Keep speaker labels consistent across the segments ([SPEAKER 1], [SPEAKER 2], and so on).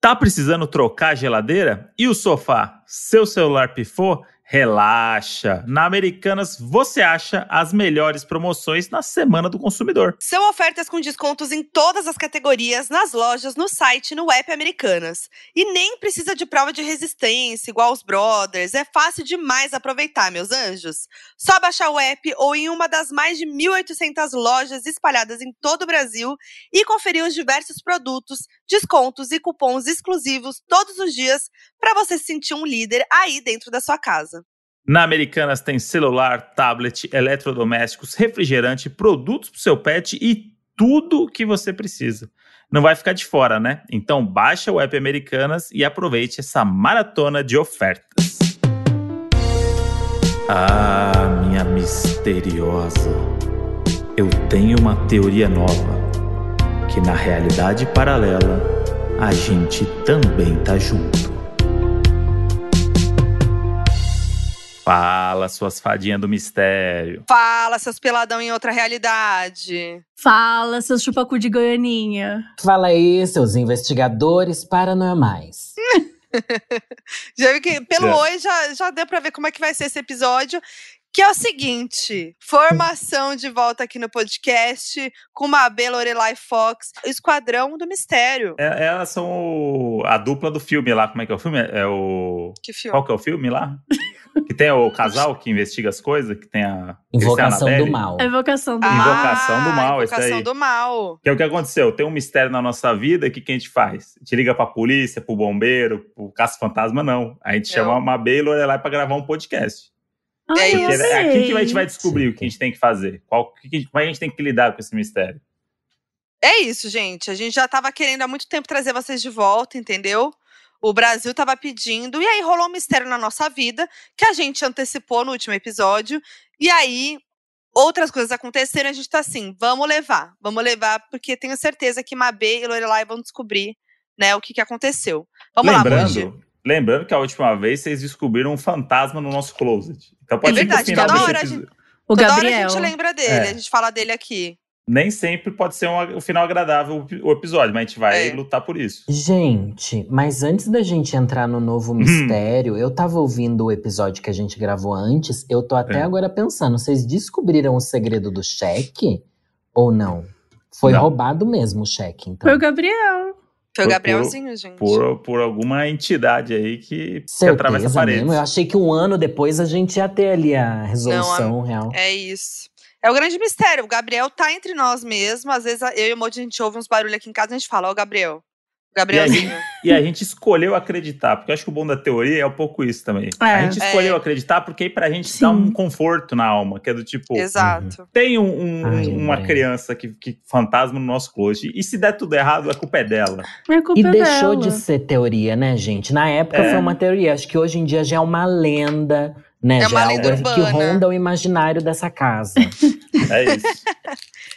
[SPEAKER 1] Tá precisando trocar a geladeira? E o sofá? Seu celular pifou? Relaxa! Na Americanas você acha as melhores promoções na Semana do Consumidor.
[SPEAKER 2] São ofertas com descontos em todas as categorias, nas lojas, no site, no app Americanas. E nem precisa de prova de resistência, igual os brothers. É fácil demais aproveitar, meus anjos. Só baixar o app ou em uma das mais de 1.800 lojas espalhadas em todo o Brasil e conferir os diversos produtos, descontos e cupons exclusivos todos os dias para você se sentir um líder aí dentro da sua casa.
[SPEAKER 1] Na Americanas tem celular, tablet, eletrodomésticos, refrigerante, produtos para o seu pet e tudo o que você precisa. Não vai ficar de fora, né? Então baixa o app Americanas e aproveite essa maratona de ofertas. Ah, minha misteriosa. Eu tenho uma teoria nova que na realidade paralela a gente também tá junto. Fala, suas fadinhas do mistério.
[SPEAKER 2] Fala, seus peladão em outra realidade.
[SPEAKER 3] Fala, seus chupacu de Goianinha.
[SPEAKER 4] Fala aí, seus investigadores paranormais.
[SPEAKER 2] Já vi que pelo
[SPEAKER 1] É.
[SPEAKER 2] oi já, já deu pra ver como é que vai ser esse episódio. Que é o seguinte, formação de volta aqui no podcast com Mabê, Lorelai Fox, Esquadrão do Mistério.
[SPEAKER 1] É- Elas são o- a dupla do filme lá. Como é que é o filme? É o.
[SPEAKER 2] Que filme.
[SPEAKER 1] Qual que é o filme lá? Que tem o casal que investiga as coisas, que tem a.
[SPEAKER 4] Invocação
[SPEAKER 1] Cristiana
[SPEAKER 4] do
[SPEAKER 1] Belli.
[SPEAKER 4] mal.
[SPEAKER 3] A evocação do
[SPEAKER 1] Ah.
[SPEAKER 3] mal.
[SPEAKER 1] Invocação do Mal, esse
[SPEAKER 2] Invocação
[SPEAKER 1] aí.
[SPEAKER 2] do Mal.
[SPEAKER 1] Que é o que aconteceu. Tem um mistério na nossa vida, o que, que a gente faz? Te liga pra polícia, pro bombeiro, pro caça-fantasma, não. A gente
[SPEAKER 2] Não.
[SPEAKER 1] chama uma Bey e Lorelai pra gravar um podcast.
[SPEAKER 3] Ai,
[SPEAKER 2] É
[SPEAKER 3] eu
[SPEAKER 1] Porque é
[SPEAKER 3] sei.
[SPEAKER 1] aqui que a gente vai descobrir
[SPEAKER 4] Sim.
[SPEAKER 1] o que a gente tem que fazer. Qual, que que a gente- como é que a gente tem que lidar com esse mistério.
[SPEAKER 2] É isso, gente. A gente já tava querendo há muito tempo trazer vocês de volta, entendeu? O Brasil tava pedindo, e aí rolou um mistério na nossa vida, que a gente antecipou no último episódio. E aí, outras coisas aconteceram, e a gente tá assim, vamos levar, vamos levar, porque tenho certeza que Mabê e Lorelai vão descobrir, né, o que, que aconteceu. Vamos lá, Mogi.
[SPEAKER 1] lembrando, lembrando que a última vez vocês descobriram um fantasma no nosso closet. Então pode
[SPEAKER 2] É
[SPEAKER 1] ser que no
[SPEAKER 2] verdade,
[SPEAKER 1] final
[SPEAKER 2] toda
[SPEAKER 1] desse
[SPEAKER 2] hora a
[SPEAKER 1] episódio-
[SPEAKER 3] O
[SPEAKER 2] Toda hora
[SPEAKER 3] Gabriel.
[SPEAKER 2] a gente lembra dele,
[SPEAKER 1] É.
[SPEAKER 2] a gente fala dele aqui.
[SPEAKER 1] Nem sempre pode ser um, um final agradável o episódio, mas a gente vai
[SPEAKER 2] É.
[SPEAKER 1] lutar por isso.
[SPEAKER 4] Gente, mas antes da gente entrar no novo
[SPEAKER 1] Hum.
[SPEAKER 4] mistério, eu tava ouvindo o episódio que a gente gravou antes, eu tô até
[SPEAKER 1] É.
[SPEAKER 4] agora pensando, vocês descobriram o segredo do cheque ou não? Foi
[SPEAKER 1] Não.
[SPEAKER 4] roubado mesmo o cheque, então.
[SPEAKER 3] Foi o Gabriel.
[SPEAKER 2] Foi
[SPEAKER 1] Por- por-
[SPEAKER 2] o Gabrielzinho, gente.
[SPEAKER 1] Por, por alguma entidade aí que, que atravessa a
[SPEAKER 4] Certeza
[SPEAKER 1] parede.
[SPEAKER 4] mesmo. Eu achei que um ano depois a gente ia ter ali a resolução real.
[SPEAKER 2] É isso. É o grande mistério. O Gabriel tá entre nós mesmo. Às vezes a- eu e o Moji, a gente ouve uns barulhos aqui em casa e a gente fala, ó, Gabriel. Gabrielzinho.
[SPEAKER 1] E a gente escolheu acreditar, porque eu acho que o bom da teoria é um pouco isso também.
[SPEAKER 3] É.
[SPEAKER 1] A gente escolheu
[SPEAKER 2] É.
[SPEAKER 1] acreditar porque aí pra gente
[SPEAKER 3] Sim.
[SPEAKER 1] dá um conforto na alma, que é do tipo,
[SPEAKER 2] Exato.
[SPEAKER 1] tem um- um-
[SPEAKER 4] Ai,
[SPEAKER 1] uma
[SPEAKER 4] Lorena.
[SPEAKER 1] criança que, que fantasma no nosso closet, e se der tudo errado, a culpa é dela.
[SPEAKER 3] Minha culpa
[SPEAKER 4] E
[SPEAKER 3] é
[SPEAKER 4] deixou
[SPEAKER 3] dela.
[SPEAKER 4] de ser teoria, né, gente? Na época
[SPEAKER 1] É.
[SPEAKER 4] foi uma teoria. Acho que hoje em dia já é uma lenda, né?
[SPEAKER 2] É
[SPEAKER 4] já
[SPEAKER 2] uma
[SPEAKER 4] é
[SPEAKER 2] lenda
[SPEAKER 4] algo que
[SPEAKER 2] urbana.
[SPEAKER 4] ronda o imaginário dessa
[SPEAKER 1] É
[SPEAKER 4] casa.
[SPEAKER 1] isso.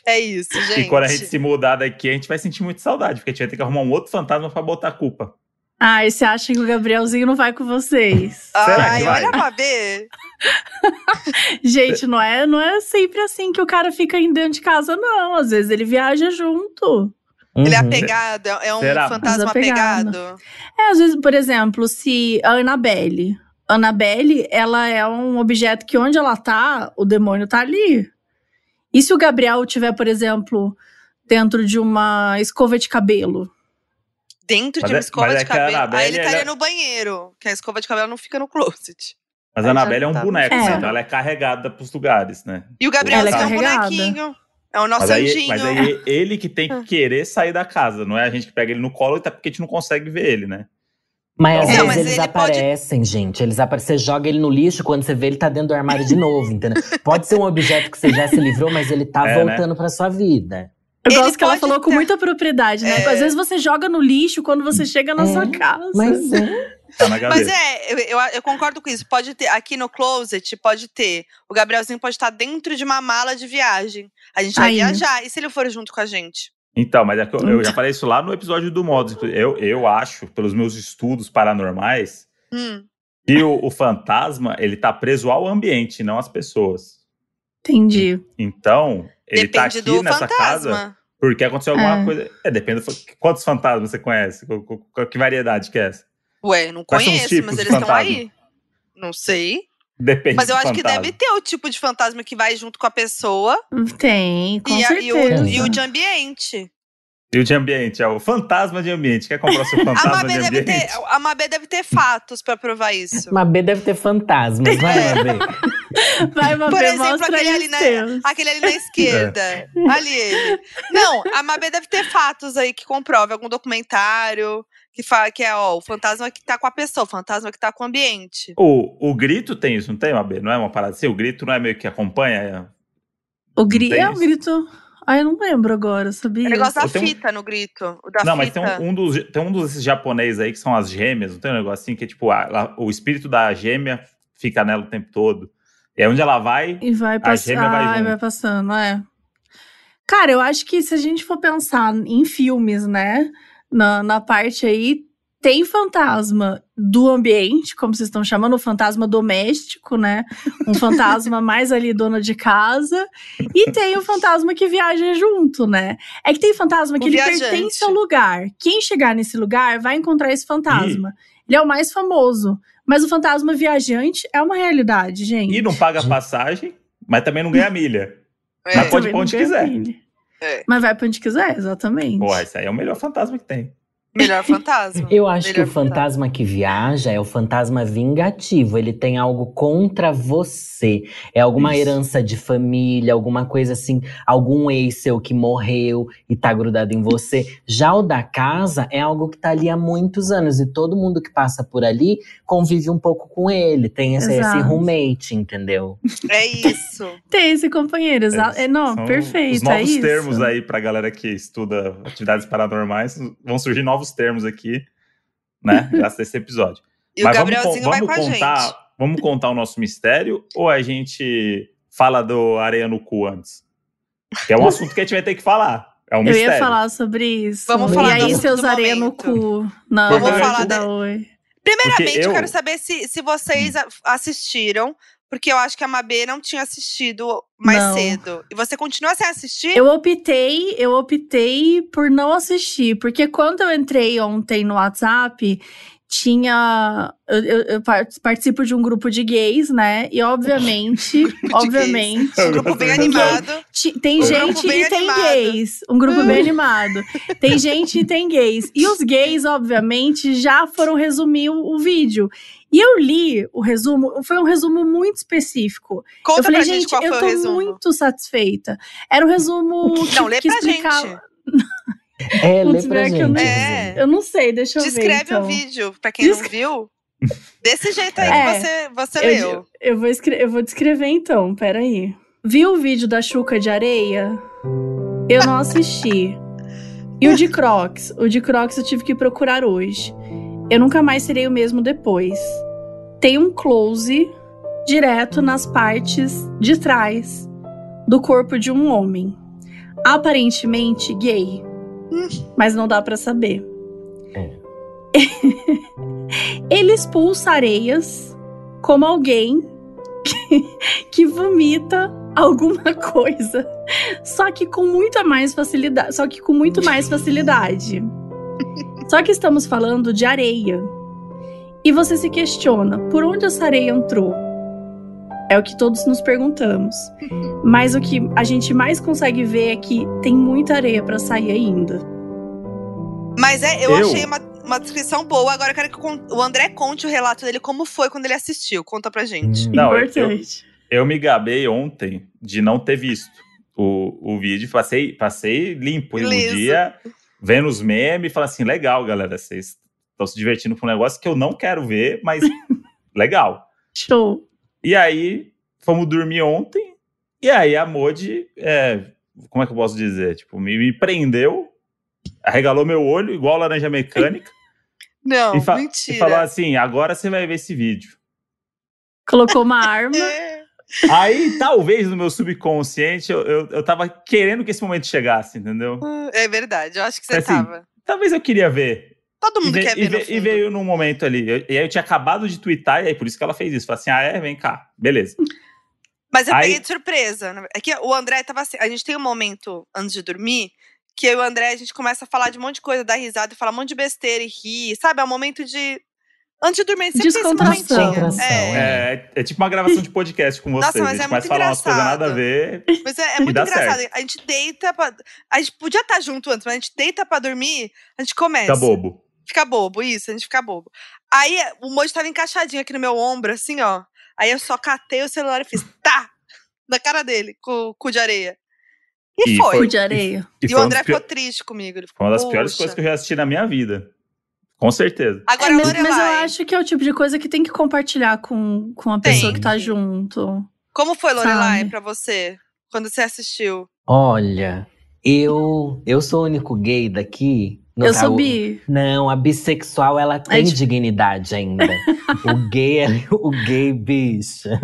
[SPEAKER 2] É isso, gente.
[SPEAKER 1] e quando a gente se mudar daqui, a gente vai sentir muito saudade, porque a gente vai ter que arrumar um outro fantasma pra botar a culpa.
[SPEAKER 3] Ah, e você acha que o Gabrielzinho não vai com vocês?
[SPEAKER 1] Será
[SPEAKER 2] Ai,
[SPEAKER 1] que vai?
[SPEAKER 2] olha pra ver.
[SPEAKER 3] Gente, não é, não é sempre assim que o cara fica em dentro de casa, não. Às vezes ele viaja junto.
[SPEAKER 2] Ele é
[SPEAKER 4] Uhum.
[SPEAKER 2] apegado, é é um
[SPEAKER 1] Será?
[SPEAKER 2] fantasma
[SPEAKER 3] Desapegado.
[SPEAKER 2] apegado.
[SPEAKER 3] É, às vezes, por exemplo, se a Annabelle. A Annabelle, ela é um objeto que onde ela tá, o demônio tá ali. E se o Gabriel tiver, por exemplo, dentro de uma escova de cabelo?
[SPEAKER 2] Dentro
[SPEAKER 1] Mas
[SPEAKER 2] de uma
[SPEAKER 1] é-
[SPEAKER 2] escova
[SPEAKER 1] mas
[SPEAKER 2] de
[SPEAKER 1] é que a
[SPEAKER 2] cabelo. Aí ele
[SPEAKER 1] Anabelle,
[SPEAKER 2] estaria
[SPEAKER 1] ela-
[SPEAKER 2] no banheiro, que a escova de cabelo não fica no closet.
[SPEAKER 1] Mas
[SPEAKER 2] Aí
[SPEAKER 1] a
[SPEAKER 2] já
[SPEAKER 1] Anabelle é um
[SPEAKER 2] tá.
[SPEAKER 1] boneco,
[SPEAKER 3] É.
[SPEAKER 1] né? então ela é carregada pros lugares, né?
[SPEAKER 2] E o Gabrielzinho é um
[SPEAKER 3] carregada.
[SPEAKER 2] bonequinho. É o nosso
[SPEAKER 1] Mas aí,
[SPEAKER 2] anjinho.
[SPEAKER 1] mas aí ele que tem que querer sair da casa, não é a gente que pega ele no colo e tá porque a gente não consegue ver ele, né?
[SPEAKER 4] Mas
[SPEAKER 1] Não,
[SPEAKER 4] às vezes
[SPEAKER 1] mas
[SPEAKER 4] eles
[SPEAKER 2] ele pode-
[SPEAKER 4] aparecem, gente. Eles aparecem, você joga ele no lixo, quando você vê, ele tá dentro do armário de novo, entendeu? Pode ser um objeto que você já se livrou, mas ele tá
[SPEAKER 1] É, né?
[SPEAKER 4] voltando pra sua vida.
[SPEAKER 3] Eu
[SPEAKER 2] Ele
[SPEAKER 3] gosto que ela
[SPEAKER 2] pode
[SPEAKER 3] falou com
[SPEAKER 2] ter-
[SPEAKER 3] muita propriedade, né?
[SPEAKER 2] É.
[SPEAKER 3] Às vezes você joga no lixo quando você chega na
[SPEAKER 4] É,
[SPEAKER 3] sua casa.
[SPEAKER 4] Mas é.
[SPEAKER 1] Tá na gaveta.
[SPEAKER 2] Mas é, eu, eu, eu concordo com isso. Pode ter, aqui no closet, pode ter. O Gabrielzinho pode estar dentro de uma mala de viagem. A gente vai
[SPEAKER 3] Aí.
[SPEAKER 2] viajar. E se ele for junto com a gente?
[SPEAKER 1] Então, mas é que eu, eu já falei isso lá no episódio do Modos. Eu, eu acho, pelos meus estudos paranormais,
[SPEAKER 2] Hum,
[SPEAKER 1] que o, o fantasma, ele tá preso ao ambiente, não às pessoas.
[SPEAKER 3] Entendi.
[SPEAKER 1] Então, ele
[SPEAKER 2] depende
[SPEAKER 1] tá aqui
[SPEAKER 2] do
[SPEAKER 1] nessa
[SPEAKER 2] fantasma.
[SPEAKER 1] casa Porque aconteceu alguma
[SPEAKER 3] É.
[SPEAKER 1] coisa. É, depende. do fa- Quantos fantasmas você conhece? Qu- qu- qu- Que variedade que é essa?
[SPEAKER 2] Ué, não
[SPEAKER 1] Quais são os
[SPEAKER 2] conheço,
[SPEAKER 1] tipos
[SPEAKER 2] mas
[SPEAKER 1] de
[SPEAKER 2] eles estão
[SPEAKER 1] fantasma?
[SPEAKER 2] aí. Não sei.
[SPEAKER 1] Depende
[SPEAKER 2] Mas eu
[SPEAKER 1] do
[SPEAKER 2] acho que
[SPEAKER 1] fantasma.
[SPEAKER 2] deve ter o tipo de fantasma que vai junto com a pessoa
[SPEAKER 3] Tem, com
[SPEAKER 2] e, a- e o,
[SPEAKER 3] certeza.
[SPEAKER 2] e o de ambiente.
[SPEAKER 1] E o de ambiente? É o fantasma de ambiente. Quer comprar o seu
[SPEAKER 2] A
[SPEAKER 1] fantasma
[SPEAKER 2] Mabê,
[SPEAKER 1] de
[SPEAKER 2] deve
[SPEAKER 1] ambiente?
[SPEAKER 2] ter, a Mabê deve ter fatos pra provar isso.
[SPEAKER 4] Mabê deve ter fantasmas, é, vai, Mabê.
[SPEAKER 3] Vai, Mabê,
[SPEAKER 2] Por exemplo,
[SPEAKER 3] mostra
[SPEAKER 2] aquele
[SPEAKER 3] aí
[SPEAKER 2] ali né?
[SPEAKER 3] os
[SPEAKER 2] na-
[SPEAKER 3] seus.
[SPEAKER 2] Aquele
[SPEAKER 1] É.
[SPEAKER 2] ali na esquerda. Ali ele. Não, a Mabê deve ter fatos aí que comprove algum documentário que fala que é ó, o fantasma que tá com a pessoa, o fantasma que tá com o ambiente.
[SPEAKER 1] O, o grito tem isso, não tem, Mabê? Não é uma parada assim? O grito não é meio que acompanha?
[SPEAKER 3] O grito
[SPEAKER 1] tem
[SPEAKER 3] é o
[SPEAKER 1] isso?
[SPEAKER 3] grito. Ai, eu não lembro agora, sabia?
[SPEAKER 2] O negócio da
[SPEAKER 1] Eu tenho um-
[SPEAKER 2] fita no grito. O da
[SPEAKER 1] não, mas
[SPEAKER 2] fita.
[SPEAKER 1] tem um, um dos, tem um desses japonês aí que são as gêmeas, não tem um negócio assim? Que é tipo, a- ela- o espírito da gêmea fica nela o tempo todo. E aí onde ela vai,
[SPEAKER 3] E vai passando.
[SPEAKER 1] gêmea vai
[SPEAKER 3] Ai,
[SPEAKER 1] junto.
[SPEAKER 3] vai passando, é. Cara, eu acho que se a gente for pensar em filmes, né? Na, na parte aí, tem fantasma do ambiente, como vocês estão chamando, o fantasma doméstico, né? Um fantasma mais ali dona de casa. E tem o fantasma que viaja junto, né? É que tem fantasma que
[SPEAKER 2] O
[SPEAKER 3] ele
[SPEAKER 2] viajante.
[SPEAKER 3] pertence ao lugar. Quem chegar nesse lugar vai encontrar esse fantasma. Ele é o mais famoso. Mas o fantasma viajante é uma realidade, gente.
[SPEAKER 1] e não paga passagem, mas também não ganha milha.
[SPEAKER 2] É.
[SPEAKER 1] Mas pode-
[SPEAKER 3] Também
[SPEAKER 1] ir pra onde
[SPEAKER 3] não ganha
[SPEAKER 1] quiser.
[SPEAKER 3] milha.
[SPEAKER 2] É.
[SPEAKER 3] Mas vai pra onde quiser, exatamente.
[SPEAKER 1] Pô, esse aí é o melhor fantasma que tem.
[SPEAKER 2] Melhor fantasma.
[SPEAKER 4] Eu acho que o
[SPEAKER 2] Melhor
[SPEAKER 4] fantasma que viaja é o fantasma vingativo. Ele tem algo contra você. É alguma
[SPEAKER 1] Isso.
[SPEAKER 4] herança de família, alguma coisa assim, algum ex seu que morreu e tá grudado em você. Já o da casa é algo que tá ali há muitos anos e todo mundo que passa por ali convive um pouco com ele. Tem esse, esse
[SPEAKER 3] Exato.
[SPEAKER 4] roommate, entendeu?
[SPEAKER 2] É isso.
[SPEAKER 3] Tem esse companheiro, exa-
[SPEAKER 1] É,
[SPEAKER 3] é, não,
[SPEAKER 1] São
[SPEAKER 3] perfeito.
[SPEAKER 1] Os novos
[SPEAKER 3] é isso.
[SPEAKER 1] termos aí pra galera que estuda atividades paranormais, vão surgir novos termos aqui, né? Graças a esse episódio.
[SPEAKER 2] E o Gabrielzinho
[SPEAKER 1] con-
[SPEAKER 2] vai com a
[SPEAKER 1] contar,
[SPEAKER 2] gente.
[SPEAKER 1] Vamos contar o nosso mistério ou a gente fala do areia no cu antes? Que é um assunto que a gente vai ter que falar. É um
[SPEAKER 3] Eu
[SPEAKER 1] mistério.
[SPEAKER 3] ia falar sobre isso.
[SPEAKER 2] Vamos
[SPEAKER 4] falar
[SPEAKER 3] E
[SPEAKER 4] do
[SPEAKER 3] aí,
[SPEAKER 4] assunto
[SPEAKER 3] seus
[SPEAKER 2] do
[SPEAKER 3] areia no cu. Na
[SPEAKER 1] Vamos
[SPEAKER 3] na
[SPEAKER 2] falar
[SPEAKER 3] parte da
[SPEAKER 2] da-
[SPEAKER 3] Oi.
[SPEAKER 2] Primeiramente, eu...
[SPEAKER 1] eu- Hum.
[SPEAKER 2] quero saber se, se vocês a- assistiram, porque eu acho que a Mabê não tinha assistido mais
[SPEAKER 3] Não.
[SPEAKER 2] cedo. E você continua sem assistir?
[SPEAKER 3] Eu optei, eu optei por não assistir, porque quando eu entrei ontem no WhatsApp, tinha. Eu, eu- eu par- participo de um grupo de gays, né? E obviamente, obviamente.
[SPEAKER 2] Um grupo bem animado.
[SPEAKER 3] Ti- Tem
[SPEAKER 1] Um
[SPEAKER 3] gente
[SPEAKER 2] grupo bem
[SPEAKER 3] e tem
[SPEAKER 2] animado.
[SPEAKER 3] gays. Um grupo bem animado. Tem gente e tem gays. E os gays, obviamente, já foram resumir o, o vídeo. E eu li o resumo, foi um resumo muito específico.
[SPEAKER 2] Conta
[SPEAKER 3] eu falei,
[SPEAKER 2] pra gente, qual
[SPEAKER 3] eu
[SPEAKER 2] foi o
[SPEAKER 3] tô
[SPEAKER 2] resumo.
[SPEAKER 3] muito satisfeita. Era um resumo que,
[SPEAKER 2] Não, lê
[SPEAKER 3] que
[SPEAKER 2] pra
[SPEAKER 3] explicava.
[SPEAKER 2] gente.
[SPEAKER 4] É, lê
[SPEAKER 3] Putz,
[SPEAKER 4] pra
[SPEAKER 3] pior que
[SPEAKER 4] gente.
[SPEAKER 3] eu não-
[SPEAKER 4] Zé.
[SPEAKER 2] É.
[SPEAKER 3] Eu não sei, deixa eu ver.
[SPEAKER 2] Descreve
[SPEAKER 3] então.
[SPEAKER 2] o vídeo, pra quem não
[SPEAKER 3] Descre-
[SPEAKER 2] viu. Desse jeito aí
[SPEAKER 3] É.
[SPEAKER 2] que você, você
[SPEAKER 3] Eu
[SPEAKER 2] leu.
[SPEAKER 3] Eu vou, escre- eu vou descrever então, peraí. Viu o vídeo da Chuca de Areia? Eu não assisti. E o de Crocs? O de Crocs eu tive que procurar hoje. Eu nunca mais serei o mesmo depois. Tem um close direto nas partes de trás do corpo de um homem. Aparentemente gay. Mas não dá pra saber.
[SPEAKER 4] É.
[SPEAKER 3] Ele expulsa areias como alguém que vomita alguma coisa, só que com muita mais facilidade, só que com muito mais facilidade. Só que estamos falando de areia. E você se questiona, por onde essa areia entrou? É o que todos nos perguntamos. Mas o que a gente mais consegue ver é que tem muita areia pra sair ainda.
[SPEAKER 2] Mas é, eu,
[SPEAKER 1] Eu?
[SPEAKER 2] achei uma, uma descrição boa. Agora eu quero que o con- o André conte o relato dele, como foi quando ele assistiu. Conta pra gente.
[SPEAKER 4] Hum.
[SPEAKER 1] Não, eu-
[SPEAKER 3] Importante.
[SPEAKER 1] Eu me gabei ontem de não ter visto o, o vídeo. Passei, passei limpo o
[SPEAKER 2] Liso.
[SPEAKER 1] dia, vendo os memes e falando assim: legal, galera, vocês estão se divertindo com um negócio que eu não quero ver, mas legal.
[SPEAKER 3] Show.
[SPEAKER 1] E aí, fomos dormir ontem. E aí, a Modi, é, como é que eu posso dizer? Tipo, me, me prendeu, arregalou meu olho, igual laranja mecânica,
[SPEAKER 2] Não,
[SPEAKER 1] e, fa-
[SPEAKER 2] mentira.
[SPEAKER 1] e falou assim: agora você vai ver esse vídeo.
[SPEAKER 3] Colocou uma arma.
[SPEAKER 2] É.
[SPEAKER 1] Aí, talvez no meu subconsciente, eu, eu, eu tava querendo que esse momento chegasse, entendeu?
[SPEAKER 2] É verdade, eu acho que você
[SPEAKER 1] Assim,
[SPEAKER 2] tava.
[SPEAKER 1] Talvez eu queria ver.
[SPEAKER 2] Todo
[SPEAKER 1] E,
[SPEAKER 2] mundo
[SPEAKER 1] ve-
[SPEAKER 2] quer
[SPEAKER 1] e
[SPEAKER 2] ver. no
[SPEAKER 1] ve- e
[SPEAKER 2] fundo.
[SPEAKER 1] veio num momento ali. Eu- e aí eu tinha acabado de twittar, e aí por isso que ela fez isso. Falei assim: ah, é, vem cá. Beleza.
[SPEAKER 2] Mas eu
[SPEAKER 1] Aí-
[SPEAKER 2] né? peguei de surpresa. É que o André tava assim. A gente tem um momento antes de dormir que eu e o André, a gente começa a falar de um monte de coisa, dar risada, e falar um monte de besteira e rir, sabe? É um momento de. Antes de dormir, sempre tem esse
[SPEAKER 3] Descontração.
[SPEAKER 2] momentinho.
[SPEAKER 4] Descontração,
[SPEAKER 2] É.
[SPEAKER 1] É, é tipo uma gravação de podcast com vocês.
[SPEAKER 2] Nossa, mas
[SPEAKER 1] a gente
[SPEAKER 2] é
[SPEAKER 1] começa a
[SPEAKER 2] muito
[SPEAKER 1] falar umas coisas
[SPEAKER 2] engraçado.
[SPEAKER 1] nada a ver.
[SPEAKER 2] Mas é, é
[SPEAKER 1] E
[SPEAKER 2] muito
[SPEAKER 1] dá
[SPEAKER 2] engraçado. A gente deita pra. A gente podia estar junto antes, mas a gente deita pra dormir, a gente começa.
[SPEAKER 1] Tá bobo.
[SPEAKER 2] Fica bobo, isso, a gente fica bobo. Aí o Moji tava encaixadinho aqui no meu ombro, assim, ó. Aí eu só catei o celular e fiz tá! Na cara dele, com o cu de areia. E,
[SPEAKER 1] E
[SPEAKER 2] foi.
[SPEAKER 3] Cu de areia.
[SPEAKER 1] E,
[SPEAKER 2] E
[SPEAKER 1] foi,
[SPEAKER 2] o
[SPEAKER 1] um
[SPEAKER 2] André
[SPEAKER 1] dos pior-
[SPEAKER 2] ficou triste comigo. Ele
[SPEAKER 1] foi
[SPEAKER 2] ficou,
[SPEAKER 1] uma das piores coisas que eu já assisti na minha vida. Com certeza.
[SPEAKER 2] Agora,
[SPEAKER 3] É,
[SPEAKER 2] a
[SPEAKER 3] mas, mas eu
[SPEAKER 2] Lorelai,
[SPEAKER 3] acho que é o tipo de coisa que tem que compartilhar com, com a pessoa
[SPEAKER 2] Tem.
[SPEAKER 3] que tá junto.
[SPEAKER 2] como foi, Lorelai,
[SPEAKER 3] Sabe.
[SPEAKER 2] pra você? Quando você assistiu?
[SPEAKER 4] Olha, eu, eu sou o único gay daqui. Não
[SPEAKER 3] eu
[SPEAKER 4] tá
[SPEAKER 3] sou
[SPEAKER 4] o-
[SPEAKER 3] bi.
[SPEAKER 4] Não, a bissexual ela tem
[SPEAKER 3] dif-
[SPEAKER 4] dignidade ainda. o gay é o gay, bicha.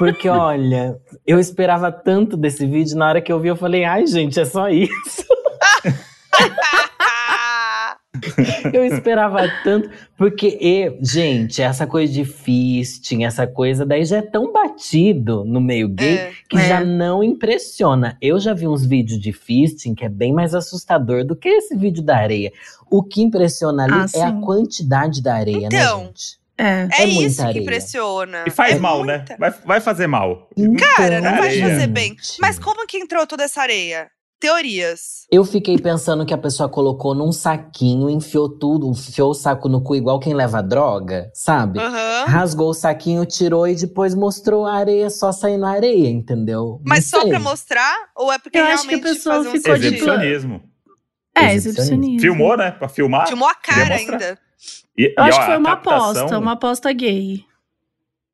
[SPEAKER 4] Porque olha, eu esperava tanto desse vídeo, na hora que eu vi eu falei: "Ai, gente, é só isso".
[SPEAKER 2] Ah,
[SPEAKER 4] Eu esperava tanto, porque e, gente, essa coisa de fisting, essa coisa daí já é tão batido no meio gay
[SPEAKER 2] é.
[SPEAKER 4] que
[SPEAKER 3] É.
[SPEAKER 4] já não impressiona. Eu já vi uns vídeos de fisting que é bem mais assustador do que esse vídeo da areia. O que impressiona ali
[SPEAKER 3] Ah,
[SPEAKER 4] é a
[SPEAKER 3] sim.
[SPEAKER 4] quantidade da areia,
[SPEAKER 2] Então.
[SPEAKER 4] né, gente?
[SPEAKER 3] É.
[SPEAKER 2] É
[SPEAKER 4] É muita
[SPEAKER 2] isso que
[SPEAKER 4] areia.
[SPEAKER 2] impressiona.
[SPEAKER 1] E faz
[SPEAKER 2] É
[SPEAKER 1] mal,
[SPEAKER 2] muita.
[SPEAKER 1] né? Vai, vai fazer mal.
[SPEAKER 2] Cara,
[SPEAKER 3] É
[SPEAKER 2] não vai
[SPEAKER 1] areia.
[SPEAKER 2] fazer bem.
[SPEAKER 4] Gente.
[SPEAKER 2] Mas como que entrou toda essa areia? Teorias.
[SPEAKER 4] Eu fiquei pensando que a pessoa colocou num saquinho, enfiou tudo, enfiou o saco no cu igual quem leva droga, sabe?
[SPEAKER 2] Aham.
[SPEAKER 3] Ah,
[SPEAKER 4] Rasgou o saquinho, tirou e depois mostrou a areia só saindo a areia, entendeu?
[SPEAKER 2] Mas
[SPEAKER 4] Não
[SPEAKER 2] só
[SPEAKER 4] sei.
[SPEAKER 2] pra mostrar? Ou é porque
[SPEAKER 3] Eu acho que
[SPEAKER 2] realmente
[SPEAKER 3] a pessoa
[SPEAKER 2] fazer um
[SPEAKER 3] ficou de
[SPEAKER 2] sentido?
[SPEAKER 3] plano.
[SPEAKER 1] Exibicionismo.
[SPEAKER 3] É,
[SPEAKER 4] Exibicionismo.
[SPEAKER 3] exibicionismo.
[SPEAKER 1] Filmou, né? Pra filmar.
[SPEAKER 2] Filmou a cara
[SPEAKER 1] Queria mostrar.
[SPEAKER 2] ainda.
[SPEAKER 1] E,
[SPEAKER 3] Eu
[SPEAKER 1] e,
[SPEAKER 3] acho
[SPEAKER 1] ó,
[SPEAKER 3] que foi
[SPEAKER 1] a
[SPEAKER 3] uma
[SPEAKER 1] captação-
[SPEAKER 3] aposta, uma aposta gay.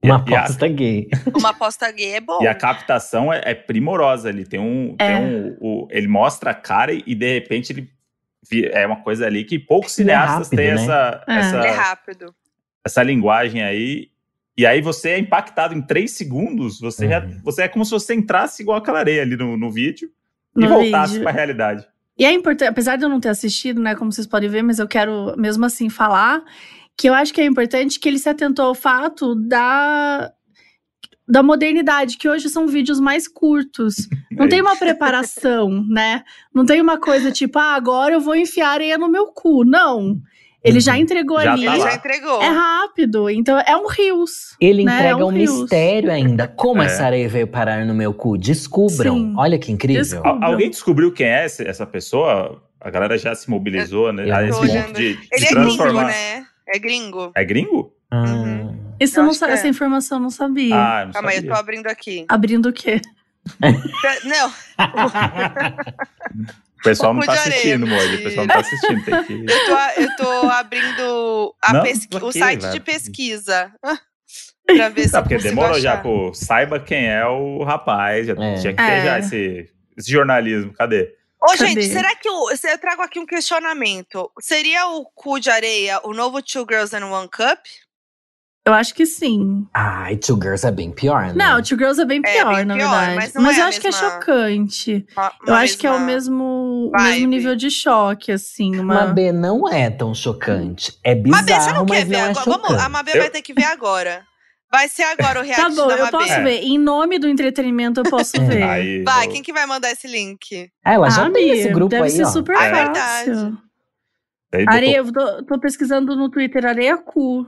[SPEAKER 4] Uma
[SPEAKER 1] E a-
[SPEAKER 4] aposta gay.
[SPEAKER 2] Uma aposta gay é bom.
[SPEAKER 1] E a captação é, é primorosa. Ele tem um.
[SPEAKER 3] É.
[SPEAKER 1] Tem um o- ele mostra a cara e, e, de repente ele. vi- É uma coisa ali que poucos
[SPEAKER 4] Ele é
[SPEAKER 1] cineastas
[SPEAKER 4] rápido,
[SPEAKER 1] têm
[SPEAKER 4] né?
[SPEAKER 1] essa,
[SPEAKER 3] É.
[SPEAKER 1] essa,
[SPEAKER 2] Ele é rápido.
[SPEAKER 1] essa linguagem aí. E aí você é impactado em três segundos. Você, já,
[SPEAKER 4] Uhum.
[SPEAKER 1] você é como se você entrasse igual aquela areia ali no, no vídeo e tipo,
[SPEAKER 3] No
[SPEAKER 1] voltasse
[SPEAKER 3] vídeo.
[SPEAKER 1] pra realidade.
[SPEAKER 3] E é importante, apesar de eu não ter assistido, né, como vocês podem ver, mas eu quero mesmo assim falar que eu acho que é importante que ele se atentou ao fato da da modernidade, que hoje são vídeos mais curtos. Não
[SPEAKER 1] É
[SPEAKER 3] tem uma preparação, né? Não tem uma coisa tipo, ah, agora eu vou enfiar areia no meu cu. Não. Ele já
[SPEAKER 4] Uhum.
[SPEAKER 3] entregou
[SPEAKER 1] Já
[SPEAKER 3] ali.
[SPEAKER 1] tá
[SPEAKER 2] Ele
[SPEAKER 1] lá.
[SPEAKER 2] já entregou.
[SPEAKER 3] É rápido. Então é um rios.
[SPEAKER 4] Ele
[SPEAKER 3] Né,
[SPEAKER 4] entrega
[SPEAKER 3] é um
[SPEAKER 4] um
[SPEAKER 3] rios.
[SPEAKER 4] mistério ainda. Como
[SPEAKER 1] É.
[SPEAKER 4] essa areia veio parar no meu cu? Descubram.
[SPEAKER 3] Sim.
[SPEAKER 4] Olha que incrível.
[SPEAKER 3] Descubram.
[SPEAKER 1] Al- alguém descobriu quem é esse- essa pessoa? A galera já se mobilizou né,
[SPEAKER 4] Eu
[SPEAKER 1] a
[SPEAKER 4] não
[SPEAKER 1] esse
[SPEAKER 4] sei.
[SPEAKER 1] ponto de, de
[SPEAKER 2] Ele é gringo,
[SPEAKER 1] transformar.
[SPEAKER 2] né? É gringo.
[SPEAKER 1] É gringo?
[SPEAKER 4] Ah.
[SPEAKER 2] Uhum.
[SPEAKER 3] Isso
[SPEAKER 2] Eu
[SPEAKER 3] eu não
[SPEAKER 2] acho
[SPEAKER 3] sa-
[SPEAKER 2] que é.
[SPEAKER 3] Essa informação eu não sabia.
[SPEAKER 1] Ah, não
[SPEAKER 2] Calma aí, eu tô
[SPEAKER 1] sabia.
[SPEAKER 2] abrindo aqui.
[SPEAKER 3] Abrindo o quê?
[SPEAKER 2] Pra- Não,
[SPEAKER 1] O pessoal
[SPEAKER 2] um
[SPEAKER 1] não
[SPEAKER 2] cu
[SPEAKER 1] tá
[SPEAKER 2] de areia,
[SPEAKER 1] assistindo, Moji. O
[SPEAKER 2] mentira.
[SPEAKER 1] pessoal não tá assistindo. Tem que...
[SPEAKER 2] eu tô, eu tô abrindo a
[SPEAKER 1] Não,
[SPEAKER 2] pesqui-
[SPEAKER 1] pra
[SPEAKER 2] o
[SPEAKER 1] quê,
[SPEAKER 2] site
[SPEAKER 1] velho?
[SPEAKER 2] de pesquisa. Ah, pra ver se
[SPEAKER 1] Tá,
[SPEAKER 2] eu
[SPEAKER 1] porque
[SPEAKER 2] consigo
[SPEAKER 1] demorou já,
[SPEAKER 2] achar.
[SPEAKER 1] pô. Saiba quem é o rapaz. Já,
[SPEAKER 4] É.
[SPEAKER 1] Tinha que ter
[SPEAKER 3] É.
[SPEAKER 1] já esse, esse jornalismo. Cadê?
[SPEAKER 2] Ô,
[SPEAKER 3] Cadê?
[SPEAKER 2] gente, será que o, se eu trago aqui um questionamento? Seria o cu de areia o novo Two Girls and One Cup?
[SPEAKER 3] Eu acho que sim.
[SPEAKER 4] Ai, Two Girls é bem pior, né?
[SPEAKER 3] Não, Two Girls é bem
[SPEAKER 2] É,
[SPEAKER 3] pior,
[SPEAKER 2] bem
[SPEAKER 3] na
[SPEAKER 2] pior,
[SPEAKER 3] verdade.
[SPEAKER 2] mas
[SPEAKER 3] Mas,
[SPEAKER 2] não é
[SPEAKER 3] eu
[SPEAKER 2] a
[SPEAKER 3] acho que é
[SPEAKER 2] mesma-
[SPEAKER 3] chocante.
[SPEAKER 2] Uma-
[SPEAKER 3] eu
[SPEAKER 2] uma
[SPEAKER 3] acho que é o
[SPEAKER 2] mesma-
[SPEAKER 3] mesmo, o
[SPEAKER 2] vibe.
[SPEAKER 3] mesmo nível de choque, assim. Uma...
[SPEAKER 4] Mabê não é tão chocante. É
[SPEAKER 2] Mabê, você
[SPEAKER 4] bizarro,
[SPEAKER 2] não quer
[SPEAKER 4] mas
[SPEAKER 2] ver
[SPEAKER 4] não é
[SPEAKER 2] agora? Vamos, a
[SPEAKER 4] chocante.
[SPEAKER 2] Mabê
[SPEAKER 1] Eu-
[SPEAKER 2] vai ter que ver agora. Vai ser agora o
[SPEAKER 3] Tá
[SPEAKER 2] react
[SPEAKER 3] bom,
[SPEAKER 2] da Mabê.
[SPEAKER 3] eu posso ver. Em nome do entretenimento, eu posso
[SPEAKER 4] É.
[SPEAKER 3] ver.
[SPEAKER 1] É. Aí,
[SPEAKER 2] Vai,
[SPEAKER 1] eu-
[SPEAKER 2] quem que vai mandar esse link?
[SPEAKER 4] Ela já
[SPEAKER 3] Ah,
[SPEAKER 4] tem esse
[SPEAKER 3] amigo,
[SPEAKER 4] é grupo
[SPEAKER 3] deve
[SPEAKER 4] aí,
[SPEAKER 3] ser
[SPEAKER 4] ó.
[SPEAKER 3] super
[SPEAKER 1] É
[SPEAKER 3] fácil.
[SPEAKER 2] verdade.
[SPEAKER 1] aí botou-
[SPEAKER 3] Areia, eu tô, tô pesquisando no Twitter Areia Cu.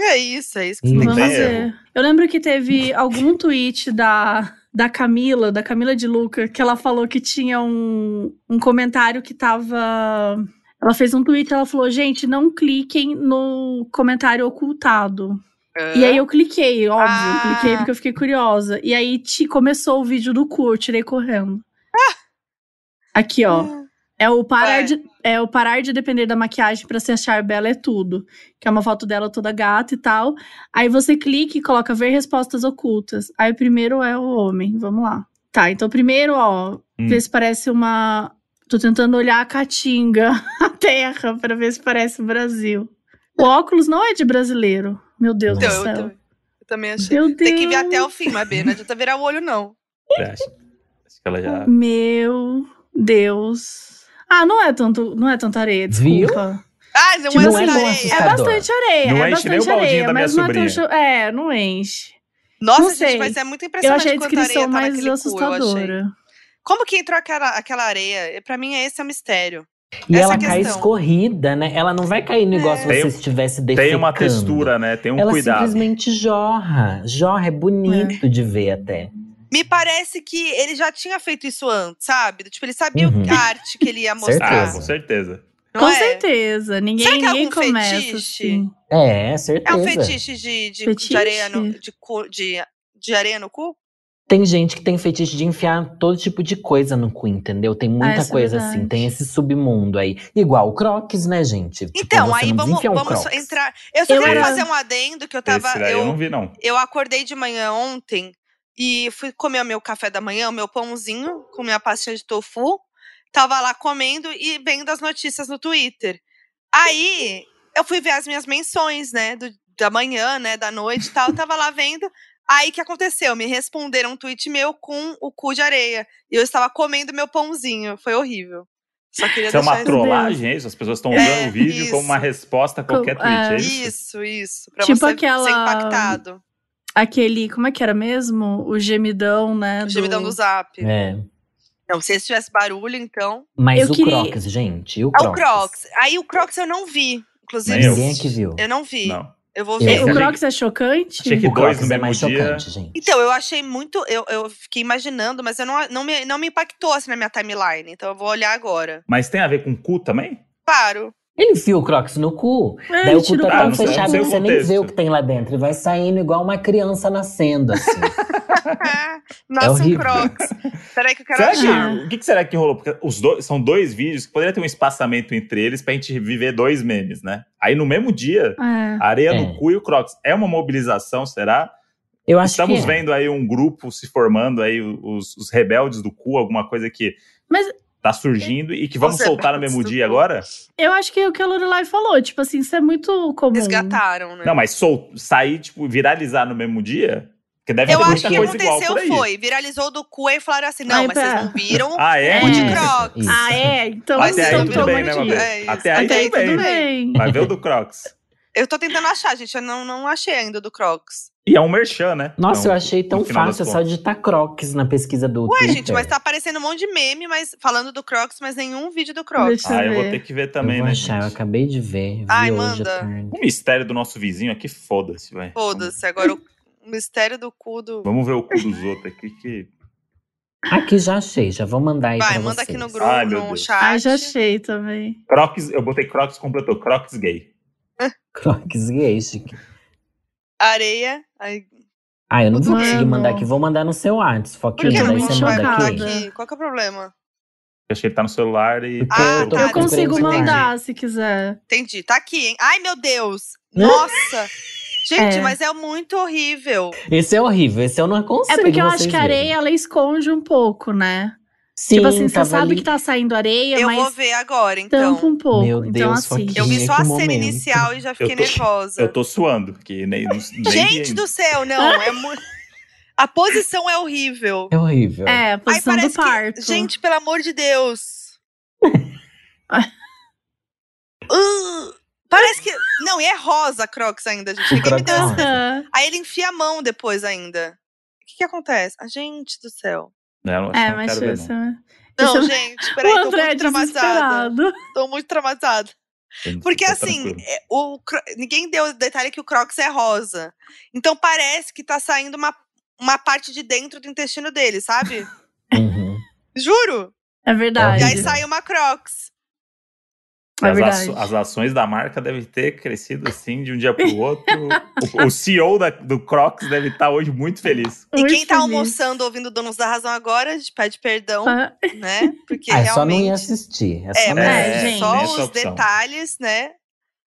[SPEAKER 2] É isso, é isso que
[SPEAKER 4] Hum.
[SPEAKER 2] você
[SPEAKER 4] Não
[SPEAKER 2] tem
[SPEAKER 3] Vamos
[SPEAKER 2] que
[SPEAKER 1] tem
[SPEAKER 2] fazer.
[SPEAKER 3] ver. Eu lembro que teve algum tweet da, da Camila, da Camila de Luca, que ela falou que tinha um, um comentário que tava. Ela fez um tweet, ela falou, gente, não cliquem no comentário ocultado. E aí eu cliquei, óbvio,
[SPEAKER 2] Ah.
[SPEAKER 3] eu cliquei porque eu fiquei curiosa. E aí te, começou o vídeo do cu, eu tirei correndo. Aqui, ó.
[SPEAKER 2] Então,
[SPEAKER 3] É o parar
[SPEAKER 2] Ué.
[SPEAKER 3] de é o parar de depender da maquiagem pra se achar bela é tudo. Que é uma foto dela toda gata e tal. Aí você clica e coloca ver respostas ocultas. Aí o primeiro é o homem, vamos lá. Tá, então primeiro, ó,
[SPEAKER 1] Hum.
[SPEAKER 3] ver se parece uma Tô tentando olhar a Caatinga, a terra, pra ver se parece o Brasil. O óculos não é de brasileiro. Meu Deus
[SPEAKER 2] Então,
[SPEAKER 3] do
[SPEAKER 2] eu,
[SPEAKER 3] céu.
[SPEAKER 2] tam- eu também achei.
[SPEAKER 3] Meu Deus.
[SPEAKER 2] Tem que ver até o fim, Mabê. Não adianta virar o olho, não.
[SPEAKER 1] É, acho, acho que ela já.
[SPEAKER 4] Hum.
[SPEAKER 3] Meu Deus. Ah, não é tanto, não é tanta areia,
[SPEAKER 4] Viu?
[SPEAKER 3] desculpa.
[SPEAKER 2] Ah, não
[SPEAKER 3] Tipo
[SPEAKER 2] é
[SPEAKER 3] assim,
[SPEAKER 2] assim,
[SPEAKER 3] não é
[SPEAKER 2] areia.
[SPEAKER 3] É
[SPEAKER 4] Tá
[SPEAKER 3] bastante areia,
[SPEAKER 1] Não
[SPEAKER 3] é
[SPEAKER 1] enche nem o
[SPEAKER 3] bastante
[SPEAKER 1] baldinho
[SPEAKER 3] areia,
[SPEAKER 1] da minha
[SPEAKER 3] mas não é tão
[SPEAKER 1] sobrinha.
[SPEAKER 3] cho- É, não enche.
[SPEAKER 2] Nossa,
[SPEAKER 3] não
[SPEAKER 2] gente,
[SPEAKER 3] sei.
[SPEAKER 2] vai ser muito
[SPEAKER 3] Eu
[SPEAKER 2] impressionante
[SPEAKER 3] achei a
[SPEAKER 2] quanto tá areia
[SPEAKER 3] descrição
[SPEAKER 2] tá
[SPEAKER 3] mais
[SPEAKER 2] naquele cu, eu achei.
[SPEAKER 3] assustadora.
[SPEAKER 2] Como que entrou aquela, aquela areia? Pra mim, esse é o mistério.
[SPEAKER 4] E
[SPEAKER 2] Essa
[SPEAKER 4] ela
[SPEAKER 2] questão. É.
[SPEAKER 4] cai escorrida, né? Ela não vai cair no igual se
[SPEAKER 1] Tem- um-
[SPEAKER 4] você estivesse defecando.
[SPEAKER 1] Tem uma textura, né? Tem um
[SPEAKER 4] ela
[SPEAKER 1] cuidado.
[SPEAKER 4] simplesmente jorra. Jorra, é bonito de ver até.
[SPEAKER 2] Me parece que ele já tinha feito isso antes, sabe? Tipo, ele sabia
[SPEAKER 4] Uhum.
[SPEAKER 2] a arte que ele ia mostrar.
[SPEAKER 1] Ah,
[SPEAKER 4] Certeza.
[SPEAKER 1] com certeza.
[SPEAKER 2] não
[SPEAKER 3] Com
[SPEAKER 2] é?
[SPEAKER 3] certeza. Ninguém,
[SPEAKER 2] Será que é
[SPEAKER 3] ninguém
[SPEAKER 2] algum
[SPEAKER 3] começa.
[SPEAKER 2] fetiche?
[SPEAKER 3] assim.
[SPEAKER 4] É,
[SPEAKER 2] É
[SPEAKER 4] certeza.
[SPEAKER 2] um fetiche de, de,
[SPEAKER 3] Fetiche?
[SPEAKER 2] de areia no, de, cu- de, de areia no cu?
[SPEAKER 4] Tem gente que tem fetiche de enfiar todo tipo de coisa no cu, entendeu? Tem
[SPEAKER 3] Ah,
[SPEAKER 4] muita
[SPEAKER 3] isso é
[SPEAKER 4] coisa
[SPEAKER 3] verdade.
[SPEAKER 4] assim, tem esse submundo aí. Igual o Crocs, né, gente? Tipo,
[SPEAKER 2] Então,
[SPEAKER 4] você
[SPEAKER 2] aí
[SPEAKER 4] não
[SPEAKER 2] vamos,
[SPEAKER 4] desenfia um
[SPEAKER 2] vamos
[SPEAKER 4] Crocs. é
[SPEAKER 2] entrar. Eu só
[SPEAKER 3] Eu
[SPEAKER 2] queria
[SPEAKER 1] era-
[SPEAKER 2] fazer um adendo que eu tava.
[SPEAKER 1] Esse daí eu...
[SPEAKER 2] eu-
[SPEAKER 1] não vi, não.
[SPEAKER 2] Eu acordei de manhã ontem e fui comer o meu café da manhã, o meu pãozinho com minha pastinha de tofu. Tava lá comendo e vendo as notícias no Twitter. Aí eu fui ver as minhas menções, né? do- da manhã, né? Da noite e tal. eu Tava lá vendo. Aí o que aconteceu? Me responderam um tweet meu com o cu de areia. E eu estava comendo meu pãozinho. Foi horrível. Só queria
[SPEAKER 1] Isso é
[SPEAKER 2] deixar
[SPEAKER 1] uma
[SPEAKER 2] esse-
[SPEAKER 1] trollagem, é isso? As pessoas estão usando
[SPEAKER 2] É,
[SPEAKER 1] o vídeo
[SPEAKER 2] isso.
[SPEAKER 1] como uma resposta a qualquer
[SPEAKER 3] Com-
[SPEAKER 1] tweet, é
[SPEAKER 3] é.
[SPEAKER 1] isso?
[SPEAKER 2] Isso, isso. Pra
[SPEAKER 3] Tipo
[SPEAKER 2] você
[SPEAKER 3] aquela-
[SPEAKER 2] ser impactado.
[SPEAKER 3] Aquele, como é que era mesmo? O gemidão, né?
[SPEAKER 2] O gemidão do um zap.
[SPEAKER 4] É.
[SPEAKER 2] Não sei se tivesse barulho, então.
[SPEAKER 4] Mas
[SPEAKER 3] Eu
[SPEAKER 4] o
[SPEAKER 3] queria-
[SPEAKER 4] Crocs, gente, e o
[SPEAKER 2] É
[SPEAKER 4] Crocs?
[SPEAKER 2] o Crocs. Aí o Crocs eu não vi, inclusive.
[SPEAKER 1] Nem eu.
[SPEAKER 4] Ninguém aqui viu.
[SPEAKER 2] Eu não vi.
[SPEAKER 1] Não.
[SPEAKER 2] Eu vou
[SPEAKER 4] Eu
[SPEAKER 2] ver.
[SPEAKER 3] É, o
[SPEAKER 1] achei-
[SPEAKER 3] Crocs é chocante?
[SPEAKER 1] achei que-
[SPEAKER 4] O
[SPEAKER 1] dois
[SPEAKER 4] Crocs
[SPEAKER 1] no
[SPEAKER 4] é
[SPEAKER 1] mesmo
[SPEAKER 4] mais
[SPEAKER 1] dia.
[SPEAKER 4] chocante, gente.
[SPEAKER 2] Então, eu achei muito. Eu, eu fiquei imaginando, mas eu não, não, me, não me impactou assim na minha timeline. Então eu vou olhar agora.
[SPEAKER 1] Mas tem a ver com cu também?
[SPEAKER 2] Claro.
[SPEAKER 4] Ele enfia o Crocs no cu,
[SPEAKER 3] É,
[SPEAKER 4] daí
[SPEAKER 3] ele
[SPEAKER 4] o cu
[SPEAKER 3] tira o
[SPEAKER 4] tá
[SPEAKER 1] Ah,
[SPEAKER 4] tão
[SPEAKER 1] não sei- não
[SPEAKER 4] fechado
[SPEAKER 1] sei
[SPEAKER 4] que
[SPEAKER 1] o
[SPEAKER 4] você nem
[SPEAKER 1] contexto.
[SPEAKER 4] vê o que tem lá dentro. E vai saindo igual uma criança nascendo, assim.
[SPEAKER 2] Nossa, um
[SPEAKER 4] horrível.
[SPEAKER 2] Crocs. Peraí que eu quero
[SPEAKER 1] Será
[SPEAKER 2] achar.
[SPEAKER 1] que, o que que será que rolou? Porque os dois, são dois vídeos que poderia ter um espaçamento entre eles pra gente viver dois memes, né? Aí no mesmo dia,
[SPEAKER 3] É.
[SPEAKER 1] areia
[SPEAKER 4] É.
[SPEAKER 1] no cu e o Crocs. É uma mobilização, será?
[SPEAKER 4] Eu acho
[SPEAKER 1] Estamos
[SPEAKER 4] que é.
[SPEAKER 1] vendo aí um grupo se formando aí, os, os rebeldes do cu, alguma coisa que
[SPEAKER 3] Mas-
[SPEAKER 1] tá surgindo e que vamos
[SPEAKER 2] Os
[SPEAKER 1] soltar no
[SPEAKER 2] rebeldes
[SPEAKER 1] mesmo
[SPEAKER 2] do
[SPEAKER 1] dia
[SPEAKER 2] cu.
[SPEAKER 1] agora?
[SPEAKER 3] Eu acho que é o que a Lorelai falou. Tipo assim, isso é muito comum.
[SPEAKER 2] Resgataram, né?
[SPEAKER 1] Não, mas sol, sair, tipo, viralizar no mesmo dia? Porque deve
[SPEAKER 2] eu
[SPEAKER 1] ter
[SPEAKER 2] acho
[SPEAKER 1] muita
[SPEAKER 2] que
[SPEAKER 1] coisa igual por
[SPEAKER 2] aconteceu
[SPEAKER 1] aí.
[SPEAKER 2] foi. Viralizou do cu e falaram assim: não,
[SPEAKER 3] Aí,
[SPEAKER 2] mas
[SPEAKER 3] pera.
[SPEAKER 2] vocês não viram
[SPEAKER 1] Ah, é?
[SPEAKER 3] o de
[SPEAKER 4] Isso,
[SPEAKER 2] Crocs.
[SPEAKER 4] isso.
[SPEAKER 3] Ah, é? Então,
[SPEAKER 2] Mas
[SPEAKER 1] Até
[SPEAKER 2] é,
[SPEAKER 1] aí
[SPEAKER 3] então
[SPEAKER 2] tudo
[SPEAKER 1] tudo
[SPEAKER 3] toma
[SPEAKER 1] bem,
[SPEAKER 2] bem,
[SPEAKER 1] né,
[SPEAKER 3] aqui.
[SPEAKER 1] Mabel?
[SPEAKER 2] É isso.
[SPEAKER 1] Até aí
[SPEAKER 3] Até aí
[SPEAKER 1] tudo bem.
[SPEAKER 3] tudo bem.
[SPEAKER 1] Vai ver o do Crocs.
[SPEAKER 2] Eu tô tentando achar, gente. Eu não, não achei ainda do Crocs.
[SPEAKER 1] E é um merchan, né?
[SPEAKER 4] Nossa,
[SPEAKER 1] Então,
[SPEAKER 4] eu achei tão
[SPEAKER 1] no final das
[SPEAKER 4] fácil só digitar Crocs na pesquisa do
[SPEAKER 2] Ué,
[SPEAKER 4] Twitter.
[SPEAKER 2] gente, mas tá aparecendo um monte de meme, mas falando do Crocs, mas nenhum vídeo do Crocs.
[SPEAKER 3] Deixa
[SPEAKER 1] contas. Ah, eu vou
[SPEAKER 3] ver.
[SPEAKER 1] ter que ver
[SPEAKER 4] eu
[SPEAKER 1] também,
[SPEAKER 4] vou
[SPEAKER 1] né,
[SPEAKER 4] achar, eu
[SPEAKER 1] gente?
[SPEAKER 4] acabei de ver. vi
[SPEAKER 2] Ai,
[SPEAKER 4] hoje
[SPEAKER 2] manda.
[SPEAKER 4] à tarde.
[SPEAKER 1] O mistério do nosso vizinho aqui, foda-se, velho.
[SPEAKER 2] Foda-se, agora o o mistério do cu do.
[SPEAKER 1] Vamos ver o cu dos outros aqui que.
[SPEAKER 4] Aqui já achei, já vou mandar aí
[SPEAKER 2] Vai,
[SPEAKER 4] pra
[SPEAKER 2] manda
[SPEAKER 4] vocês.
[SPEAKER 2] aqui no grupo,
[SPEAKER 1] Ai, meu
[SPEAKER 2] no
[SPEAKER 1] Deus.
[SPEAKER 2] chat.
[SPEAKER 3] Ah, já achei também.
[SPEAKER 1] Crocs, eu botei Crocs completou, Crocs gay.
[SPEAKER 4] Crocs gay, chique.
[SPEAKER 2] Areia. Ai,
[SPEAKER 4] Ah, eu não vou
[SPEAKER 3] Mano.
[SPEAKER 4] conseguir mandar aqui, vou mandar no seu WhatsApp,
[SPEAKER 2] por que
[SPEAKER 4] Foquinha,
[SPEAKER 3] tô
[SPEAKER 2] não
[SPEAKER 4] daí
[SPEAKER 3] muito
[SPEAKER 4] você
[SPEAKER 2] vai
[SPEAKER 4] manda
[SPEAKER 3] chocada.
[SPEAKER 2] mandar
[SPEAKER 4] aqui.
[SPEAKER 2] aqui? Qual que é o problema?
[SPEAKER 1] Eu achei que tá no celular e.
[SPEAKER 4] Porque
[SPEAKER 2] Ah,
[SPEAKER 4] eu tô
[SPEAKER 2] tá,
[SPEAKER 3] Eu
[SPEAKER 4] com
[SPEAKER 3] consigo
[SPEAKER 4] preço lá.
[SPEAKER 3] mandar, se quiser.
[SPEAKER 2] Entendi. Tá aqui, hein? Ai, meu Deus! Nossa! Gente,
[SPEAKER 3] É.
[SPEAKER 2] mas é muito horrível.
[SPEAKER 4] Esse é horrível, esse eu não aconselho
[SPEAKER 3] É porque eu acho
[SPEAKER 4] vocês
[SPEAKER 3] que a
[SPEAKER 4] verem.
[SPEAKER 3] areia, ela esconde um pouco, né?
[SPEAKER 4] Sim,
[SPEAKER 3] tipo assim, você
[SPEAKER 4] tava
[SPEAKER 3] sabe
[SPEAKER 4] ali.
[SPEAKER 3] que tá saindo areia,
[SPEAKER 2] Eu
[SPEAKER 3] mas
[SPEAKER 2] vou ver agora,
[SPEAKER 3] tampa
[SPEAKER 2] então.
[SPEAKER 3] um pouco.
[SPEAKER 4] Meu
[SPEAKER 3] então,
[SPEAKER 4] Deus,
[SPEAKER 3] assim.
[SPEAKER 4] Foquinha.
[SPEAKER 2] Eu vi só a
[SPEAKER 4] Que
[SPEAKER 2] cena
[SPEAKER 4] momento.
[SPEAKER 2] inicial e já fiquei
[SPEAKER 1] tô-
[SPEAKER 2] nervosa.
[SPEAKER 1] Eu tô suando, que nem. nem
[SPEAKER 2] Gente do céu, não. É mu... A posição é horrível.
[SPEAKER 4] É horrível.
[SPEAKER 3] É, a
[SPEAKER 2] Aí
[SPEAKER 3] posição do
[SPEAKER 2] parece que-
[SPEAKER 3] parto.
[SPEAKER 2] Gente, pelo amor de Deus.
[SPEAKER 3] Ah.
[SPEAKER 2] Uh, parece que. Não, e é rosa Crocs ainda, gente. Ninguém me
[SPEAKER 4] Crocs é
[SPEAKER 2] deu
[SPEAKER 4] rosa.
[SPEAKER 2] esse-
[SPEAKER 3] Aham.
[SPEAKER 2] Aí ele enfia a mão depois ainda. O que, que acontece? Ah, gente do céu.
[SPEAKER 1] Não, eu
[SPEAKER 3] É,
[SPEAKER 1] não
[SPEAKER 3] mas
[SPEAKER 1] quero ver,
[SPEAKER 3] isso-
[SPEAKER 1] não.
[SPEAKER 2] Não,
[SPEAKER 3] Isso-
[SPEAKER 2] gente,
[SPEAKER 3] o
[SPEAKER 2] peraí, tô
[SPEAKER 3] André é
[SPEAKER 2] muito traumatizada.
[SPEAKER 3] desesperado.
[SPEAKER 2] Tô muito traumatizada.
[SPEAKER 1] Eu não-
[SPEAKER 2] Porque
[SPEAKER 4] Tá
[SPEAKER 1] tô
[SPEAKER 2] assim,
[SPEAKER 1] tranquilo.
[SPEAKER 2] é, o, Cro- ninguém deu o detalhe que o Crocs é rosa. Então parece que tá saindo uma, uma parte de dentro do intestino dele, sabe?
[SPEAKER 4] Uhum.
[SPEAKER 2] Juro!
[SPEAKER 3] É verdade.
[SPEAKER 2] E
[SPEAKER 4] É
[SPEAKER 2] aí
[SPEAKER 4] Entendi.
[SPEAKER 2] sai uma Crocs.
[SPEAKER 3] É
[SPEAKER 1] as,
[SPEAKER 3] verdade.
[SPEAKER 1] aço- as ações da marca devem ter crescido assim de um dia pro outro. o, o CEO da- do Crocs deve estar hoje muito feliz.
[SPEAKER 2] E
[SPEAKER 3] Muito
[SPEAKER 2] quem tá
[SPEAKER 3] feliz.
[SPEAKER 2] almoçando ouvindo Donos da Razão agora, a gente pede perdão,
[SPEAKER 3] Ah,
[SPEAKER 2] né? Porque
[SPEAKER 4] Ah, é só não
[SPEAKER 2] realmente.
[SPEAKER 4] ir assistir. É, só
[SPEAKER 2] é,
[SPEAKER 4] não ir
[SPEAKER 3] né,
[SPEAKER 2] mas
[SPEAKER 3] gente?
[SPEAKER 2] só
[SPEAKER 1] Tem
[SPEAKER 2] os
[SPEAKER 1] essa opção.
[SPEAKER 2] detalhes, né?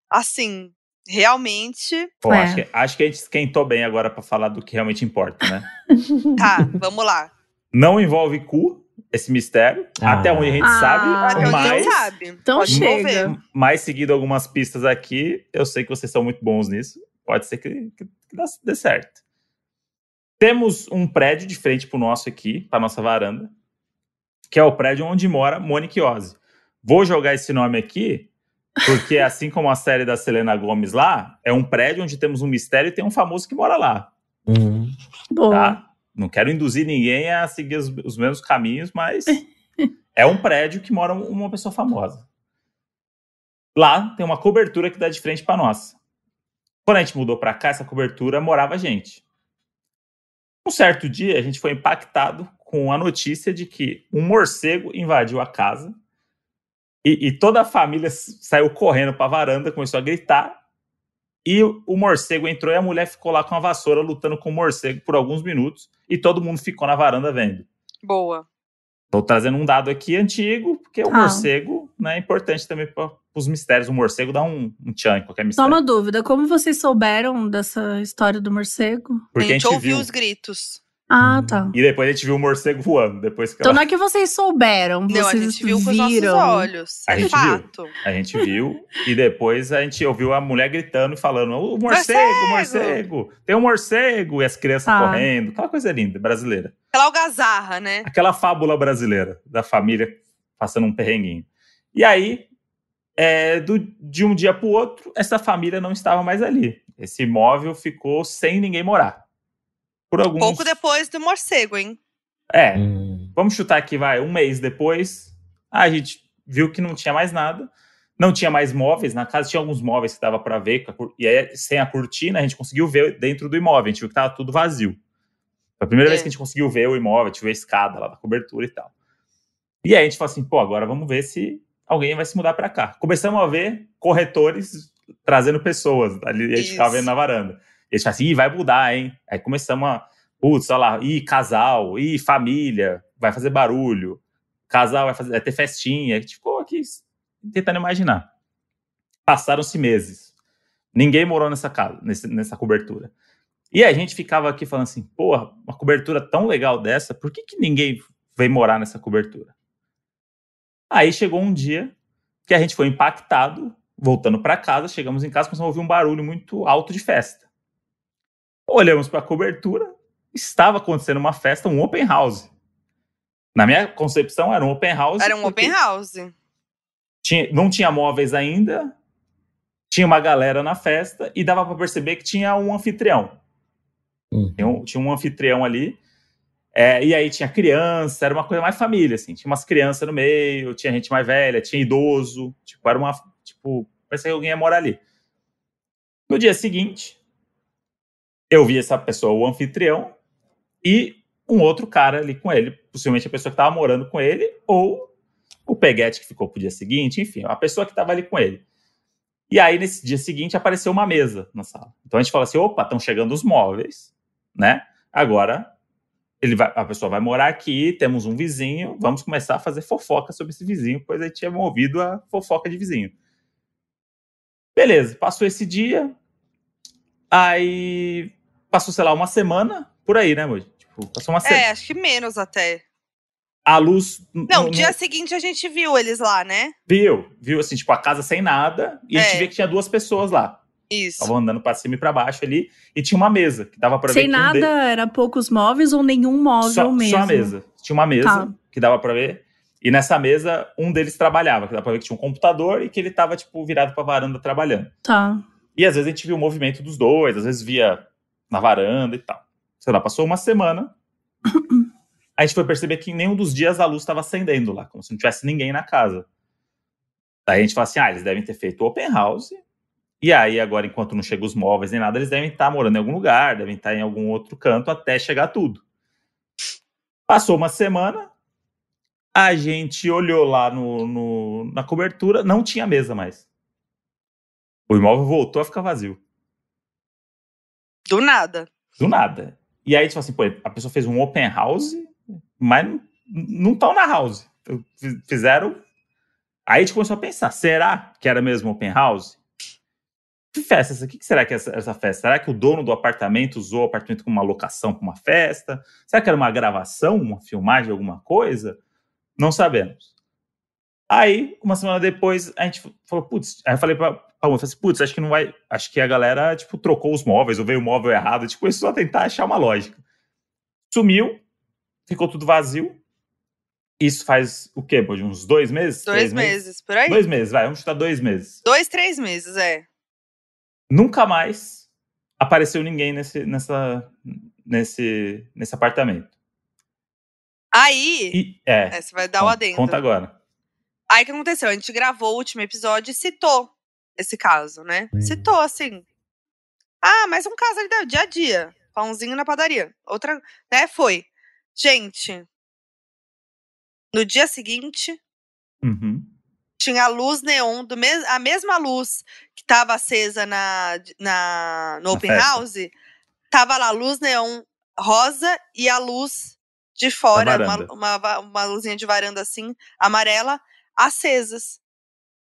[SPEAKER 2] Assim, realmente.
[SPEAKER 1] Bom,
[SPEAKER 3] É.
[SPEAKER 1] acho, que, acho que a gente esquentou bem agora pra falar do que realmente importa, né?
[SPEAKER 2] Tá, vamos lá.
[SPEAKER 1] Não envolve cu, esse mistério.
[SPEAKER 4] Ah.
[SPEAKER 1] Até onde a gente
[SPEAKER 3] Ah.
[SPEAKER 1] sabe.
[SPEAKER 2] Até onde
[SPEAKER 1] mas,
[SPEAKER 2] não sabe.
[SPEAKER 3] Então
[SPEAKER 2] Pode
[SPEAKER 3] chega.
[SPEAKER 2] envolver.
[SPEAKER 1] mas seguindo algumas pistas aqui, eu sei que vocês são muito bons nisso. Pode ser que, que- que dá- dê certo. Temos um prédio de frente pro nosso aqui, pra nossa varanda, que é o prédio onde mora Monique Ozzy. Vou jogar esse nome aqui, porque assim como a série da Selena Gomes lá, é um prédio onde temos um mistério e tem um famoso que mora lá.
[SPEAKER 4] Uhum.
[SPEAKER 3] Boa.
[SPEAKER 1] tá? não quero induzir ninguém a seguir os, os mesmos caminhos, mas é um prédio que mora uma pessoa famosa. Lá tem uma cobertura que dá de frente para nossa. Quando a gente mudou para cá, essa cobertura morava a gente. Um certo dia, a gente foi impactado com a notícia de que um morcego invadiu a casa e, e toda a família s- saiu correndo para a varanda, começou a gritar. E o o morcego entrou e a mulher ficou lá com a vassoura lutando com o morcego por alguns minutos e todo mundo ficou na varanda vendo.
[SPEAKER 2] Boa.
[SPEAKER 1] Estou trazendo um dado aqui antigo, porque o
[SPEAKER 3] Tá.
[SPEAKER 1] morcego né, é importante também para os mistérios. O morcego dá um, um tchan em qualquer
[SPEAKER 3] Só
[SPEAKER 1] mistério.
[SPEAKER 3] uma dúvida, como vocês souberam dessa história do morcego?
[SPEAKER 1] Porque
[SPEAKER 2] a gente ouviu os gritos.
[SPEAKER 3] Ah, tá.
[SPEAKER 1] E depois a gente viu o morcego voando. Depois que
[SPEAKER 3] Então
[SPEAKER 1] ela-
[SPEAKER 3] não é que vocês souberam, vocês
[SPEAKER 2] Não, a gente viu com os nossos
[SPEAKER 3] viram.
[SPEAKER 2] olhos.
[SPEAKER 1] A
[SPEAKER 2] é
[SPEAKER 1] gente viu.
[SPEAKER 2] fato.
[SPEAKER 1] a gente viu. e depois a gente ouviu a mulher gritando e falando: o morcego, morcego, tem um morcego. E as crianças
[SPEAKER 3] Tá.
[SPEAKER 1] correndo. Aquela coisa linda, brasileira.
[SPEAKER 2] Aquela algazarra, né?
[SPEAKER 1] aquela fábula brasileira da família passando um perrenguinho. E aí, é, do- de um dia para o outro, essa família não estava mais ali. Esse imóvel ficou sem ninguém morar. Por alguns.
[SPEAKER 2] Pouco depois do morcego, hein?
[SPEAKER 1] É,
[SPEAKER 4] Hum.
[SPEAKER 1] vamos chutar aqui, vai, um mês depois. A gente viu que não tinha mais nada. Não tinha mais móveis na casa, tinha alguns móveis que dava para ver. com a cor- E aí, sem a cortina, a gente conseguiu ver dentro do imóvel. A gente viu que tava tudo vazio. Foi a primeira
[SPEAKER 2] É.
[SPEAKER 1] vez que a gente conseguiu ver o imóvel, a gente viu a escada lá da cobertura e tal. E aí a gente falou assim, pô, agora vamos ver se alguém vai se mudar para cá. Começamos a ver corretores trazendo pessoas. Ali a gente
[SPEAKER 2] Isso.
[SPEAKER 1] ficava vendo na varanda. E a gente falou assim, ih, vai mudar, hein? Aí começamos a, putz, olha lá, ih, casal, ih, família, vai fazer barulho. Casal vai, fazer, vai ter festinha. A gente ficou aqui tentando imaginar. Passaram-se meses. Ninguém morou nessa casa, nesse- nessa cobertura. E a gente ficava aqui falando assim, porra, uma cobertura tão legal dessa, por que, que ninguém veio morar nessa cobertura? Aí chegou um dia que a gente foi impactado, voltando para casa, chegamos em casa, começamos a ouvir um barulho muito alto de festa. Olhamos para a cobertura, estava acontecendo uma festa, um open house. Na minha concepção era um open house.
[SPEAKER 2] Era um
[SPEAKER 1] porque-
[SPEAKER 2] open house.
[SPEAKER 1] tinha- não tinha móveis ainda, tinha uma galera na festa e dava para perceber que tinha um anfitrião.
[SPEAKER 4] Uhum.
[SPEAKER 1] Tinha um, tinha um anfitrião ali. é, e aí tinha criança, era uma coisa mais família, assim. Tinha umas crianças no meio, tinha gente mais velha, tinha idoso. Tipo, era uma. Tipo, parecia que alguém ia morar ali. No dia seguinte, eu vi essa pessoa, o anfitrião, e um outro cara ali com ele, possivelmente a pessoa que tava morando com ele, ou o peguete que ficou pro dia seguinte, enfim, a pessoa que tava ali com ele. E aí, nesse dia seguinte, apareceu uma mesa na sala. Então a gente fala assim: opa, estão chegando os móveis, né? Agora ele vai, a pessoa vai morar aqui, temos um vizinho, vamos começar a fazer fofoca sobre esse vizinho, pois a gente tinha ouvido a fofoca de vizinho. Beleza, passou esse dia, aí passou, sei lá, uma semana, por aí, né, Moji? Tipo, passou uma semana.
[SPEAKER 2] É, acho que menos até.
[SPEAKER 1] A luz. n-
[SPEAKER 2] Não,
[SPEAKER 1] n-
[SPEAKER 2] dia seguinte a gente viu eles lá, né?
[SPEAKER 1] Viu, viu, assim, tipo, a casa sem nada, e a gente
[SPEAKER 2] É.
[SPEAKER 1] vê que tinha duas pessoas lá.
[SPEAKER 2] Isso.
[SPEAKER 1] Estavam andando pra cima e pra baixo ali, e tinha uma mesa, que dava pra ver
[SPEAKER 3] Sem
[SPEAKER 1] que um
[SPEAKER 3] nada,
[SPEAKER 1] de-
[SPEAKER 3] era poucos móveis ou nenhum móvel
[SPEAKER 1] só,
[SPEAKER 3] mesmo.
[SPEAKER 1] só a mesa. Tinha uma mesa,
[SPEAKER 3] Tá.
[SPEAKER 1] que dava pra ver, e nessa mesa, um deles trabalhava, que dava pra ver que tinha um computador, e que ele tava, tipo, virado pra varanda trabalhando.
[SPEAKER 3] Tá.
[SPEAKER 1] E às vezes a gente via o movimento dos dois, às vezes via na varanda e tal. Sei lá, passou uma semana. a gente foi perceber que em nenhum dos dias a luz estava acendendo lá, como se não tivesse ninguém na casa. Daí a gente fala assim: ah, eles devem ter feito open house. E aí, agora, enquanto não chegam os móveis nem nada, eles devem estar morando em algum lugar, devem estar em algum outro canto até chegar tudo. Passou uma semana, a gente olhou lá no- no- na cobertura, não tinha mesa mais. O imóvel voltou a ficar vazio.
[SPEAKER 2] Do nada.
[SPEAKER 1] Do nada. E aí, tipo assim, pô, a pessoa fez um open house, mas não- não estão na house. Então, fi- Fizeram. Aí a gente começou a pensar: será que era mesmo open house? Que festa essa? O que que será que é essa, essa festa? Será que o dono do apartamento usou o apartamento como uma locação, como uma festa? Será que era uma gravação, uma filmagem, alguma coisa? Não sabemos. Aí, uma semana depois, a gente falou, putz, aí eu falei pra, pra uma, falei assim, putz, acho que não vai. Acho que a galera, tipo, trocou os móveis, ou veio o móvel errado, tipo, começou a tentar achar uma lógica. Sumiu, ficou tudo vazio. Isso faz o quê, pô? De uns dois meses?
[SPEAKER 2] Dois
[SPEAKER 1] Três
[SPEAKER 2] meses, por aí. Dois...
[SPEAKER 1] Dois meses, vai, vamos chutar dois meses.
[SPEAKER 2] três meses, é.
[SPEAKER 1] Nunca mais apareceu ninguém nesse, nessa, nesse, nesse apartamento.
[SPEAKER 2] Aí,
[SPEAKER 1] E é.
[SPEAKER 2] é, você vai dar o
[SPEAKER 1] con-
[SPEAKER 2] adendo.
[SPEAKER 1] Conta agora.
[SPEAKER 2] Aí o que aconteceu? A gente gravou o último episódio e citou esse caso, né?
[SPEAKER 4] Uhum.
[SPEAKER 2] Citou, assim. Ah, mas um caso ali do dia a dia. Pãozinho na padaria. Outra, né? Foi. Gente, no dia seguinte,
[SPEAKER 1] Uhum.
[SPEAKER 2] tinha a luz neon, do mes a mesma luz que estava acesa na, na, no
[SPEAKER 1] Na
[SPEAKER 2] open
[SPEAKER 1] festa.
[SPEAKER 2] house. Tava lá a luz neon rosa e a luz de fora, uma,
[SPEAKER 1] varanda.
[SPEAKER 2] uma, va- uma luzinha de varanda assim, amarela, acesas.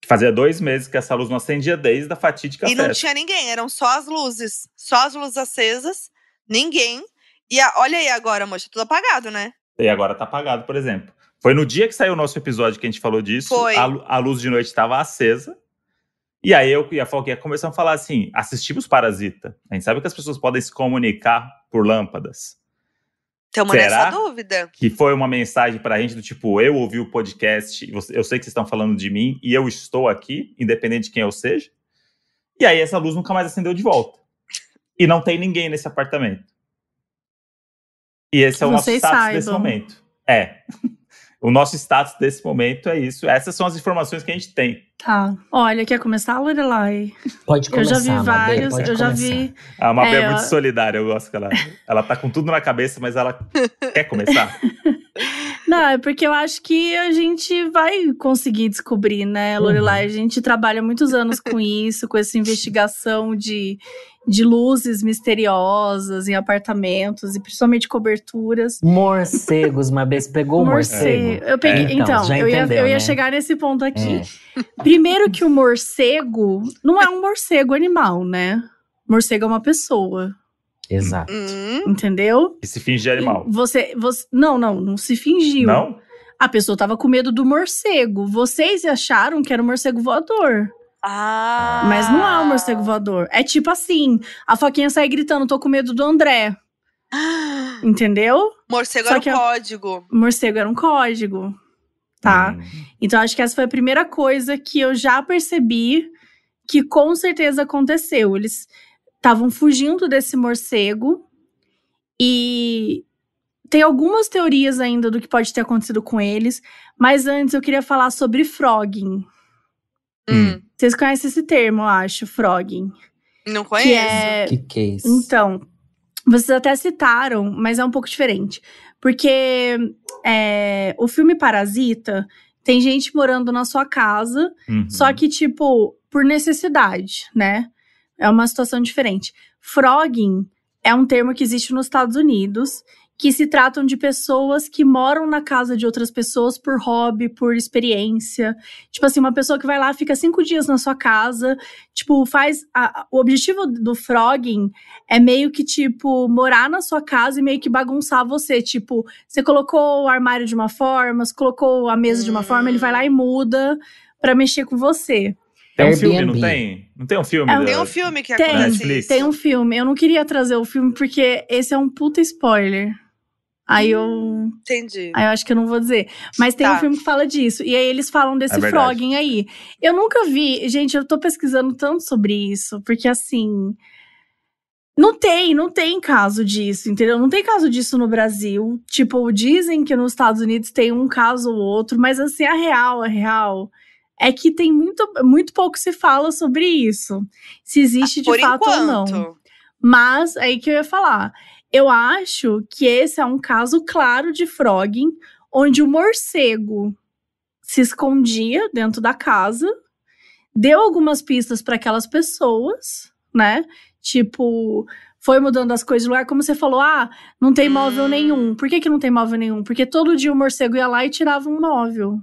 [SPEAKER 1] Fazia dois meses que essa luz não acendia desde a fatídica
[SPEAKER 2] E não
[SPEAKER 1] festa.
[SPEAKER 2] tinha ninguém, eram só as luzes. Só as luzes acesas, ninguém. E a- olha aí agora, moça, tudo apagado, né?
[SPEAKER 1] E agora tá apagado, por exemplo. Foi no dia que saiu o nosso episódio que a gente falou disso.
[SPEAKER 2] Foi.
[SPEAKER 1] A, lu- a luz de noite estava acesa. E aí eu e a Foquinha começamos a falar assim: assistimos Parasita. A gente sabe que as pessoas podem se comunicar por lâmpadas.
[SPEAKER 2] Estamos
[SPEAKER 1] Será?
[SPEAKER 2] nessa dúvida.
[SPEAKER 1] Que foi uma mensagem pra gente do tipo: eu ouvi o podcast, você- eu sei que vocês estão falando de mim e eu estou aqui, independente de quem eu seja. E aí essa luz nunca mais acendeu de volta. E não tem ninguém nesse apartamento. E esse é o nosso
[SPEAKER 3] Vocês
[SPEAKER 1] status desse
[SPEAKER 3] saibam.
[SPEAKER 1] momento. É. O nosso status desse momento é isso. Essas são as informações que a gente tem.
[SPEAKER 3] Tá. Olha, quer começar, Lorelai?
[SPEAKER 4] Pode
[SPEAKER 3] Eu
[SPEAKER 4] começar,
[SPEAKER 3] já vi
[SPEAKER 4] Mabê,
[SPEAKER 3] vários,
[SPEAKER 4] pode
[SPEAKER 3] eu já
[SPEAKER 4] começar.
[SPEAKER 3] vi.
[SPEAKER 1] A Mabel é,
[SPEAKER 3] É,
[SPEAKER 1] muito
[SPEAKER 3] eu-
[SPEAKER 1] solidária, eu gosto que ela, ela tá com tudo na cabeça, mas ela quer começar.
[SPEAKER 3] Não, é porque eu acho que a gente vai conseguir descobrir, né,
[SPEAKER 4] Uhum.
[SPEAKER 3] Lorelai? A gente trabalha muitos anos com isso, com essa investigação de, de luzes misteriosas em apartamentos e principalmente coberturas.
[SPEAKER 4] Morcegos, Mabê, você pegou o morcego?
[SPEAKER 3] Eu peguei.
[SPEAKER 1] É,
[SPEAKER 3] então,
[SPEAKER 4] então, já
[SPEAKER 3] eu, ia,
[SPEAKER 4] entendeu,
[SPEAKER 3] eu ia
[SPEAKER 4] né?
[SPEAKER 3] chegar nesse ponto aqui.
[SPEAKER 4] É.
[SPEAKER 3] Primeiro que o morcego não é um morcego animal, né? Morcego é uma pessoa,
[SPEAKER 4] É. Exato.
[SPEAKER 2] Hum,
[SPEAKER 3] entendeu?
[SPEAKER 1] E se finge de animal.
[SPEAKER 3] Você, você, não, não, não se fingiu.
[SPEAKER 1] Não?
[SPEAKER 3] A pessoa tava com medo do morcego. Vocês acharam que era um morcego voador.
[SPEAKER 2] Ah.
[SPEAKER 3] Mas não é um morcego voador. É tipo assim: a faquinha sai gritando, tô com medo do André. Entendeu?
[SPEAKER 2] Ah! Morcego
[SPEAKER 3] Só
[SPEAKER 2] era o
[SPEAKER 3] que é-
[SPEAKER 2] código.
[SPEAKER 3] O morcego era um código. Tá?
[SPEAKER 1] Hum.
[SPEAKER 3] Então, acho que essa foi a primeira coisa que eu já percebi que com certeza aconteceu. Eles estavam fugindo desse morcego e tem algumas teorias ainda do que pode ter acontecido com eles, mas antes eu queria falar sobre frogging.
[SPEAKER 1] Hum.
[SPEAKER 2] Hum,
[SPEAKER 3] Vocês conhecem esse termo, eu acho, frogging.
[SPEAKER 2] Não
[SPEAKER 3] Que
[SPEAKER 2] conheço.
[SPEAKER 3] é
[SPEAKER 4] Que que é isso?
[SPEAKER 3] então, vocês até citaram, mas é um pouco diferente. Porque é, o filme Parasita tem gente morando na sua casa,
[SPEAKER 1] Uhum.
[SPEAKER 3] só que, tipo, por necessidade, né? É uma situação diferente. Frogging é um termo que existe nos Estados Unidos, que se tratam de pessoas que moram na casa de outras pessoas por hobby, por experiência. Tipo assim, uma pessoa que vai lá, fica cinco dias na sua casa, tipo, faz. a- a- o objetivo do frogging é meio que, tipo, morar na sua casa e meio que bagunçar você. Tipo, você colocou o armário de uma forma, você colocou a mesa de uma forma, ele vai lá e muda pra mexer com você.
[SPEAKER 1] Tem um filme, não
[SPEAKER 4] Airbnb.
[SPEAKER 1] tem? Não tem um filme?
[SPEAKER 3] É,
[SPEAKER 1] da-
[SPEAKER 2] Tem um filme que
[SPEAKER 3] Tem,
[SPEAKER 2] acontece
[SPEAKER 1] Netflix.
[SPEAKER 2] isso.
[SPEAKER 3] Tem um filme, eu não queria trazer o filme porque esse é um puta spoiler. Aí eu,
[SPEAKER 4] um
[SPEAKER 2] Entendi.
[SPEAKER 3] aí eu acho que eu não vou dizer. Mas tem
[SPEAKER 2] Tá.
[SPEAKER 3] um filme que fala disso. E aí eles falam desse
[SPEAKER 1] É verdade.
[SPEAKER 3] frogging aí. Eu nunca vi. Gente, eu tô pesquisando tanto sobre isso. Porque assim. Não tem, não tem caso disso, entendeu? Não tem caso disso no Brasil. Tipo, dizem que nos Estados Unidos tem um caso ou outro, mas assim, a real, a real é que tem muito, muito pouco se fala sobre isso. Se existe de
[SPEAKER 2] Por
[SPEAKER 3] fato ou não.
[SPEAKER 2] enquanto.
[SPEAKER 3] Mas aí que eu ia falar. Eu acho que esse é um caso claro de frogging, onde o morcego se escondia dentro da casa, deu algumas pistas para aquelas pessoas, né? Tipo, foi mudando as coisas de lugar, como você falou, ah, não tem móvel
[SPEAKER 2] Hum.
[SPEAKER 3] nenhum. Por que, que não tem móvel nenhum? Porque todo dia o morcego ia lá e tirava um móvel.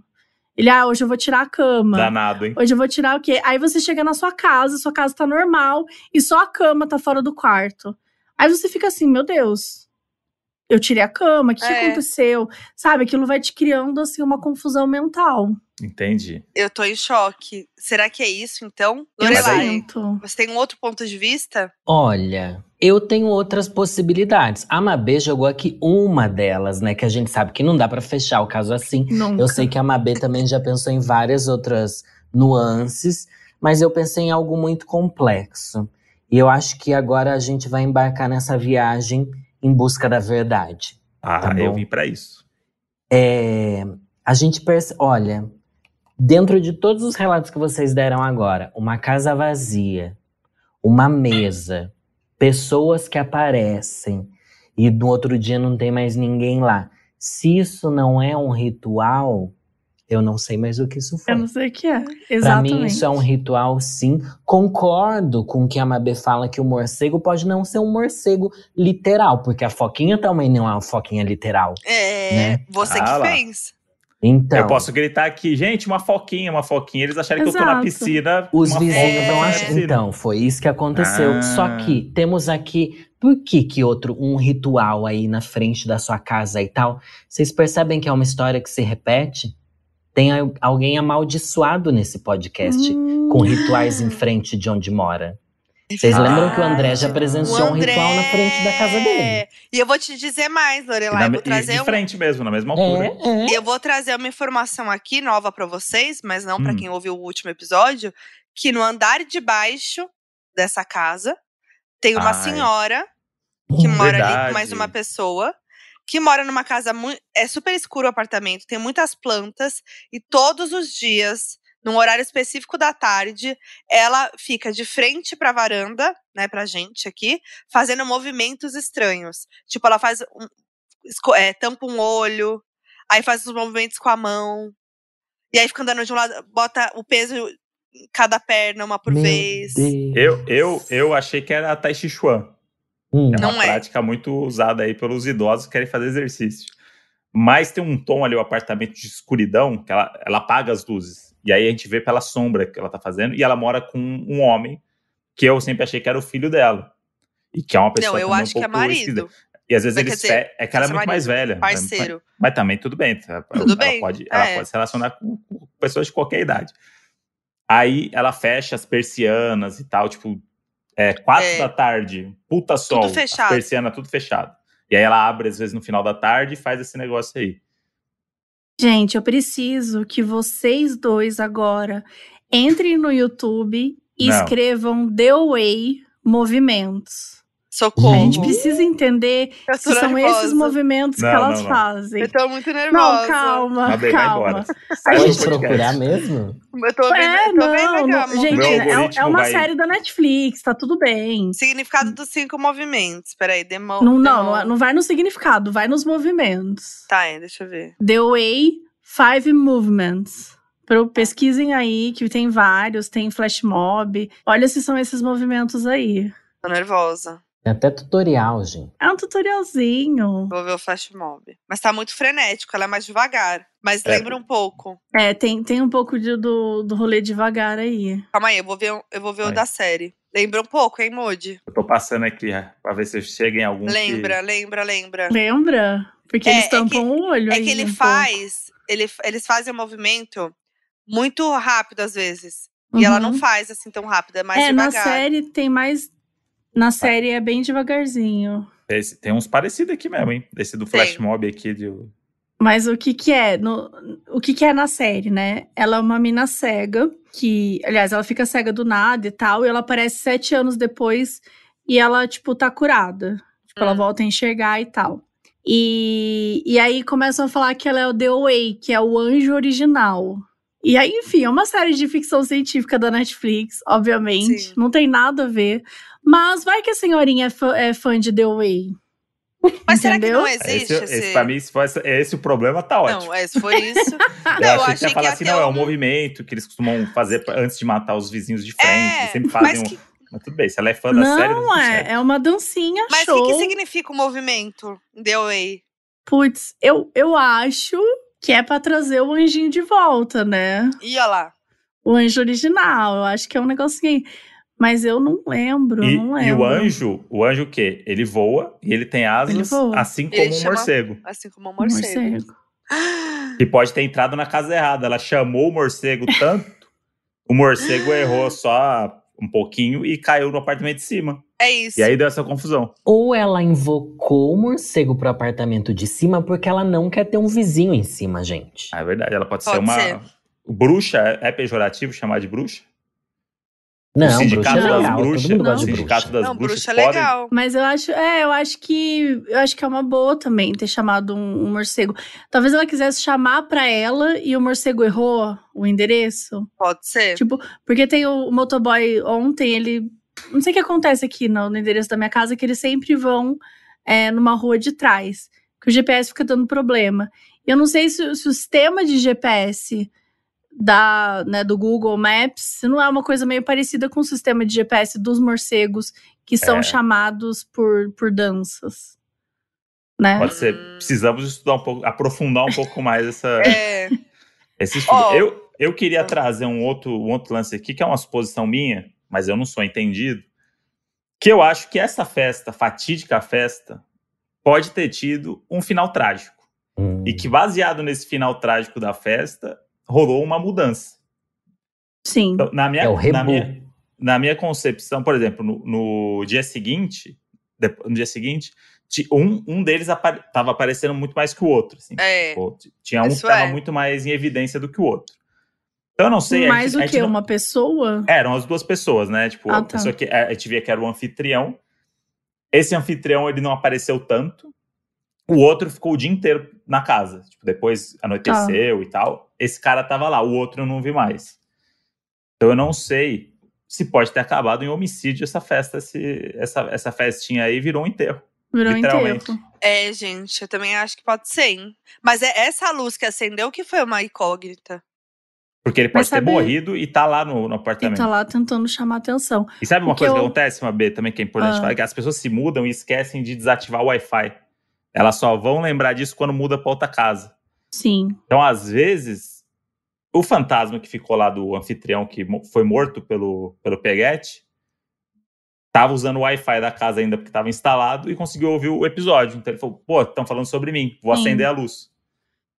[SPEAKER 3] Ele, ah, hoje eu vou tirar a cama.
[SPEAKER 1] Danado, hein?
[SPEAKER 3] Hoje eu vou tirar o quê? Aí você chega na sua casa, sua casa tá normal e só a cama tá fora do quarto. Aí você fica assim, meu Deus. Eu tirei a cama, o que, que
[SPEAKER 2] É.
[SPEAKER 3] aconteceu? Sabe, aquilo vai te criando assim uma confusão mental.
[SPEAKER 1] Entendi.
[SPEAKER 2] Eu tô em choque. Será que é isso, então?
[SPEAKER 3] Eu
[SPEAKER 1] Mas aí-
[SPEAKER 2] Lorelai,
[SPEAKER 3] sinto.
[SPEAKER 2] você tem um outro ponto de vista?
[SPEAKER 4] Olha, eu tenho outras possibilidades. A Mabê jogou aqui uma delas, né? Que a gente sabe que não dá pra fechar o caso assim.
[SPEAKER 3] Nunca.
[SPEAKER 4] Eu sei que a Mabê também já pensou em várias outras nuances, mas eu pensei em algo muito complexo. E eu acho que agora a gente vai embarcar nessa viagem em busca da verdade.
[SPEAKER 1] Ah,
[SPEAKER 4] Tá bom.
[SPEAKER 1] eu vim pra isso.
[SPEAKER 4] É, a gente percebe. Olha, dentro de todos os relatos que vocês deram agora, uma casa vazia, uma mesa, pessoas que aparecem e no outro dia não tem mais ninguém lá. Se isso não é um ritual, eu não sei mais o que isso foi.
[SPEAKER 3] Eu não sei o que é.
[SPEAKER 4] Pra
[SPEAKER 3] Exatamente.
[SPEAKER 4] mim, isso é um ritual, sim. Concordo com o que a Mabê fala que o morcego pode não ser um morcego literal, porque a foquinha também não é uma foquinha literal.
[SPEAKER 2] É,
[SPEAKER 4] Né?
[SPEAKER 2] você que
[SPEAKER 1] Ah lá.
[SPEAKER 2] fez.
[SPEAKER 4] Então,
[SPEAKER 1] Eu posso gritar aqui, gente, uma foquinha, uma foquinha. Eles acharem que eu tô na
[SPEAKER 3] Exato.
[SPEAKER 1] piscina.
[SPEAKER 4] os
[SPEAKER 1] uma
[SPEAKER 4] vizinhos
[SPEAKER 1] foca
[SPEAKER 4] vão
[SPEAKER 1] na
[SPEAKER 4] achar.
[SPEAKER 1] piscina.
[SPEAKER 4] Então, foi isso que aconteceu.
[SPEAKER 1] Ah.
[SPEAKER 4] Só que temos aqui. Por que que outro, um ritual aí na frente da sua casa e tal? Vocês percebem que é uma história que se repete? Tem al- alguém amaldiçoado nesse podcast
[SPEAKER 3] Hum.
[SPEAKER 4] com rituais em frente de onde mora. Vocês
[SPEAKER 1] verdade.
[SPEAKER 4] lembram que o André já
[SPEAKER 2] Ah, O
[SPEAKER 4] presenciou um ritual na frente da casa dele?
[SPEAKER 2] E eu vou te dizer mais,
[SPEAKER 1] E
[SPEAKER 2] Lorelai.
[SPEAKER 1] na,
[SPEAKER 2] eu
[SPEAKER 1] me-
[SPEAKER 2] Vou
[SPEAKER 1] e
[SPEAKER 2] trazer
[SPEAKER 1] de
[SPEAKER 2] um-
[SPEAKER 1] frente mesmo, na mesma altura.
[SPEAKER 4] é.
[SPEAKER 2] Eu vou trazer uma informação aqui nova pra vocês, mas não pra
[SPEAKER 1] Hum.
[SPEAKER 2] quem ouviu o último episódio, que no andar de baixo dessa casa tem uma
[SPEAKER 1] Ai.
[SPEAKER 2] senhora que
[SPEAKER 4] Hum.
[SPEAKER 2] mora ali
[SPEAKER 1] Verdade.
[SPEAKER 2] com mais uma pessoa. Que mora numa casa muito. É super escuro o apartamento, tem muitas plantas, e todos os dias, num horário específico da tarde, ela fica de frente pra varanda, né, pra gente aqui, fazendo movimentos estranhos. Tipo, ela faz. Um, esco- é, tampa um olho, aí faz os movimentos com a mão, e aí fica andando de um lado, bota o peso em cada perna, uma por
[SPEAKER 4] Meu
[SPEAKER 2] vez.
[SPEAKER 4] Deus.
[SPEAKER 1] Eu, eu, eu achei que era a Tai Chi Chuan.
[SPEAKER 4] Hum.
[SPEAKER 1] É uma
[SPEAKER 2] Não é.
[SPEAKER 1] prática muito usada aí pelos idosos que querem fazer exercício. Mas tem um tom ali, o apartamento de escuridão, que ela, ela apaga as luzes. E aí a gente vê pela sombra que ela tá fazendo. E ela mora com um homem, que eu sempre achei que era o filho dela. E que é uma pessoa
[SPEAKER 2] Não, eu
[SPEAKER 1] também um
[SPEAKER 2] acho que é
[SPEAKER 1] pouco esquisita.
[SPEAKER 2] marido,
[SPEAKER 1] E às vezes
[SPEAKER 2] Mas,
[SPEAKER 1] eles
[SPEAKER 2] quer dizer,
[SPEAKER 1] fe- É que ela é
[SPEAKER 2] se é
[SPEAKER 1] muito mais velha. né?
[SPEAKER 2] parceiro.
[SPEAKER 1] Mas também tudo bem. tá?
[SPEAKER 2] Tudo
[SPEAKER 1] ela
[SPEAKER 2] bem,
[SPEAKER 1] Pode, ela
[SPEAKER 2] é.
[SPEAKER 1] pode se relacionar com, com pessoas de qualquer idade. Aí ela fecha as persianas e tal, tipo, é, quatro
[SPEAKER 2] É.
[SPEAKER 1] da tarde, puta sol. as
[SPEAKER 2] fechado.
[SPEAKER 1] Persiana, tudo fechado. E aí ela abre, às vezes, no final da tarde e faz esse negócio aí.
[SPEAKER 3] Gente, eu preciso que vocês dois agora entrem no YouTube e
[SPEAKER 1] Não.
[SPEAKER 3] escrevam The Way Movimentos.
[SPEAKER 2] Socorro.
[SPEAKER 3] A gente precisa entender
[SPEAKER 2] Eu
[SPEAKER 3] se são esses movimentos
[SPEAKER 1] Não,
[SPEAKER 3] que elas
[SPEAKER 1] não, não.
[SPEAKER 3] fazem.
[SPEAKER 2] Eu tô muito nervosa.
[SPEAKER 3] Não, calma,
[SPEAKER 1] Mas bem, vai
[SPEAKER 3] calma.
[SPEAKER 1] embora. Sai do
[SPEAKER 4] Pode
[SPEAKER 1] podcast.
[SPEAKER 4] procurar mesmo?
[SPEAKER 2] Eu tô bem,
[SPEAKER 3] É,
[SPEAKER 2] eu tô bem legal.
[SPEAKER 3] não, não, gente,
[SPEAKER 1] Meu
[SPEAKER 3] é- é,
[SPEAKER 1] algoritmo
[SPEAKER 3] uma
[SPEAKER 1] vai-
[SPEAKER 3] série da Netflix, tá tudo bem.
[SPEAKER 2] Significado dos cinco movimentos. Peraí, demo.
[SPEAKER 3] Não,
[SPEAKER 2] demo-
[SPEAKER 3] não, não vai no significado, vai nos movimentos.
[SPEAKER 2] Tá, é, deixa eu ver.
[SPEAKER 3] The Way Five Movements. Pro- Pesquisem aí, que tem vários, tem flash mob. Olha se são esses movimentos aí.
[SPEAKER 2] Tô nervosa.
[SPEAKER 4] Tem até tutorial, gente.
[SPEAKER 3] É um tutorialzinho.
[SPEAKER 2] Vou ver o flash mob. Mas tá muito frenético, ela é mais devagar. Mas
[SPEAKER 1] É.
[SPEAKER 2] lembra um pouco.
[SPEAKER 3] É, tem, tem um pouco de- do, do rolê devagar aí.
[SPEAKER 2] Calma aí, eu vou ver, um- eu vou ver o
[SPEAKER 1] Vai.
[SPEAKER 2] da série. Lembra um pouco, hein, Moody?
[SPEAKER 1] Eu tô passando aqui é, pra ver se eu chego em algum. que-
[SPEAKER 2] Lembra, lembra, lembra.
[SPEAKER 3] Lembra? Porque
[SPEAKER 2] É,
[SPEAKER 3] eles
[SPEAKER 2] é
[SPEAKER 3] tampam o olho.
[SPEAKER 2] É
[SPEAKER 3] aí
[SPEAKER 2] que ele
[SPEAKER 3] um
[SPEAKER 2] faz. Ele, eles fazem o movimento muito rápido às vezes.
[SPEAKER 3] pouco.
[SPEAKER 2] E ela não
[SPEAKER 3] Uhum.
[SPEAKER 2] faz assim tão rápido, é mais
[SPEAKER 3] É, na
[SPEAKER 2] devagar. Tá.
[SPEAKER 3] série tem mais. Na série é bem devagarzinho.
[SPEAKER 1] Esse- tem uns parecidos aqui mesmo, hein? Esse do Flash
[SPEAKER 2] Tem.
[SPEAKER 1] Mob aqui. De... um-
[SPEAKER 3] Mas o que que é? No- o que que é na série, né? Ela é uma mina cega, que, aliás, ela fica cega do nada e tal, e ela aparece sete anos depois e ela, tipo, tá curada. Tipo, ela
[SPEAKER 2] Hum.
[SPEAKER 3] volta a enxergar e tal. E, e aí começam a falar que ela é o The Way, que é o anjo original. E aí, enfim, é uma série de ficção científica da Netflix, obviamente.
[SPEAKER 2] Sim.
[SPEAKER 3] Não tem nada a ver. Mas vai que a senhorinha é fã, é fã de The Way.
[SPEAKER 2] Mas
[SPEAKER 3] Entendeu?
[SPEAKER 2] será que não existe
[SPEAKER 1] esse, esse, pra mim, se for essa- esse o problema, tá ótimo.
[SPEAKER 2] Não, é, se for isso.
[SPEAKER 1] Eu
[SPEAKER 2] não, eu
[SPEAKER 1] achei que ia
[SPEAKER 2] achei que
[SPEAKER 1] falar
[SPEAKER 2] ia
[SPEAKER 1] assim,
[SPEAKER 2] ter
[SPEAKER 1] não, é um
[SPEAKER 2] um-
[SPEAKER 1] movimento que eles costumam fazer pra- antes de matar os vizinhos de frente.
[SPEAKER 2] É,
[SPEAKER 1] eles sempre fazem
[SPEAKER 2] mas
[SPEAKER 1] um.
[SPEAKER 2] que,
[SPEAKER 1] Mas tudo bem, se ela é fã da série, tá
[SPEAKER 3] Não,
[SPEAKER 1] tudo
[SPEAKER 3] é,
[SPEAKER 1] certo.
[SPEAKER 3] é uma dancinha
[SPEAKER 2] mas o
[SPEAKER 3] show.
[SPEAKER 2] que, que significa o movimento The Way?
[SPEAKER 3] Putz, eu, eu acho que é pra trazer o anjinho de volta, né?
[SPEAKER 2] Ih, olha lá.
[SPEAKER 3] O anjo original. Eu acho que é um negocinho aí. Mas eu não lembro, eu não é,
[SPEAKER 1] E, e
[SPEAKER 3] lembro.
[SPEAKER 1] o anjo, o anjo o quê? Ele voa e ele tem
[SPEAKER 3] Ele
[SPEAKER 1] asas,
[SPEAKER 3] voa.
[SPEAKER 1] assim como
[SPEAKER 2] ele
[SPEAKER 1] um
[SPEAKER 2] chama-
[SPEAKER 1] morcego.
[SPEAKER 2] Assim como um
[SPEAKER 3] Um
[SPEAKER 2] morcego.
[SPEAKER 1] Que pode ter entrado na casa errada. Ela chamou o morcego tanto, o morcego errou só um pouquinho e caiu no apartamento de cima.
[SPEAKER 2] É isso.
[SPEAKER 1] E aí deu essa confusão.
[SPEAKER 4] Ou ela invocou o morcego pro apartamento de cima porque ela não quer ter um vizinho em cima, gente.
[SPEAKER 1] Ah, É verdade, ela pode,
[SPEAKER 2] Pode
[SPEAKER 1] ser uma.
[SPEAKER 2] ser.
[SPEAKER 1] Bruxa, é é pejorativo chamar de bruxa? o
[SPEAKER 4] Não, bruxa
[SPEAKER 1] sindicato
[SPEAKER 4] é
[SPEAKER 1] das
[SPEAKER 4] legal.
[SPEAKER 1] bruxas.
[SPEAKER 4] Todo mundo
[SPEAKER 1] o
[SPEAKER 4] gosta de
[SPEAKER 1] sindicato
[SPEAKER 4] bruxa.
[SPEAKER 1] das
[SPEAKER 2] não,
[SPEAKER 1] bruxas
[SPEAKER 2] bruxa é
[SPEAKER 1] podem-
[SPEAKER 2] legal.
[SPEAKER 3] Mas eu acho, é, eu acho que eu acho que é uma boa também ter chamado um, um morcego. Talvez ela quisesse chamar pra ela e o morcego errou o endereço.
[SPEAKER 2] Pode ser.
[SPEAKER 3] Tipo, porque tem o, o motoboy ontem, ele. Não sei o que acontece aqui no, no endereço da minha casa, que eles sempre vão é, numa rua de trás. Que o GPS fica dando problema. Eu não sei se, o- se o sistema de GPS da, né, do Google Maps se não é uma coisa meio parecida com o sistema de GPS dos morcegos que são
[SPEAKER 1] É.
[SPEAKER 3] chamados por, por danças. Né?
[SPEAKER 1] Pode ser. Precisamos estudar um pouco, aprofundar um pouco mais essa,
[SPEAKER 2] É,
[SPEAKER 1] Esse estudo.
[SPEAKER 2] Ó.
[SPEAKER 1] eu, eu queria
[SPEAKER 2] Ah.
[SPEAKER 1] trazer um outro, um outro lance aqui, que é uma suposição minha, mas eu não sou entendido. Que eu acho que essa festa, fatídica festa, pode ter tido um final trágico.
[SPEAKER 4] Hum.
[SPEAKER 1] E que, baseado nesse final trágico da festa, rolou uma mudança.
[SPEAKER 3] Sim.
[SPEAKER 1] Então, na minha,
[SPEAKER 4] É o
[SPEAKER 1] na
[SPEAKER 4] rebu.
[SPEAKER 1] minha, na minha concepção, por exemplo, no, no dia seguinte, de- no dia seguinte, ti- um, um deles estava aparecendo muito mais que o outro. assim.
[SPEAKER 2] é.
[SPEAKER 1] Tipo, t- tinha um que
[SPEAKER 2] Isso
[SPEAKER 1] estava
[SPEAKER 2] é.
[SPEAKER 1] muito mais em evidência do que o outro. Então eu não sei. a
[SPEAKER 3] Mais
[SPEAKER 1] gente- a
[SPEAKER 3] o
[SPEAKER 1] gente
[SPEAKER 3] que?
[SPEAKER 1] não-
[SPEAKER 3] Uma pessoa?
[SPEAKER 1] Eram as duas pessoas, né? Tipo,
[SPEAKER 3] Ah,
[SPEAKER 1] a
[SPEAKER 3] tá.
[SPEAKER 1] pessoa que a a gente via que era o anfitrião. Esse anfitrião ele não apareceu tanto. O outro ficou o dia inteiro na casa. Tipo, depois anoiteceu
[SPEAKER 3] Tá.
[SPEAKER 1] e tal. Esse cara tava lá, o outro eu não vi mais. Então eu não sei se pode ter acabado em homicídio essa festa, se essa, essa festinha aí virou um enterro.
[SPEAKER 3] Virou
[SPEAKER 1] Literalmente.
[SPEAKER 3] inteiro.
[SPEAKER 2] É, gente, eu também acho que pode ser, hein? Mas é essa luz que acendeu que foi uma incógnita.
[SPEAKER 1] Porque ele pode
[SPEAKER 3] Mas
[SPEAKER 1] ter
[SPEAKER 3] sabe-
[SPEAKER 1] morrido e tá lá no, no
[SPEAKER 3] E
[SPEAKER 1] apartamento.
[SPEAKER 3] tá lá tentando chamar atenção.
[SPEAKER 1] E sabe uma
[SPEAKER 3] Porque
[SPEAKER 1] coisa que
[SPEAKER 3] eu-
[SPEAKER 1] acontece, Mabê, também que é importante
[SPEAKER 3] Ah.
[SPEAKER 1] falar? Que as pessoas se mudam e esquecem de desativar o Wi-Fi. Elas só vão lembrar disso quando muda pra outra casa.
[SPEAKER 3] Sim.
[SPEAKER 1] Então, às vezes, o fantasma que ficou lá do anfitrião que mo- foi morto pelo, pelo peguete tava usando o Wi-Fi da casa ainda porque tava instalado e conseguiu ouvir o episódio. Então ele falou, pô, estão falando sobre mim, vou
[SPEAKER 3] Sim.
[SPEAKER 1] acender a luz.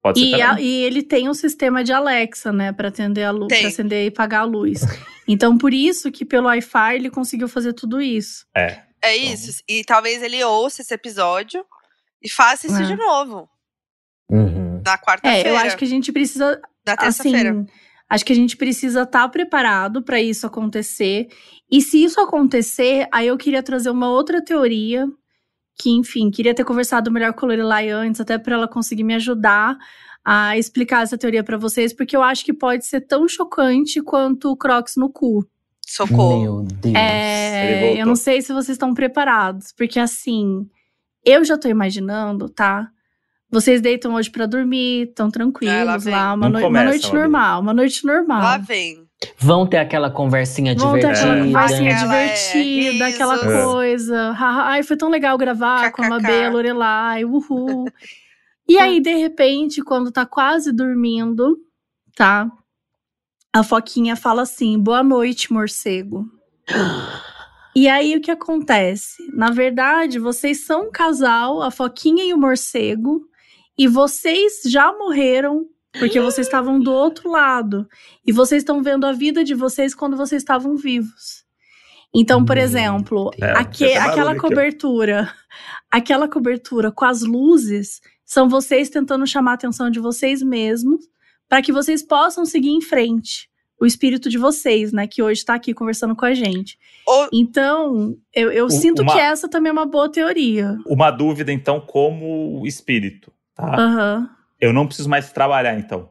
[SPEAKER 1] Pode ser
[SPEAKER 3] E,
[SPEAKER 1] também.
[SPEAKER 3] a- e ele tem um sistema de Alexa, né, Pra atender a luz,
[SPEAKER 2] Tem.
[SPEAKER 3] pra acender e pagar a luz. Então, por isso que pelo Wi-Fi ele conseguiu fazer tudo isso.
[SPEAKER 2] É
[SPEAKER 1] Então-
[SPEAKER 2] isso. E talvez ele ouça esse episódio e faça isso
[SPEAKER 3] É.
[SPEAKER 2] de novo.
[SPEAKER 4] Uhum.
[SPEAKER 2] Na
[SPEAKER 3] É,
[SPEAKER 2] quarta-feira.
[SPEAKER 3] eu acho que a gente precisa,
[SPEAKER 2] Na
[SPEAKER 3] assim,
[SPEAKER 2] terça-feira.
[SPEAKER 3] acho que a gente precisa estar preparado pra isso acontecer. E se isso acontecer, aí eu queria trazer uma outra teoria que, enfim, queria ter conversado melhor com a Lorelai antes, até pra ela conseguir me ajudar a explicar essa teoria pra vocês, porque eu acho que pode ser tão chocante quanto o Crocs no cu.
[SPEAKER 2] Socorro.
[SPEAKER 4] Meu Deus.
[SPEAKER 1] Ele
[SPEAKER 3] É,
[SPEAKER 1] voltou.
[SPEAKER 3] eu não sei se vocês estão preparados, porque assim, eu já tô imaginando, tá? Vocês deitam hoje pra dormir,
[SPEAKER 2] Ah,
[SPEAKER 3] estão
[SPEAKER 2] lá
[SPEAKER 3] tranquilos
[SPEAKER 2] vem.
[SPEAKER 3] lá, uma,
[SPEAKER 1] Não
[SPEAKER 3] noi- uma
[SPEAKER 1] começa,
[SPEAKER 3] noite
[SPEAKER 1] Babi.
[SPEAKER 3] normal, uma noite
[SPEAKER 2] Lá
[SPEAKER 3] normal.
[SPEAKER 2] vem.
[SPEAKER 4] Vão ter aquela conversinha
[SPEAKER 3] Vão ter
[SPEAKER 4] divertida.
[SPEAKER 3] aquela
[SPEAKER 1] É.
[SPEAKER 3] conversinha
[SPEAKER 2] Aquela, é,
[SPEAKER 3] divertida, aquela
[SPEAKER 2] risos.
[SPEAKER 1] É.
[SPEAKER 3] coisa. haha, Ai, foi tão legal gravar com a
[SPEAKER 2] KKK.
[SPEAKER 3] Mabê, a Lorelai, uhul. E aí, de repente, quando tá quase dormindo, tá? A Foquinha fala assim: boa noite, morcego. E aí, o que acontece? Na verdade, vocês são um casal, a Foquinha e o morcego, e vocês já morreram porque vocês estavam do outro lado. E vocês estão vendo a vida de vocês quando vocês estavam vivos. Então, por
[SPEAKER 4] Meu
[SPEAKER 3] exemplo,
[SPEAKER 1] É.
[SPEAKER 4] Deus.
[SPEAKER 3] aque-
[SPEAKER 1] esse barulho
[SPEAKER 3] aquela
[SPEAKER 1] tá aqui, ó.
[SPEAKER 3] cobertura, aquela cobertura com as luzes, são vocês tentando chamar a atenção de vocês mesmos para que vocês possam seguir em frente. O espírito de vocês, né, que hoje tá aqui conversando com a gente.
[SPEAKER 2] Ou
[SPEAKER 3] Então, eu, eu
[SPEAKER 1] Um-
[SPEAKER 3] sinto
[SPEAKER 1] uma-
[SPEAKER 3] que essa também é uma boa teoria.
[SPEAKER 1] Uma dúvida, então, como espírito, tá?
[SPEAKER 3] Aham.
[SPEAKER 1] Eu não preciso mais trabalhar, então.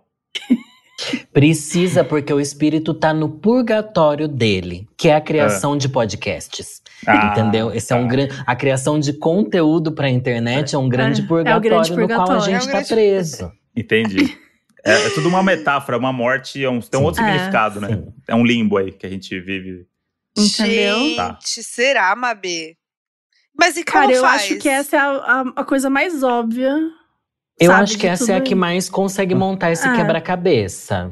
[SPEAKER 4] Precisa, porque o espírito tá no purgatório dele, que é a criação de podcasts.
[SPEAKER 1] Ah,
[SPEAKER 4] entendeu? Esse é um
[SPEAKER 1] tá.
[SPEAKER 4] grande. A criação de conteúdo pra internet é um grande,
[SPEAKER 3] É, é o
[SPEAKER 4] purgatório,
[SPEAKER 3] grande
[SPEAKER 4] no qual a
[SPEAKER 3] purgatório.
[SPEAKER 4] gente
[SPEAKER 2] É um
[SPEAKER 4] tá
[SPEAKER 2] grande-
[SPEAKER 4] preso.
[SPEAKER 1] Entendi. É, é tudo uma metáfora, uma morte, é um- tem um outro
[SPEAKER 3] Sim. É,
[SPEAKER 1] significado, né?
[SPEAKER 4] sim.
[SPEAKER 1] É um limbo aí que a gente vive.
[SPEAKER 3] Entendeu?
[SPEAKER 2] gente,
[SPEAKER 1] Tá.
[SPEAKER 2] será, Mabê? Mas e como
[SPEAKER 3] Cara, eu
[SPEAKER 2] faz?
[SPEAKER 3] acho que essa é a, a- a coisa mais óbvia.
[SPEAKER 4] Eu
[SPEAKER 3] sabe,
[SPEAKER 4] acho
[SPEAKER 3] de
[SPEAKER 4] que essa é a
[SPEAKER 3] tudo
[SPEAKER 4] que mais consegue montar esse
[SPEAKER 3] É.
[SPEAKER 4] quebra-cabeça.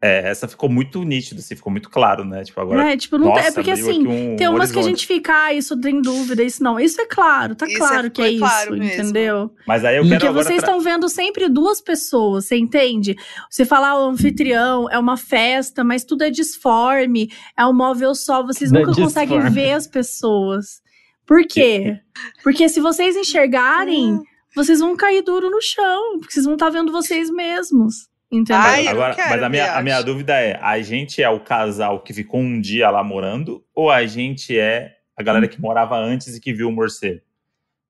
[SPEAKER 1] É, essa ficou muito nítida, assim, ficou muito claro, né? Tipo, agora.
[SPEAKER 3] Né? Tipo, não tem-
[SPEAKER 1] nossa,
[SPEAKER 3] é porque
[SPEAKER 1] abriu
[SPEAKER 3] assim,
[SPEAKER 1] aqui um
[SPEAKER 3] tem umas que a
[SPEAKER 1] horizonte.
[SPEAKER 3] gente fica, ah, isso tem dúvida, isso não. Isso é claro, tá
[SPEAKER 2] Isso é-
[SPEAKER 3] claro que é
[SPEAKER 2] foi claro
[SPEAKER 3] isso,
[SPEAKER 2] mesmo.
[SPEAKER 3] entendeu?
[SPEAKER 1] Mas aí eu quero
[SPEAKER 3] Porque
[SPEAKER 1] agora
[SPEAKER 3] vocês
[SPEAKER 1] tra-
[SPEAKER 3] estão vendo sempre duas pessoas, você entende? Você fala, ah, o anfitrião é uma festa, mas tudo é disforme, é um móvel só, vocês
[SPEAKER 4] Tudo é
[SPEAKER 3] nunca conseguem
[SPEAKER 4] disforme.
[SPEAKER 3] ver as pessoas. Por quê? Porque se vocês
[SPEAKER 2] Ah. Hum,
[SPEAKER 3] enxergarem, tá vocês vão cair duro no chão, porque vocês vão estar vendo vocês mesmos. Entendeu?
[SPEAKER 2] Ai, eu não
[SPEAKER 1] Agora,
[SPEAKER 2] quero,
[SPEAKER 1] mas a minha, a
[SPEAKER 2] viagem.
[SPEAKER 1] minha dúvida é: a gente é o casal que ficou um dia lá morando, ou a gente é a galera que morava antes e que viu o morcego?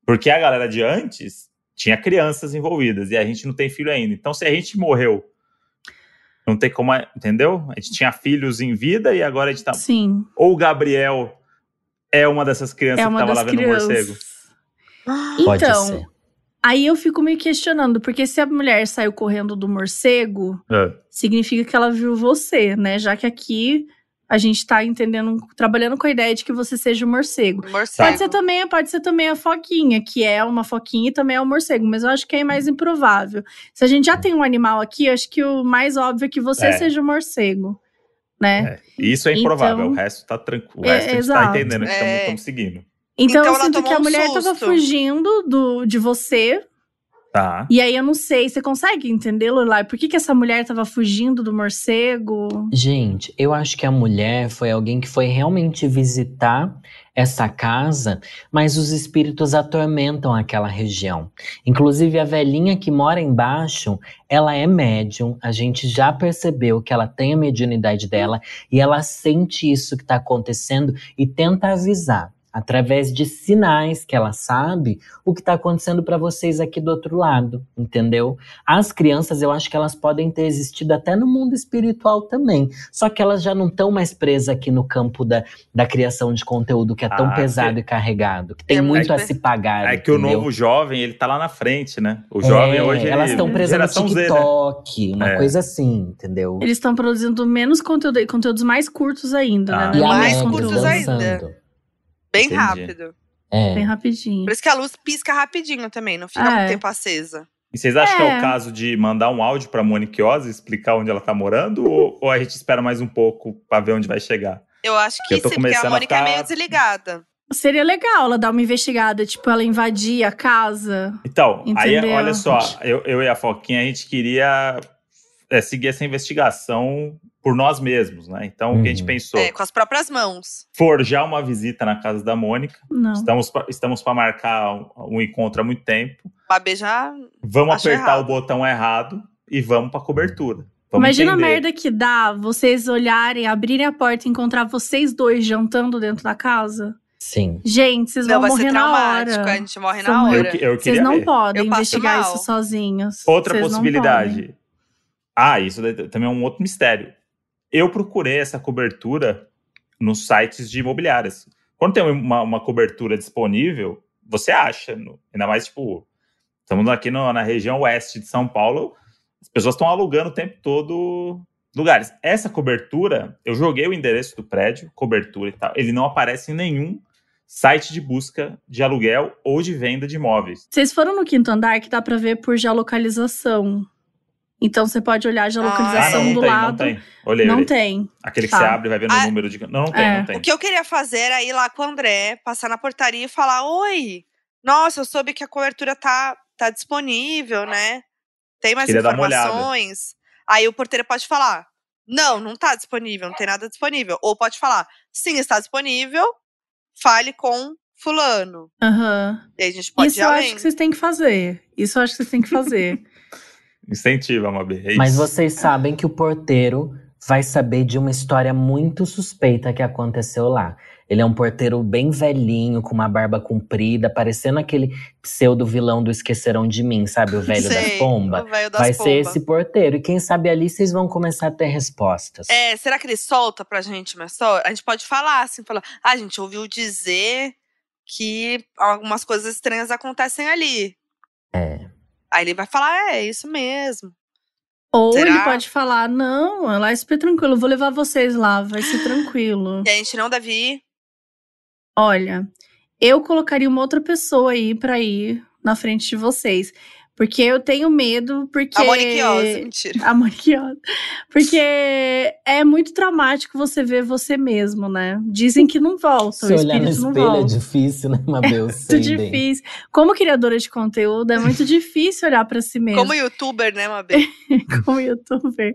[SPEAKER 1] Porque a galera de antes tinha crianças envolvidas e a gente não tem filho ainda. Então, se a gente morreu, não tem como. a- Entendeu? A gente tinha filhos em vida e agora a gente tá.
[SPEAKER 3] Sim.
[SPEAKER 1] Ou o Gabriel é uma dessas crianças
[SPEAKER 3] É uma
[SPEAKER 1] que tava
[SPEAKER 3] das
[SPEAKER 1] lá vendo o morcego.
[SPEAKER 3] crianças.
[SPEAKER 4] Pode
[SPEAKER 3] Então,
[SPEAKER 4] ser.
[SPEAKER 3] Aí eu fico me questionando, porque se a mulher saiu correndo do morcego,
[SPEAKER 1] É.
[SPEAKER 3] significa que ela viu você, né? Já que aqui a gente tá entendendo, trabalhando com a ideia de que você seja o morcego.
[SPEAKER 1] Tá.
[SPEAKER 2] Morcego.
[SPEAKER 3] Pode ser também, pode ser também a foquinha, que é uma foquinha e também é um morcego, mas eu acho que é mais improvável. Se a gente já tem um animal aqui, acho que o mais óbvio é que você
[SPEAKER 1] É.
[SPEAKER 3] seja o morcego, né?
[SPEAKER 1] É. Isso é
[SPEAKER 3] Então-
[SPEAKER 1] improvável, o resto tá tranquilo. O
[SPEAKER 3] É,
[SPEAKER 1] resto a gente
[SPEAKER 3] exato.
[SPEAKER 1] tá entendendo,
[SPEAKER 2] É.
[SPEAKER 1] estamos seguindo.
[SPEAKER 3] Então,
[SPEAKER 2] Então
[SPEAKER 3] eu
[SPEAKER 2] ela
[SPEAKER 3] sinto que
[SPEAKER 2] tomou
[SPEAKER 3] a
[SPEAKER 2] um
[SPEAKER 3] mulher tava
[SPEAKER 2] susto.
[SPEAKER 3] fugindo do, de você,
[SPEAKER 1] Tá.
[SPEAKER 3] e aí eu não sei, você consegue entender, Lulai? Por que, que essa mulher tava fugindo do morcego?
[SPEAKER 4] Gente, eu acho que a mulher foi alguém que foi realmente visitar essa casa, mas os espíritos atormentam aquela região. Inclusive, a velhinha que mora embaixo, ela é médium, a gente já percebeu que ela tem a mediunidade dela e ela sente isso que está acontecendo e tenta avisar. Através de sinais que ela sabe o que está acontecendo para vocês aqui do outro lado, entendeu? As crianças, eu acho que elas podem ter existido até no mundo espiritual também. Só que elas já não estão mais presas aqui no campo da, da criação de conteúdo que é tão
[SPEAKER 1] Ah,
[SPEAKER 4] pesado
[SPEAKER 1] que-
[SPEAKER 4] e carregado, que tem
[SPEAKER 2] É
[SPEAKER 4] muito
[SPEAKER 2] muito
[SPEAKER 4] a
[SPEAKER 2] pe-
[SPEAKER 4] se pagar.
[SPEAKER 1] É que o
[SPEAKER 4] entendeu?
[SPEAKER 1] novo jovem, ele tá lá na frente, né? O jovem
[SPEAKER 4] É,
[SPEAKER 1] hoje. ele-
[SPEAKER 4] Elas estão presas
[SPEAKER 1] geração
[SPEAKER 4] no
[SPEAKER 1] Z, né?
[SPEAKER 4] TikTok, uma
[SPEAKER 1] É.
[SPEAKER 4] coisa assim, entendeu?
[SPEAKER 3] Eles estão produzindo menos conteúdo, conteúdos mais curtos ainda,
[SPEAKER 1] Ah.
[SPEAKER 3] né?
[SPEAKER 4] E a
[SPEAKER 2] Mais
[SPEAKER 4] Meg
[SPEAKER 2] curtos
[SPEAKER 3] conteúdo.
[SPEAKER 2] ainda.
[SPEAKER 4] dançando.
[SPEAKER 2] Bem
[SPEAKER 1] Entendi.
[SPEAKER 2] rápido.
[SPEAKER 4] É.
[SPEAKER 3] Bem rapidinho.
[SPEAKER 2] Por isso que a luz pisca rapidinho também, não fica
[SPEAKER 3] É.
[SPEAKER 2] muito tempo acesa.
[SPEAKER 1] E vocês acham que é
[SPEAKER 3] É.
[SPEAKER 1] o caso de mandar um áudio pra Monique Oz e explicar onde ela tá morando? ou, ou a gente espera mais um pouco pra ver onde vai chegar?
[SPEAKER 2] Eu acho que
[SPEAKER 1] Eu tô
[SPEAKER 2] sim, porque
[SPEAKER 1] começando
[SPEAKER 2] a
[SPEAKER 1] a
[SPEAKER 2] Mônica é
[SPEAKER 1] ficar-
[SPEAKER 2] meio desligada.
[SPEAKER 3] Seria legal ela dar uma investigada, tipo, ela invadir a casa.
[SPEAKER 1] Então, aí
[SPEAKER 3] Entendeu.
[SPEAKER 1] olha só, eu, eu e a Foquinha, a gente queria é, seguir essa investigação por nós mesmos, né? Então, o que a gente
[SPEAKER 4] Uhum.
[SPEAKER 1] pensou?
[SPEAKER 2] É, com as próprias mãos.
[SPEAKER 1] Forjar uma visita na casa da Mônica.
[SPEAKER 3] Não.
[SPEAKER 1] Estamos pra- estamos para marcar um- um encontro há muito tempo.
[SPEAKER 2] Babê já.
[SPEAKER 1] Vamos
[SPEAKER 2] Acho
[SPEAKER 1] apertar
[SPEAKER 2] errado.
[SPEAKER 1] o botão errado e vamos pra cobertura. Vamos
[SPEAKER 3] Imagina
[SPEAKER 1] entender.
[SPEAKER 3] a merda que dá vocês olharem, abrirem a porta e encontrar vocês dois jantando dentro da casa.
[SPEAKER 4] Sim.
[SPEAKER 3] Gente, vocês
[SPEAKER 2] Não,
[SPEAKER 3] vão
[SPEAKER 2] vai
[SPEAKER 3] morrer
[SPEAKER 2] ser
[SPEAKER 3] na
[SPEAKER 2] traumático. A
[SPEAKER 3] hora.
[SPEAKER 2] gente morre
[SPEAKER 3] São
[SPEAKER 2] na
[SPEAKER 1] Eu,
[SPEAKER 2] hora.
[SPEAKER 1] que- eu
[SPEAKER 3] Vocês
[SPEAKER 1] queria
[SPEAKER 3] não
[SPEAKER 1] ver.
[SPEAKER 3] podem
[SPEAKER 2] Eu passo
[SPEAKER 3] investigar
[SPEAKER 2] mal.
[SPEAKER 3] isso sozinhos.
[SPEAKER 1] Outra
[SPEAKER 3] Vocês não podem.
[SPEAKER 1] possibilidade. Ah, isso daí também é um outro mistério. Eu procurei essa cobertura nos sites de imobiliárias. Quando tem uma, uma cobertura disponível, você acha. no- ainda mais, tipo, estamos aqui no- na região oeste de São Paulo, as pessoas estão alugando o tempo todo lugares. Essa cobertura, eu joguei o endereço do prédio, cobertura e tal, ele não aparece em nenhum site de busca de aluguel ou de venda de imóveis.
[SPEAKER 3] Vocês foram no quinto andar que dá pra ver por geolocalização. Então você pode olhar a
[SPEAKER 1] Ah,
[SPEAKER 3] geolocalização
[SPEAKER 1] não,
[SPEAKER 2] Ação
[SPEAKER 1] não
[SPEAKER 3] do
[SPEAKER 1] tem,
[SPEAKER 3] lado.
[SPEAKER 1] não tem. Olhei,
[SPEAKER 3] Não
[SPEAKER 1] olhei.
[SPEAKER 3] tem.
[SPEAKER 1] Aquele que
[SPEAKER 3] Tá.
[SPEAKER 1] você abre e vai vendo
[SPEAKER 2] Ah,
[SPEAKER 1] o número de. Não, não tem,
[SPEAKER 3] é.
[SPEAKER 1] não tem.
[SPEAKER 2] O que eu queria fazer era ir lá com o André, passar na portaria e falar: Oi, nossa, eu soube que a cobertura tá, tá disponível, né? Tem mais
[SPEAKER 1] Queria dar uma olhada."
[SPEAKER 2] informações. Aí o porteiro pode falar: Não, não tá disponível, não tem nada disponível. Ou pode falar: Sim, está disponível, fale com Fulano.
[SPEAKER 3] Aham.
[SPEAKER 2] E aí a gente pode
[SPEAKER 3] Isso
[SPEAKER 2] ir
[SPEAKER 3] eu
[SPEAKER 2] além.
[SPEAKER 3] acho que vocês têm que fazer. Isso eu acho que vocês têm que fazer.
[SPEAKER 1] Incentiva, Mabê. É
[SPEAKER 4] Mas
[SPEAKER 1] isso.
[SPEAKER 4] vocês sabem que o porteiro vai saber de uma história muito suspeita que aconteceu lá. Ele é um porteiro bem velhinho, com uma barba comprida, parecendo aquele pseudo vilão do Esquecerão de Mim, sabe? O velho das
[SPEAKER 2] Sei,
[SPEAKER 4] pombas.
[SPEAKER 2] o velho das
[SPEAKER 4] Vai ser
[SPEAKER 2] pombas.
[SPEAKER 4] esse porteiro. E quem sabe ali vocês vão começar a ter respostas.
[SPEAKER 2] É, será que ele solta pra gente, mas só a gente pode falar assim, falar, ah, a gente ouviu dizer que algumas coisas estranhas acontecem ali.
[SPEAKER 4] É.
[SPEAKER 2] Aí ele vai falar, é, é isso mesmo.
[SPEAKER 3] Ou
[SPEAKER 2] Será?
[SPEAKER 3] ele pode falar: não, lá é super tranquilo, eu vou levar vocês lá, vai ser tranquilo.
[SPEAKER 2] E a gente não deve ir.
[SPEAKER 3] Olha, eu colocaria uma outra pessoa aí pra ir na frente de vocês. Porque eu tenho medo, porque.
[SPEAKER 2] A Monique Oz, mentira.
[SPEAKER 3] A Monique Oz. Porque é muito traumático você ver você mesmo, né? Dizem que não volta,
[SPEAKER 4] Se
[SPEAKER 3] o
[SPEAKER 4] olhar no
[SPEAKER 3] espírito não
[SPEAKER 4] espelho é
[SPEAKER 3] volta.
[SPEAKER 4] difícil, né, Mabel?
[SPEAKER 3] muito difícil. Como criadora de conteúdo, é muito difícil olhar pra si mesmo
[SPEAKER 2] Como youtuber, né, Mabê?
[SPEAKER 3] como youtuber.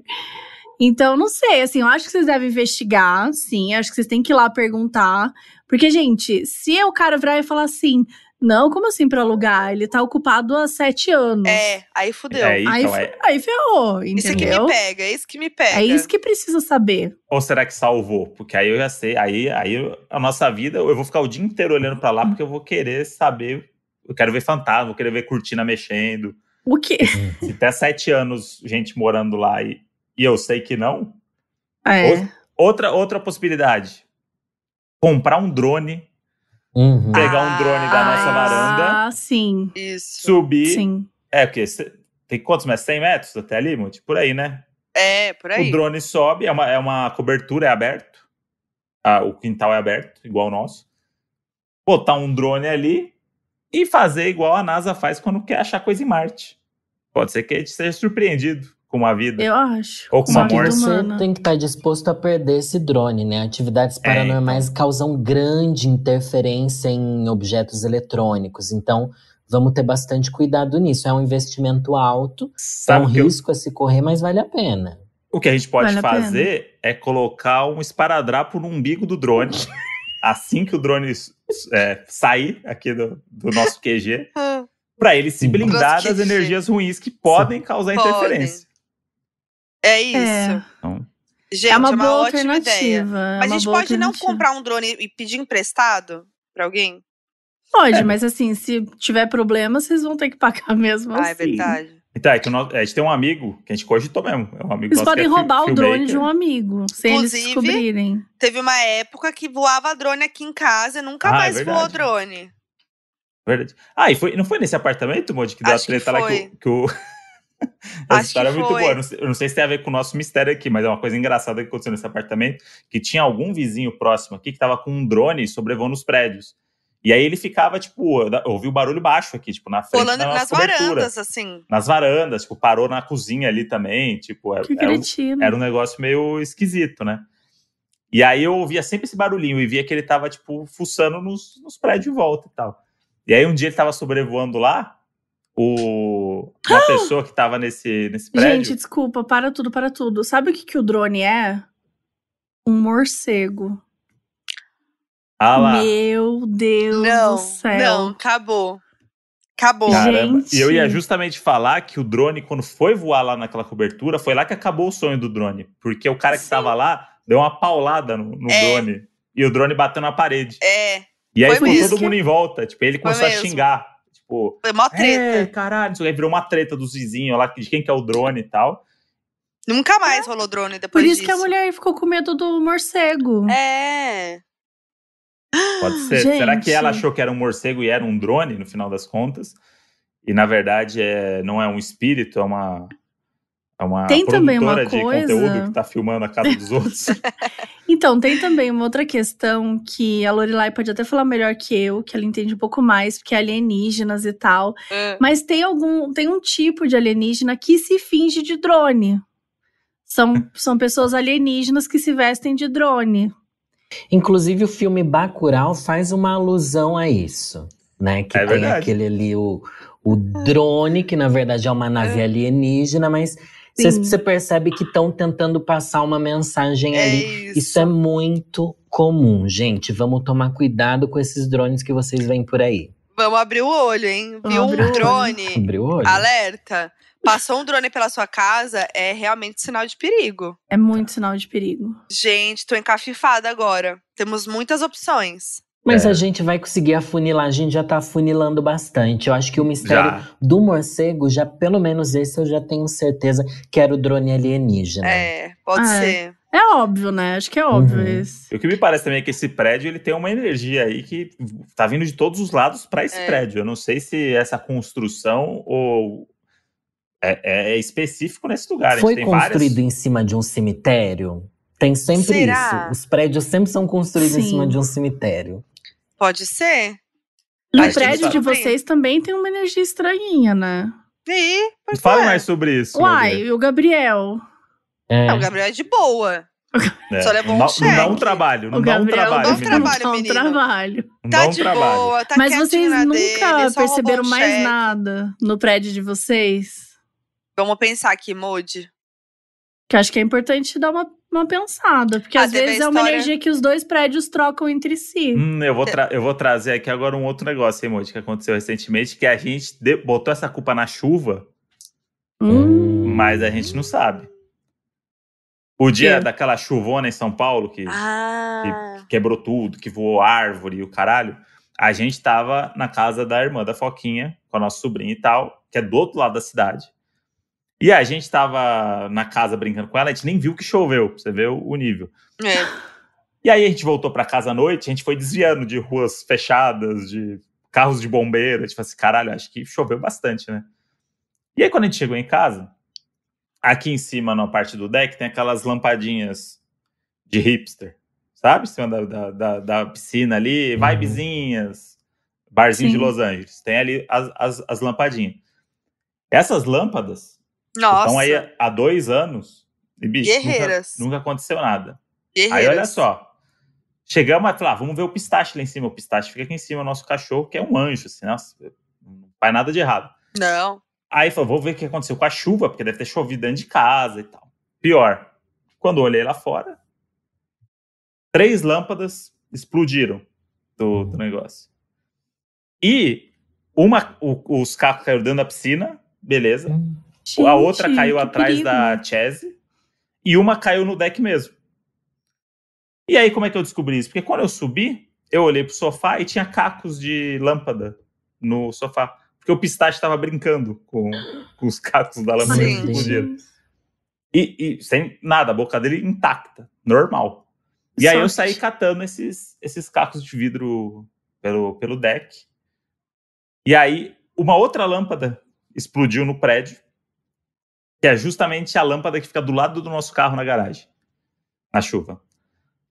[SPEAKER 3] Então, não sei, assim, eu acho que vocês devem investigar, sim, acho que vocês têm que ir lá perguntar. Porque, gente, se o cara virar e falar assim, Não, como assim pra alugar? Ele tá ocupado há sete anos.
[SPEAKER 2] É, aí fudeu.
[SPEAKER 1] É,
[SPEAKER 3] Aí,
[SPEAKER 1] então
[SPEAKER 3] fe-
[SPEAKER 1] é.
[SPEAKER 3] aí ferrou,
[SPEAKER 2] Isso é que me
[SPEAKER 3] entendeu?
[SPEAKER 2] pega, é isso que me pega.
[SPEAKER 3] É isso que precisa saber.
[SPEAKER 1] Ou será que salvou? Porque aí eu já sei, aí, aí eu- a nossa vida, eu vou ficar o dia inteiro olhando pra lá, porque eu vou querer saber. Eu quero ver fantasma, eu quero ver cortina mexendo.
[SPEAKER 3] O que?
[SPEAKER 1] Se até sete anos gente morando lá e, e eu sei que não.
[SPEAKER 3] É.
[SPEAKER 1] Outra, outra possibilidade: comprar um drone,
[SPEAKER 4] Uhum.
[SPEAKER 1] pegar um drone da nossa
[SPEAKER 3] Ah,
[SPEAKER 1] varanda,
[SPEAKER 3] sim,
[SPEAKER 2] Isso.
[SPEAKER 1] subir.
[SPEAKER 3] sim.
[SPEAKER 1] É, porque cê- tem quantos metros? 100 metros até ali, Monte? Por aí, né?
[SPEAKER 2] É, por aí.
[SPEAKER 1] O drone sobe, é uma, é uma cobertura, é aberto. Ah, o quintal é aberto, igual o nosso. Botar um drone ali e fazer igual a NASA faz quando quer achar coisa em Marte. Pode ser que a gente seja surpreendido com uma vida.
[SPEAKER 3] Eu acho.
[SPEAKER 1] Ou com
[SPEAKER 3] Só
[SPEAKER 1] uma
[SPEAKER 3] que
[SPEAKER 1] morte.
[SPEAKER 4] você
[SPEAKER 3] humana.
[SPEAKER 4] tem que estar disposto a perder esse drone, né?
[SPEAKER 1] É,
[SPEAKER 4] Atividades paranormais
[SPEAKER 1] então.
[SPEAKER 4] causam grande interferência em objetos eletrônicos. Então, vamos ter bastante cuidado nisso. É um investimento alto, é
[SPEAKER 1] Sabe
[SPEAKER 4] um
[SPEAKER 1] o que eu-
[SPEAKER 4] risco a se correr, mas vale a pena.
[SPEAKER 1] o que a gente pode
[SPEAKER 3] Vale a
[SPEAKER 1] fazer é colocar um esparadrapo no umbigo do drone. assim que o drone s- é, sair aqui do, do nosso QG,
[SPEAKER 2] Ah,
[SPEAKER 1] para ele se
[SPEAKER 4] Nosso
[SPEAKER 1] blindar das
[SPEAKER 2] QG.
[SPEAKER 1] energias ruins que podem causar
[SPEAKER 2] Podem.
[SPEAKER 1] interferência.
[SPEAKER 2] É isso.
[SPEAKER 1] Então-
[SPEAKER 2] Gente,
[SPEAKER 3] é uma boa
[SPEAKER 2] ótima
[SPEAKER 3] alternativa.
[SPEAKER 2] ideia.
[SPEAKER 3] é
[SPEAKER 2] Mas
[SPEAKER 3] uma
[SPEAKER 2] a gente
[SPEAKER 3] boa
[SPEAKER 2] pode não
[SPEAKER 3] alternativa.
[SPEAKER 2] comprar um drone e pedir emprestado pra alguém?
[SPEAKER 3] Pode,
[SPEAKER 1] É.
[SPEAKER 3] mas assim, se tiver problema, vocês vão ter que pagar mesmo.
[SPEAKER 2] Ah, é
[SPEAKER 3] assim.
[SPEAKER 2] verdade.
[SPEAKER 1] Então, é que o nosso- a gente tem um amigo que a gente cogitou mesmo. É um amigo
[SPEAKER 3] Eles
[SPEAKER 1] nosso
[SPEAKER 3] podem
[SPEAKER 1] que é fi-
[SPEAKER 3] roubar o drone
[SPEAKER 1] filmmaker.
[SPEAKER 3] de um amigo, sem eles
[SPEAKER 2] Inclusive,
[SPEAKER 3] descobrirem.
[SPEAKER 2] Teve uma época que voava drone aqui em casa e nunca
[SPEAKER 1] Ah, é
[SPEAKER 2] mais voou
[SPEAKER 1] verdade.
[SPEAKER 2] drone.
[SPEAKER 1] Verdade. Ah, e foi, não foi nesse apartamento, Modi, que deu a
[SPEAKER 2] Acho que
[SPEAKER 1] treta lá que,
[SPEAKER 2] foi.
[SPEAKER 1] o- que o.
[SPEAKER 2] Acho
[SPEAKER 1] Essa
[SPEAKER 2] que
[SPEAKER 1] história é muito
[SPEAKER 2] foi.
[SPEAKER 1] boa. Eu não, sei, eu não sei se tem a ver com o nosso mistério aqui, mas é uma coisa engraçada que aconteceu nesse apartamento: que tinha algum vizinho próximo aqui que tava com um drone sobrevoando os prédios. E aí ele ficava, tipo, eu ouvi o barulho baixo aqui, tipo, na frente
[SPEAKER 2] Rolando
[SPEAKER 1] da nossa
[SPEAKER 2] nas
[SPEAKER 1] cobertura.
[SPEAKER 2] varandas, assim.
[SPEAKER 1] Nas varandas, tipo, parou na cozinha ali também. Tipo, é-
[SPEAKER 3] Que
[SPEAKER 1] era um-
[SPEAKER 3] cretino.
[SPEAKER 1] era um negócio meio esquisito, né? E aí eu ouvia sempre esse barulhinho e via que ele tava, tipo, fuçando nos, nos prédios de volta e tal. E aí um dia ele tava sobrevoando lá, o, uma pessoa que tava nesse, nesse um prédio.
[SPEAKER 3] Gente, desculpa, para tudo, para tudo. Sabe o que, que o drone é? Um morcego.
[SPEAKER 1] ah lá.
[SPEAKER 3] Meu Deus
[SPEAKER 2] Não,
[SPEAKER 3] do céu.
[SPEAKER 2] não, acabou. Acabou.
[SPEAKER 3] Cara,
[SPEAKER 1] Caramba.
[SPEAKER 3] gente.
[SPEAKER 1] E eu ia justamente falar que o drone, quando foi voar lá naquela cobertura, foi lá que acabou o sonho do drone. Porque o cara que
[SPEAKER 3] Sim.
[SPEAKER 1] tava lá deu uma paulada no, no
[SPEAKER 2] É.
[SPEAKER 1] drone. E o drone bateu na parede.
[SPEAKER 2] É,
[SPEAKER 1] E aí
[SPEAKER 2] Foi
[SPEAKER 1] ficou
[SPEAKER 2] mesmo.
[SPEAKER 1] todo mundo em volta. Tipo, ele começou a
[SPEAKER 2] mesmo.
[SPEAKER 1] xingar. Tipo,
[SPEAKER 2] foi mó
[SPEAKER 1] É,
[SPEAKER 2] treta.
[SPEAKER 1] caralho, isso aí virou uma treta dos vizinhos lá, de quem que é o drone e tal.
[SPEAKER 2] Nunca mais rolou drone
[SPEAKER 3] Por
[SPEAKER 2] depois
[SPEAKER 3] isso
[SPEAKER 2] disso.
[SPEAKER 3] que é a mulher ficou com medo do morcego.
[SPEAKER 2] É.
[SPEAKER 1] Pode ser.
[SPEAKER 3] gente.
[SPEAKER 1] Será que ela achou que era um morcego e era um drone, no final das contas? E na verdade é, não é um espírito, é uma. É uma
[SPEAKER 3] Tem
[SPEAKER 1] produtora
[SPEAKER 3] também uma
[SPEAKER 1] de
[SPEAKER 3] coisa-
[SPEAKER 1] conteúdo que tá filmando a casa dos outros.
[SPEAKER 3] Então, tem também uma outra questão que a Lorelai pode até falar melhor que eu, que ela entende um pouco mais, porque é alienígenas e tal.
[SPEAKER 2] É.
[SPEAKER 3] Mas tem algum, tem um tipo de alienígena que se finge de drone. São, são pessoas alienígenas que se vestem de drone.
[SPEAKER 4] Inclusive, o filme Bacurau faz uma alusão a isso, né? Que
[SPEAKER 1] É
[SPEAKER 4] tem
[SPEAKER 1] verdade.
[SPEAKER 4] aquele ali, o, o drone, que na verdade é uma nave alienígena, mas
[SPEAKER 3] Sim.
[SPEAKER 4] você percebe que estão tentando passar uma mensagem
[SPEAKER 2] É
[SPEAKER 4] ali.
[SPEAKER 2] isso.
[SPEAKER 4] Isso é muito comum, gente. Vamos tomar cuidado com esses drones que vocês veem por aí.
[SPEAKER 2] Vamos abrir o olho, hein?
[SPEAKER 3] Vamos
[SPEAKER 2] Viu
[SPEAKER 3] abrir o
[SPEAKER 2] um
[SPEAKER 3] olho.
[SPEAKER 2] drone?
[SPEAKER 4] Abriu o olho.
[SPEAKER 2] Alerta. Passou um drone pela sua casa, é realmente sinal de perigo.
[SPEAKER 3] É muito sinal de perigo.
[SPEAKER 2] Gente, tô encafifada agora. Temos muitas opções.
[SPEAKER 4] Mas
[SPEAKER 1] É.
[SPEAKER 4] a gente vai conseguir afunilar, a gente já tá afunilando bastante. Eu acho que o mistério
[SPEAKER 1] Já.
[SPEAKER 4] do morcego, já pelo menos esse eu já tenho certeza que era o drone alienígena.
[SPEAKER 2] É, pode
[SPEAKER 3] Ah, é.
[SPEAKER 2] ser.
[SPEAKER 3] É óbvio, né? Acho que é óbvio
[SPEAKER 4] Uhum.
[SPEAKER 3] esse.
[SPEAKER 1] E o que me parece também é que esse prédio ele tem uma energia aí que tá vindo de todos os lados para esse
[SPEAKER 2] É.
[SPEAKER 1] prédio. Eu não sei se essa construção ou é, é específico nesse lugar. A gente
[SPEAKER 4] Foi
[SPEAKER 1] tem
[SPEAKER 4] construído
[SPEAKER 1] várias-
[SPEAKER 4] em cima de um cemitério? Tem sempre
[SPEAKER 2] Será?
[SPEAKER 4] isso. Os prédios sempre são construídos em
[SPEAKER 3] Sim.
[SPEAKER 4] cima de um cemitério.
[SPEAKER 2] Pode ser?
[SPEAKER 3] E
[SPEAKER 1] Acho que
[SPEAKER 3] o prédio de
[SPEAKER 2] eles sabem.
[SPEAKER 3] vocês também tem uma energia estranhinha, né?
[SPEAKER 2] E aí,
[SPEAKER 1] Não
[SPEAKER 2] pois
[SPEAKER 1] Fala
[SPEAKER 2] é.
[SPEAKER 1] mais sobre isso.
[SPEAKER 3] Uai,
[SPEAKER 1] Maria.
[SPEAKER 3] e o Gabriel?
[SPEAKER 4] É.
[SPEAKER 2] Ah, o Gabriel é de boa.
[SPEAKER 1] É.
[SPEAKER 2] só levou um
[SPEAKER 1] não,
[SPEAKER 2] cheque.
[SPEAKER 1] Não dá um trabalho, não
[SPEAKER 3] o
[SPEAKER 1] dá um
[SPEAKER 3] Gabriel
[SPEAKER 1] trabalho.
[SPEAKER 2] não dá um
[SPEAKER 1] menino.
[SPEAKER 2] trabalho,
[SPEAKER 3] Não dá um
[SPEAKER 2] menino.
[SPEAKER 3] trabalho.
[SPEAKER 1] Não
[SPEAKER 2] Tá
[SPEAKER 1] dá um
[SPEAKER 2] de
[SPEAKER 1] trabalho.
[SPEAKER 2] boa, tá
[SPEAKER 3] Mas
[SPEAKER 2] quietinho
[SPEAKER 3] vocês
[SPEAKER 2] na
[SPEAKER 3] nunca
[SPEAKER 2] dele, só roubou um
[SPEAKER 3] perceberam mais
[SPEAKER 2] cheque.
[SPEAKER 3] nada no prédio de vocês?
[SPEAKER 2] Vamos pensar aqui, Modi.
[SPEAKER 3] Que eu acho que é importante dar uma, uma pensada, porque
[SPEAKER 2] Ah,
[SPEAKER 3] às
[SPEAKER 2] teve a
[SPEAKER 3] vezes é uma
[SPEAKER 2] história-
[SPEAKER 3] energia que os dois prédios trocam entre si.
[SPEAKER 1] Hum, eu, vou tra- eu vou trazer aqui agora um outro negócio, hein, Moody, que aconteceu recentemente, que a gente de- botou essa culpa na chuva,
[SPEAKER 3] Hum.
[SPEAKER 1] mas a gente não sabe. O dia
[SPEAKER 3] É.
[SPEAKER 1] daquela chuvona em São Paulo, que
[SPEAKER 2] Ah.
[SPEAKER 1] quebrou tudo, que voou árvore e o caralho, a gente tava na casa da irmã da Foquinha, com a nossa sobrinha e tal, que é do outro lado da cidade. E a gente tava na casa brincando com ela, a gente nem viu que choveu, pra você ver o o nível.
[SPEAKER 2] É.
[SPEAKER 1] E aí a gente voltou pra casa à noite, a gente foi desviando de ruas fechadas, de carros de bombeiro. A gente falou assim, caralho, acho que choveu bastante, né? E aí quando a gente chegou em casa, aqui em cima, na parte do deck, tem aquelas lampadinhas de hipster, sabe? Em cima da, da, da- da piscina ali,
[SPEAKER 4] Uhum.
[SPEAKER 1] vibezinhas, barzinho de
[SPEAKER 3] Sim.
[SPEAKER 1] Los Angeles. Tem ali as, as, as lampadinhas. Essas lâmpadas
[SPEAKER 2] Nossa.
[SPEAKER 1] estão Então aí há dois anos e, bicho, nunca-
[SPEAKER 2] Guerreiras.
[SPEAKER 1] nunca aconteceu nada. Aí
[SPEAKER 2] guerreiras.
[SPEAKER 1] olha só. Chegamos e falamos, ah, vamos ver o pistache lá em cima. O pistache fica aqui em cima, o nosso cachorro, que é um anjo, assim, nossa, não faz nada de errado.
[SPEAKER 2] Não.
[SPEAKER 1] Aí falou, vou ver o que aconteceu com a chuva, porque deve ter chovido dentro de casa e tal. Pior, quando eu olhei lá fora, três lâmpadas explodiram do, do negócio. E uma, o- os cacos caíram dentro da piscina, beleza. a outra
[SPEAKER 3] Gente,
[SPEAKER 1] caiu
[SPEAKER 3] que
[SPEAKER 1] atrás
[SPEAKER 3] perigo.
[SPEAKER 1] da Chase e uma caiu no deck mesmo. E aí, como é que eu descobri isso? Porque quando eu subi, eu olhei pro sofá e tinha cacos de lâmpada no sofá. Porque o pistache tava brincando com, com os cacos da lâmpada
[SPEAKER 2] Sim.
[SPEAKER 1] que explodiram. E, e sem nada, a boca dele intacta, normal. E aí eu
[SPEAKER 3] Sorte.
[SPEAKER 1] saí catando esses, esses cacos de vidro pelo, pelo deck. E aí uma outra lâmpada explodiu no prédio, que é justamente a lâmpada que fica do lado do nosso carro na garagem, na chuva.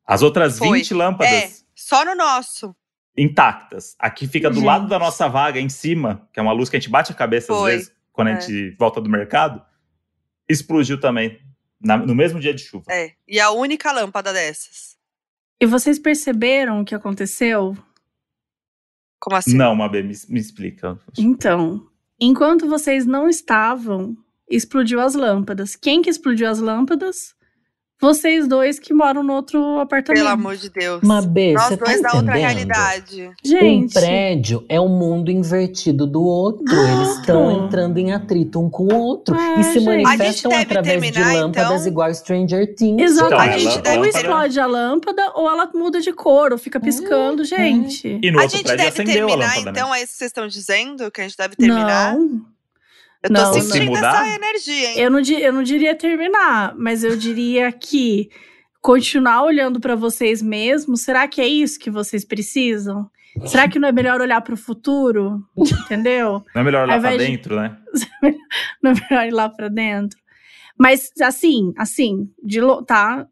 [SPEAKER 1] As outras
[SPEAKER 2] Foi.
[SPEAKER 1] 20 lâmpadas
[SPEAKER 2] É. Só no nosso.
[SPEAKER 1] intactas. A que fica do
[SPEAKER 3] Gente.
[SPEAKER 1] lado da nossa vaga, em cima, que é uma luz que a gente bate a cabeça
[SPEAKER 2] Foi.
[SPEAKER 1] às vezes quando
[SPEAKER 2] É.
[SPEAKER 1] a gente volta do mercado, explodiu também na- no mesmo dia de chuva.
[SPEAKER 2] É. E a única lâmpada dessas.
[SPEAKER 3] E vocês perceberam o que aconteceu?
[SPEAKER 2] Como assim?
[SPEAKER 1] Não, Mabê, me, me explica.
[SPEAKER 3] Então, enquanto vocês não estavam, explodiu as lâmpadas. Quem que explodiu as lâmpadas? Vocês dois que moram no outro apartamento.
[SPEAKER 2] Pelo amor de Deus.
[SPEAKER 4] Mas, B,
[SPEAKER 2] Nós
[SPEAKER 4] você tá
[SPEAKER 2] dois da outra
[SPEAKER 4] entendendo?
[SPEAKER 2] realidade.
[SPEAKER 4] Um
[SPEAKER 3] Gente,
[SPEAKER 4] prédio é um mundo invertido do outro. Eles estão entrando em atrito um com o outro.
[SPEAKER 3] Ah,
[SPEAKER 4] e se
[SPEAKER 3] gente.
[SPEAKER 2] A gente
[SPEAKER 4] manifestam
[SPEAKER 2] deve
[SPEAKER 4] através
[SPEAKER 2] terminar,
[SPEAKER 4] de lâmpadas
[SPEAKER 2] então?
[SPEAKER 4] igual Stranger Things.
[SPEAKER 1] Então,
[SPEAKER 3] exatamente.
[SPEAKER 1] a lâmpada-
[SPEAKER 3] ou explode a lâmpada ou ela muda de cor ou
[SPEAKER 1] Ah,
[SPEAKER 3] fica
[SPEAKER 1] é.
[SPEAKER 3] piscando, gente.
[SPEAKER 1] E no
[SPEAKER 2] A
[SPEAKER 1] outro
[SPEAKER 2] gente
[SPEAKER 1] prédio
[SPEAKER 2] deve
[SPEAKER 1] acendeu a
[SPEAKER 2] terminar,
[SPEAKER 1] lâmpada, né?
[SPEAKER 2] então, é isso que vocês estão dizendo? Que a gente deve terminar? eu
[SPEAKER 3] Não,
[SPEAKER 2] tô
[SPEAKER 3] não,
[SPEAKER 2] sentindo
[SPEAKER 1] não.
[SPEAKER 2] essa
[SPEAKER 1] Mudar?
[SPEAKER 2] energia, hein?
[SPEAKER 3] eu não, di- eu não diria terminar, mas eu diria que continuar olhando pra vocês mesmos, será que é isso que vocês precisam? Será que não é melhor olhar pro futuro? Entendeu?
[SPEAKER 1] Não é melhor
[SPEAKER 3] Aí
[SPEAKER 1] lá pra
[SPEAKER 3] vai de-
[SPEAKER 1] dentro, né?
[SPEAKER 3] na verdade, lá pra dentro. Mas, assim, assim, de lo- tá?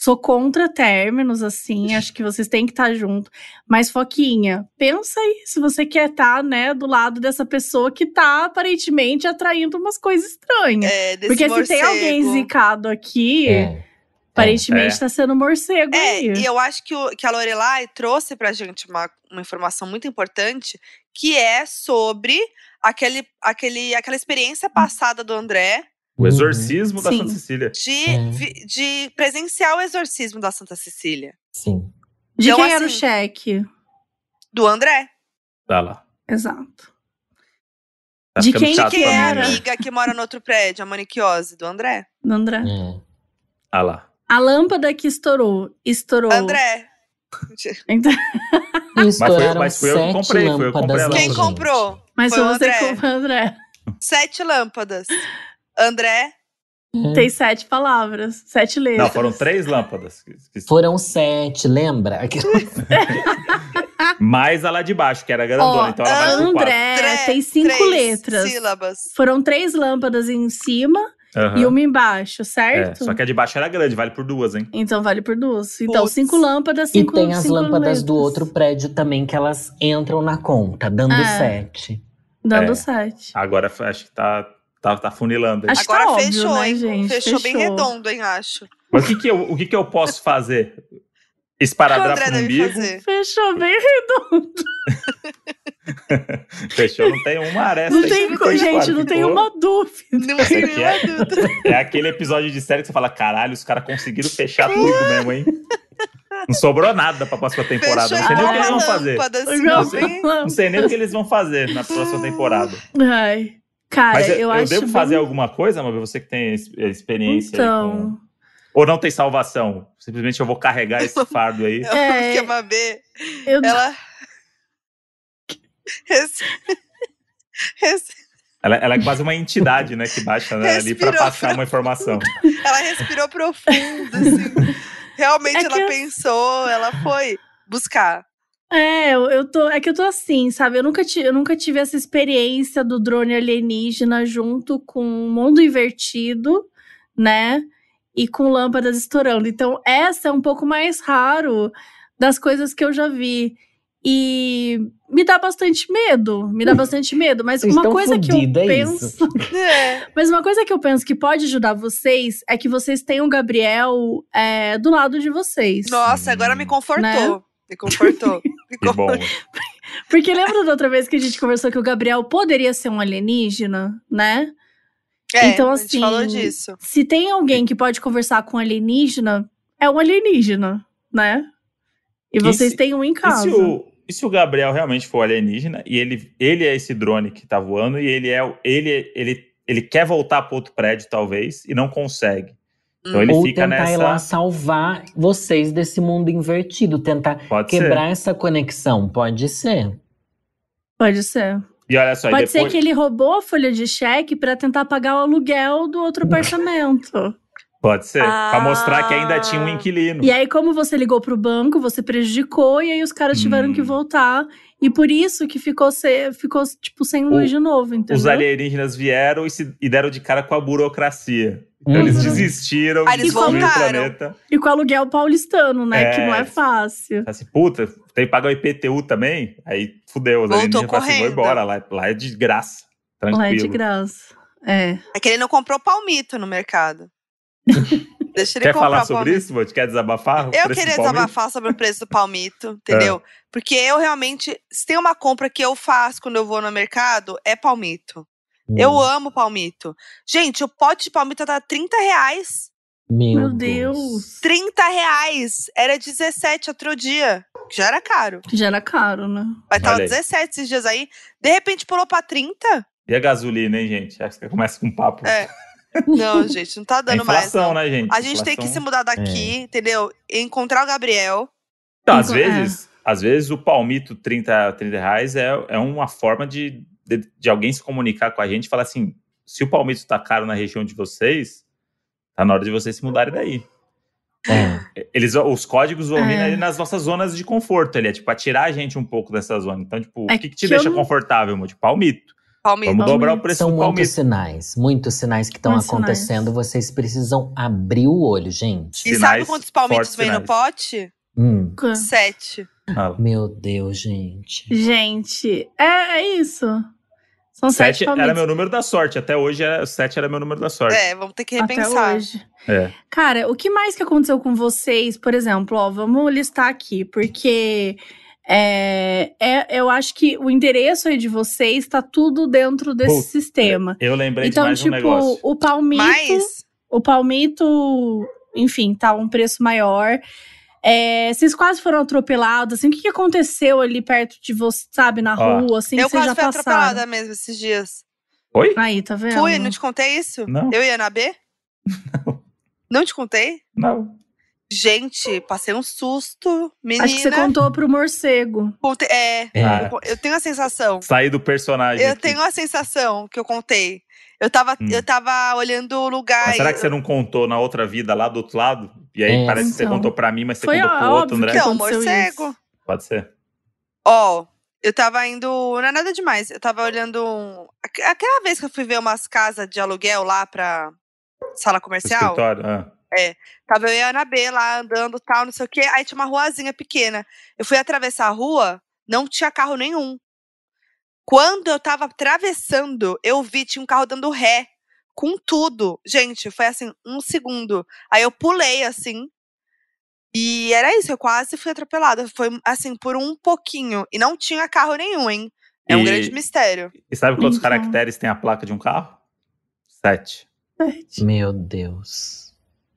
[SPEAKER 3] Sou contra términos, assim, acho que vocês têm que estar junto. Mas, Foquinha, pensa aí se você quer estar, né, do lado dessa pessoa que tá aparentemente atraindo umas coisas estranhas.
[SPEAKER 2] É, desse
[SPEAKER 3] Porque se tem
[SPEAKER 2] morcego.
[SPEAKER 3] alguém zicado aqui,
[SPEAKER 4] É.
[SPEAKER 3] aparentemente
[SPEAKER 1] É.
[SPEAKER 3] tá sendo um morcego
[SPEAKER 2] É,
[SPEAKER 3] aí.
[SPEAKER 2] e eu acho que, o- que a Lorelai trouxe pra gente uma, uma informação muito importante, que é sobre aquele, aquele, aquela
[SPEAKER 3] Hum.
[SPEAKER 2] experiência passada do André
[SPEAKER 1] O
[SPEAKER 4] Uhum.
[SPEAKER 1] exorcismo da
[SPEAKER 3] Sim.
[SPEAKER 1] Santa Cecília.
[SPEAKER 2] de,
[SPEAKER 4] É.
[SPEAKER 2] vi- de presenciar o exorcismo da Santa Cecília.
[SPEAKER 4] Uhum. Sim.
[SPEAKER 3] De
[SPEAKER 2] então,
[SPEAKER 3] quem era o
[SPEAKER 2] assim-
[SPEAKER 3] cheque?
[SPEAKER 2] Do André,
[SPEAKER 1] Tá lá.
[SPEAKER 3] Exato.
[SPEAKER 1] Tá
[SPEAKER 3] De
[SPEAKER 1] ficando
[SPEAKER 3] quem
[SPEAKER 1] chato
[SPEAKER 2] que
[SPEAKER 1] pra
[SPEAKER 2] é a
[SPEAKER 1] mim, né?
[SPEAKER 2] amiga que mora no outro prédio, a maniquiose do André.
[SPEAKER 3] Do André.
[SPEAKER 4] É.
[SPEAKER 1] Ah lá.
[SPEAKER 3] A lâmpada que estourou, estourou.
[SPEAKER 2] André,
[SPEAKER 3] Então-
[SPEAKER 4] E estouraram
[SPEAKER 1] mas fui eu que
[SPEAKER 4] sete
[SPEAKER 1] comprei, fui eu que comprei
[SPEAKER 4] lâmpadas.
[SPEAKER 1] a
[SPEAKER 4] na
[SPEAKER 1] lâmpada.
[SPEAKER 2] Quem
[SPEAKER 4] gente.
[SPEAKER 2] comprou?
[SPEAKER 3] mas
[SPEAKER 2] Foi
[SPEAKER 3] foi
[SPEAKER 2] o
[SPEAKER 3] você
[SPEAKER 2] André.
[SPEAKER 3] que comprou, André.
[SPEAKER 2] Sete lâmpadas. André,
[SPEAKER 4] É.
[SPEAKER 3] Tem sete palavras, sete letras.
[SPEAKER 1] Não, foram três lâmpadas. que- que-
[SPEAKER 4] Foram sete, lembra?
[SPEAKER 1] Mais a lá de baixo, que era grandona,
[SPEAKER 3] Ó,
[SPEAKER 1] então ela vai pro quatro.
[SPEAKER 3] André
[SPEAKER 2] André,
[SPEAKER 3] É, tem cinco
[SPEAKER 2] três
[SPEAKER 3] letras.
[SPEAKER 2] sílabas.
[SPEAKER 3] Foram três lâmpadas em cima
[SPEAKER 1] Aham.
[SPEAKER 3] e uma
[SPEAKER 1] Ah.
[SPEAKER 3] embaixo,
[SPEAKER 1] É,
[SPEAKER 3] certo?
[SPEAKER 1] só que a de baixo era grande, vale por duas, hein?
[SPEAKER 3] Então vale por duas. Então,
[SPEAKER 2] Putz.
[SPEAKER 3] cinco lâmpadas,
[SPEAKER 4] E
[SPEAKER 3] cinco
[SPEAKER 4] tem as
[SPEAKER 3] cinco
[SPEAKER 4] lâmpadas do
[SPEAKER 3] letras.
[SPEAKER 4] outro prédio também, que elas entram na conta, dando
[SPEAKER 3] É.
[SPEAKER 4] sete.
[SPEAKER 3] Dando
[SPEAKER 1] É.
[SPEAKER 3] sete.
[SPEAKER 1] Agora f- acho que tá, tá, tá funilando. hein?
[SPEAKER 3] Acho que
[SPEAKER 2] Agora
[SPEAKER 3] tá óbvio,
[SPEAKER 2] fechou,
[SPEAKER 3] né,
[SPEAKER 2] hein?
[SPEAKER 3] gente?
[SPEAKER 2] Fechou, bem
[SPEAKER 3] Fechou.
[SPEAKER 2] redondo, hein, acho.
[SPEAKER 1] Mas o que que eu, o que que eu posso fazer?
[SPEAKER 2] O que o
[SPEAKER 1] Esparadrapo
[SPEAKER 2] André
[SPEAKER 1] no
[SPEAKER 2] deve
[SPEAKER 1] umbigo?
[SPEAKER 2] fazer?
[SPEAKER 3] Fechou bem.
[SPEAKER 1] Fechou? Não tem uma aresta.
[SPEAKER 3] Não
[SPEAKER 1] aí,
[SPEAKER 3] tem,
[SPEAKER 1] que
[SPEAKER 3] gente,
[SPEAKER 1] fora,
[SPEAKER 3] não tem
[SPEAKER 1] ficou-
[SPEAKER 3] uma dúvida.
[SPEAKER 2] Não tem
[SPEAKER 1] Esse aqui é-
[SPEAKER 2] nenhuma dúvida.
[SPEAKER 1] É aquele episódio de série que você fala: caralho, os caras conseguiram fechar tudo mesmo, hein? Não sobrou nada pra próxima temporada.
[SPEAKER 2] Fechou
[SPEAKER 1] Não sei nem o
[SPEAKER 2] igual
[SPEAKER 1] que
[SPEAKER 2] uma
[SPEAKER 1] eles vão fazer.
[SPEAKER 2] lâmpada, assim,
[SPEAKER 3] Ah, Não,
[SPEAKER 2] ó, bem-
[SPEAKER 1] Não sei nem o que eles vão fazer na próxima temporada.
[SPEAKER 3] Ai, cara,
[SPEAKER 1] Mas eu,
[SPEAKER 3] eu,
[SPEAKER 1] eu
[SPEAKER 3] acho
[SPEAKER 1] devo fazer
[SPEAKER 3] bem-
[SPEAKER 1] alguma coisa, Mabel? Você que tem ex- experiência. aí com-
[SPEAKER 3] então.
[SPEAKER 1] Ou não tem salvação? Simplesmente eu vou carregar esse fardo aí.
[SPEAKER 2] Eu
[SPEAKER 3] É,
[SPEAKER 2] acho que a Mabê,
[SPEAKER 3] Eu,
[SPEAKER 2] ela... Res- res-
[SPEAKER 1] Ela, ela é quase uma entidade, né? Que baixa né, ali pra
[SPEAKER 2] Respirou.
[SPEAKER 1] passar uma informação.
[SPEAKER 2] Ela respirou profundo, assim. Realmente
[SPEAKER 3] É que
[SPEAKER 2] ela
[SPEAKER 3] eu-
[SPEAKER 2] pensou, ela foi buscar.
[SPEAKER 3] É, eu, eu tô. É que eu tô assim, sabe? Eu nunca, ti- eu nunca tive essa experiência do drone alienígena junto com o mundo invertido, né? E com lâmpadas estourando. Então, essa é um pouco mais raro das coisas que eu já vi. E me dá bastante medo. Me dá bastante medo. Mas
[SPEAKER 4] Vocês
[SPEAKER 3] uma
[SPEAKER 4] tão
[SPEAKER 3] coisa que eu
[SPEAKER 4] fudido, é isso?
[SPEAKER 3] penso.
[SPEAKER 2] É,
[SPEAKER 3] Mas uma coisa que eu penso que pode ajudar vocês é que vocês tenham o Gabriel é, do lado de vocês.
[SPEAKER 2] Nossa, agora me
[SPEAKER 3] Né?
[SPEAKER 2] confortou. Me confortou. Me
[SPEAKER 1] Que bom.
[SPEAKER 2] confortou.
[SPEAKER 3] Porque lembra da outra vez que a gente conversou que o Gabriel poderia ser um alienígena, né?
[SPEAKER 2] É,
[SPEAKER 3] Então,
[SPEAKER 2] a gente
[SPEAKER 3] assim,
[SPEAKER 2] falou disso.
[SPEAKER 3] Se tem alguém que pode conversar com um alienígena, é um alienígena, né? E
[SPEAKER 1] E
[SPEAKER 3] vocês
[SPEAKER 1] se-
[SPEAKER 3] têm um em
[SPEAKER 1] E
[SPEAKER 3] casa.
[SPEAKER 1] se, o, e se o Gabriel realmente for alienígena e ele, ele é esse drone que tá voando e ele é o- ele, ele, ele quer voltar pro outro prédio, talvez, e não consegue. Então
[SPEAKER 2] Hum.
[SPEAKER 1] ele
[SPEAKER 4] Ou
[SPEAKER 1] fica
[SPEAKER 4] tentar ir lá
[SPEAKER 1] nessa.
[SPEAKER 4] salvar vocês desse mundo invertido, tentar
[SPEAKER 1] Pode
[SPEAKER 4] quebrar
[SPEAKER 1] ser.
[SPEAKER 4] essa conexão, pode ser.
[SPEAKER 3] Pode ser.
[SPEAKER 1] E olha só, e
[SPEAKER 3] pode
[SPEAKER 1] depois.
[SPEAKER 3] ser que ele roubou a folha de cheque pra tentar pagar o aluguel do outro apartamento.
[SPEAKER 1] Pode ser.
[SPEAKER 2] Ah.
[SPEAKER 1] Pra mostrar que ainda tinha um inquilino.
[SPEAKER 3] E aí, como você ligou pro banco, você prejudicou, e aí os caras tiveram
[SPEAKER 1] Hum.
[SPEAKER 3] que voltar. E por isso que ficou, se, ficou tipo, sem luz de novo, entendeu?
[SPEAKER 1] Os alienígenas vieram e, se, e deram de cara com a burocracia. Então
[SPEAKER 4] Uhum.
[SPEAKER 1] eles desistiram
[SPEAKER 2] Ah,
[SPEAKER 1] de
[SPEAKER 2] eles
[SPEAKER 1] destruir o
[SPEAKER 2] voltaram.
[SPEAKER 1] planeta.
[SPEAKER 3] E com o aluguel paulistano, né?
[SPEAKER 1] É.
[SPEAKER 3] Que não é fácil.
[SPEAKER 1] Fala assim, puta, tem que pagar o IPTU também? Aí fudeu. Os
[SPEAKER 2] Voltou
[SPEAKER 1] alienígenas falam assim, vou
[SPEAKER 2] correndo.
[SPEAKER 1] embora, lá, lá é de graça. Tranquilo.
[SPEAKER 3] Lá é de graça. É.
[SPEAKER 2] É que ele não comprou palmito no mercado. Deixa ele
[SPEAKER 1] Quer
[SPEAKER 2] comprar
[SPEAKER 1] falar
[SPEAKER 2] o
[SPEAKER 1] sobre
[SPEAKER 2] palmito.
[SPEAKER 1] isso, Bot? Quer desabafar? o
[SPEAKER 2] Eu
[SPEAKER 1] preço
[SPEAKER 2] queria
[SPEAKER 1] do palmito? É.
[SPEAKER 2] desabafar sobre o preço do palmito, entendeu? Porque eu realmente, se tem uma compra que eu faço quando eu vou no mercado, é palmito. Eu amo palmito. Gente, o pote de palmito tá 30 reais.
[SPEAKER 3] Meu Deus.
[SPEAKER 2] 30 reais! Era 17 outro dia. que Já era caro.
[SPEAKER 3] Já era caro, né?
[SPEAKER 2] Mas tava
[SPEAKER 1] Olha aí.
[SPEAKER 2] 17 esses dias aí. De repente pulou pra 30?
[SPEAKER 1] E a gasolina, hein, gente? Acho que começa com um papo.
[SPEAKER 2] É, Não, gente, não tá
[SPEAKER 1] É
[SPEAKER 2] dando mais.
[SPEAKER 1] inflação,
[SPEAKER 2] não.
[SPEAKER 1] né, gente?
[SPEAKER 2] A gente tem que se
[SPEAKER 1] Inflação. É.
[SPEAKER 2] mudar daqui, entendeu? E encontrar o Gabriel.
[SPEAKER 1] Então, às
[SPEAKER 3] É.
[SPEAKER 1] vezes, às vezes o palmito 30, 30 reais é, é uma forma de, de, de alguém se comunicar com a gente e falar assim: se o palmito tá caro na região de vocês, tá na hora de vocês se mudarem daí.
[SPEAKER 4] É.
[SPEAKER 1] Eles, os códigos vão vir
[SPEAKER 3] É.
[SPEAKER 1] ali nas nossas zonas de conforto ali, é tipo, atirar a gente um pouco dessa zona. Então, tipo,
[SPEAKER 3] É
[SPEAKER 1] o que, que te
[SPEAKER 3] que eu
[SPEAKER 1] deixa
[SPEAKER 3] não-
[SPEAKER 1] confortável, Mude? Palmito.
[SPEAKER 2] Palmito.
[SPEAKER 1] Vamos dobrar o
[SPEAKER 3] Palmito.
[SPEAKER 1] preço
[SPEAKER 4] São
[SPEAKER 1] do
[SPEAKER 4] muitos
[SPEAKER 1] palmito.
[SPEAKER 4] sinais, muitos sinais que estão
[SPEAKER 3] Muitos
[SPEAKER 4] acontecendo. Vocês precisam abrir o olho, gente.
[SPEAKER 2] E sabe
[SPEAKER 1] Sinais,
[SPEAKER 2] quantos palmitos
[SPEAKER 1] fortes
[SPEAKER 2] vem no
[SPEAKER 1] sinais.
[SPEAKER 2] pote?
[SPEAKER 4] Hum.
[SPEAKER 2] Sete.
[SPEAKER 1] Ah,
[SPEAKER 4] Meu Deus, gente.
[SPEAKER 3] Gente, é, é isso. São sete,
[SPEAKER 1] Sete era
[SPEAKER 3] palmitos
[SPEAKER 1] meu número da sorte. Até hoje, era, sete era meu número da sorte.
[SPEAKER 2] É, vamos ter que
[SPEAKER 3] até
[SPEAKER 2] repensar.
[SPEAKER 3] hoje.
[SPEAKER 1] É.
[SPEAKER 3] Cara, o que mais que aconteceu com vocês? Por exemplo, ó, vamos listar aqui, porque é, é- eu acho que o endereço aí de vocês tá tudo dentro desse
[SPEAKER 1] Puta,
[SPEAKER 3] sistema.
[SPEAKER 1] Eu lembrei de
[SPEAKER 3] Então,
[SPEAKER 1] mais um
[SPEAKER 3] tipo,
[SPEAKER 1] negócio.
[SPEAKER 3] o palmito.
[SPEAKER 2] Mas,
[SPEAKER 3] O palmito, enfim, tá um preço maior. É, vocês quase foram atropelados, assim, o que, que aconteceu ali perto de você, sabe, na
[SPEAKER 1] Ó.
[SPEAKER 3] rua, assim,
[SPEAKER 2] eu
[SPEAKER 3] que vocês
[SPEAKER 2] quase
[SPEAKER 3] já
[SPEAKER 2] fui
[SPEAKER 3] passaram?
[SPEAKER 2] atropelada mesmo esses dias.
[SPEAKER 1] Oi?
[SPEAKER 3] Aí, tá vendo?
[SPEAKER 2] Fui, não te contei isso?
[SPEAKER 1] Não.
[SPEAKER 2] Eu e a Ana B? Não te contei?
[SPEAKER 1] Não.
[SPEAKER 2] Gente, passei um susto. Menina.
[SPEAKER 3] Acho que você contou pro morcego.
[SPEAKER 2] contei- É,
[SPEAKER 4] É.
[SPEAKER 1] Ah,
[SPEAKER 2] eu tenho a sensação.
[SPEAKER 1] Saí do personagem.
[SPEAKER 2] Eu
[SPEAKER 1] aqui.
[SPEAKER 2] tenho a sensação que eu contei. Eu tava,
[SPEAKER 1] Hum.
[SPEAKER 2] eu tava olhando o lugar.
[SPEAKER 1] Mas será
[SPEAKER 2] e-
[SPEAKER 1] que você não contou na outra vida lá do outro lado? E aí
[SPEAKER 4] É.
[SPEAKER 1] parece que você
[SPEAKER 3] Então.
[SPEAKER 1] contou pra mim, mas você
[SPEAKER 3] Foi
[SPEAKER 1] contou pro
[SPEAKER 3] óbvio
[SPEAKER 1] outro, André?
[SPEAKER 3] que
[SPEAKER 2] Então,
[SPEAKER 3] aconteceu
[SPEAKER 2] morcego.
[SPEAKER 3] isso?
[SPEAKER 1] Pode ser.
[SPEAKER 2] Ó, eu tava indo. Não é nada demais. Eu tava olhando. Um, aqu- aquela vez que eu fui ver umas casas de aluguel lá pra sala
[SPEAKER 1] O
[SPEAKER 2] comercial.
[SPEAKER 1] escritório. ah.
[SPEAKER 2] Tava eu e a Ana B lá andando tal, não sei o quê. Aí tinha uma ruazinha pequena. Eu fui atravessar a rua, não tinha carro nenhum. Quando eu tava atravessando, eu vi, tinha um carro dando ré. Com tudo. Gente, foi assim, um segundo. Aí eu pulei, assim. E era isso, eu quase fui atropelada. Foi, assim, por um pouquinho. E não tinha carro nenhum, hein? É um
[SPEAKER 1] E-
[SPEAKER 2] grande mistério.
[SPEAKER 1] E sabe quantos
[SPEAKER 3] Então.
[SPEAKER 1] caracteres tem a placa de um carro? Sete.
[SPEAKER 4] Meu Deus.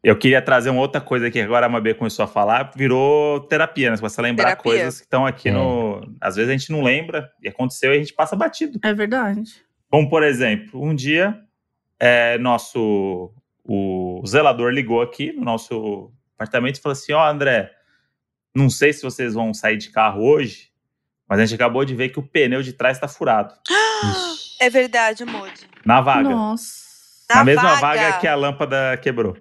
[SPEAKER 1] Eu queria trazer uma outra coisa que agora a Mabê começou a falar, virou terapia, né? Você começa a lembrar
[SPEAKER 2] Terapia.
[SPEAKER 1] coisas que estão aqui
[SPEAKER 4] É.
[SPEAKER 1] no. Às vezes a gente não lembra e aconteceu e a gente passa batido.
[SPEAKER 3] É verdade.
[SPEAKER 1] Como, por exemplo, um dia, é, nosso. O zelador ligou aqui no nosso apartamento e falou assim: Ó, André, não sei se vocês vão sair de carro hoje, mas a gente acabou de ver que o pneu de trás tá furado
[SPEAKER 4] Ixi.
[SPEAKER 2] É verdade, Moody.
[SPEAKER 1] na vaga.
[SPEAKER 3] Nossa.
[SPEAKER 1] Na,
[SPEAKER 2] Na
[SPEAKER 1] mesma vaga.
[SPEAKER 2] vaga
[SPEAKER 1] que a lâmpada quebrou.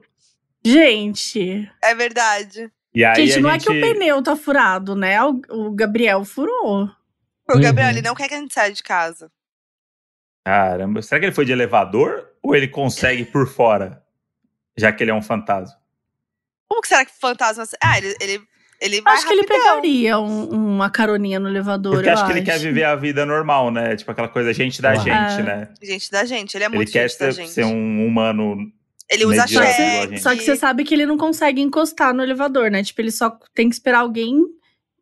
[SPEAKER 3] Gente,
[SPEAKER 2] É verdade.
[SPEAKER 1] E aí
[SPEAKER 3] gente,
[SPEAKER 1] a
[SPEAKER 3] não
[SPEAKER 1] gente...
[SPEAKER 3] é que o pneu tá furado, né? O, o Gabriel furou.
[SPEAKER 2] O
[SPEAKER 4] Uhum.
[SPEAKER 2] Gabriel, ele não quer que a gente saia de casa.
[SPEAKER 1] Caramba, será que ele foi de elevador ou ele consegue por fora? Já que ele é um fantasma.
[SPEAKER 2] Como que será que fantasma. Ah, ele. ele, ele vai
[SPEAKER 3] acho que ele
[SPEAKER 2] rapidão.
[SPEAKER 3] pegaria um- uma caroninha no elevador.
[SPEAKER 1] Porque
[SPEAKER 3] eu
[SPEAKER 1] acho que ele quer viver a vida normal, né? Tipo aquela coisa gente da
[SPEAKER 4] Ah.
[SPEAKER 1] gente,
[SPEAKER 3] É. um
[SPEAKER 1] né?
[SPEAKER 2] Gente da gente, ele é
[SPEAKER 1] ele
[SPEAKER 2] muito
[SPEAKER 1] quer
[SPEAKER 2] gente da
[SPEAKER 1] ser,
[SPEAKER 2] gente.
[SPEAKER 1] ser um humano.
[SPEAKER 2] Ele usa
[SPEAKER 1] mediano,
[SPEAKER 3] Só que
[SPEAKER 1] igual a
[SPEAKER 2] cheque.
[SPEAKER 1] gente.
[SPEAKER 3] Só que você sabe que ele não consegue encostar no elevador, né? Tipo, ele só tem que esperar alguém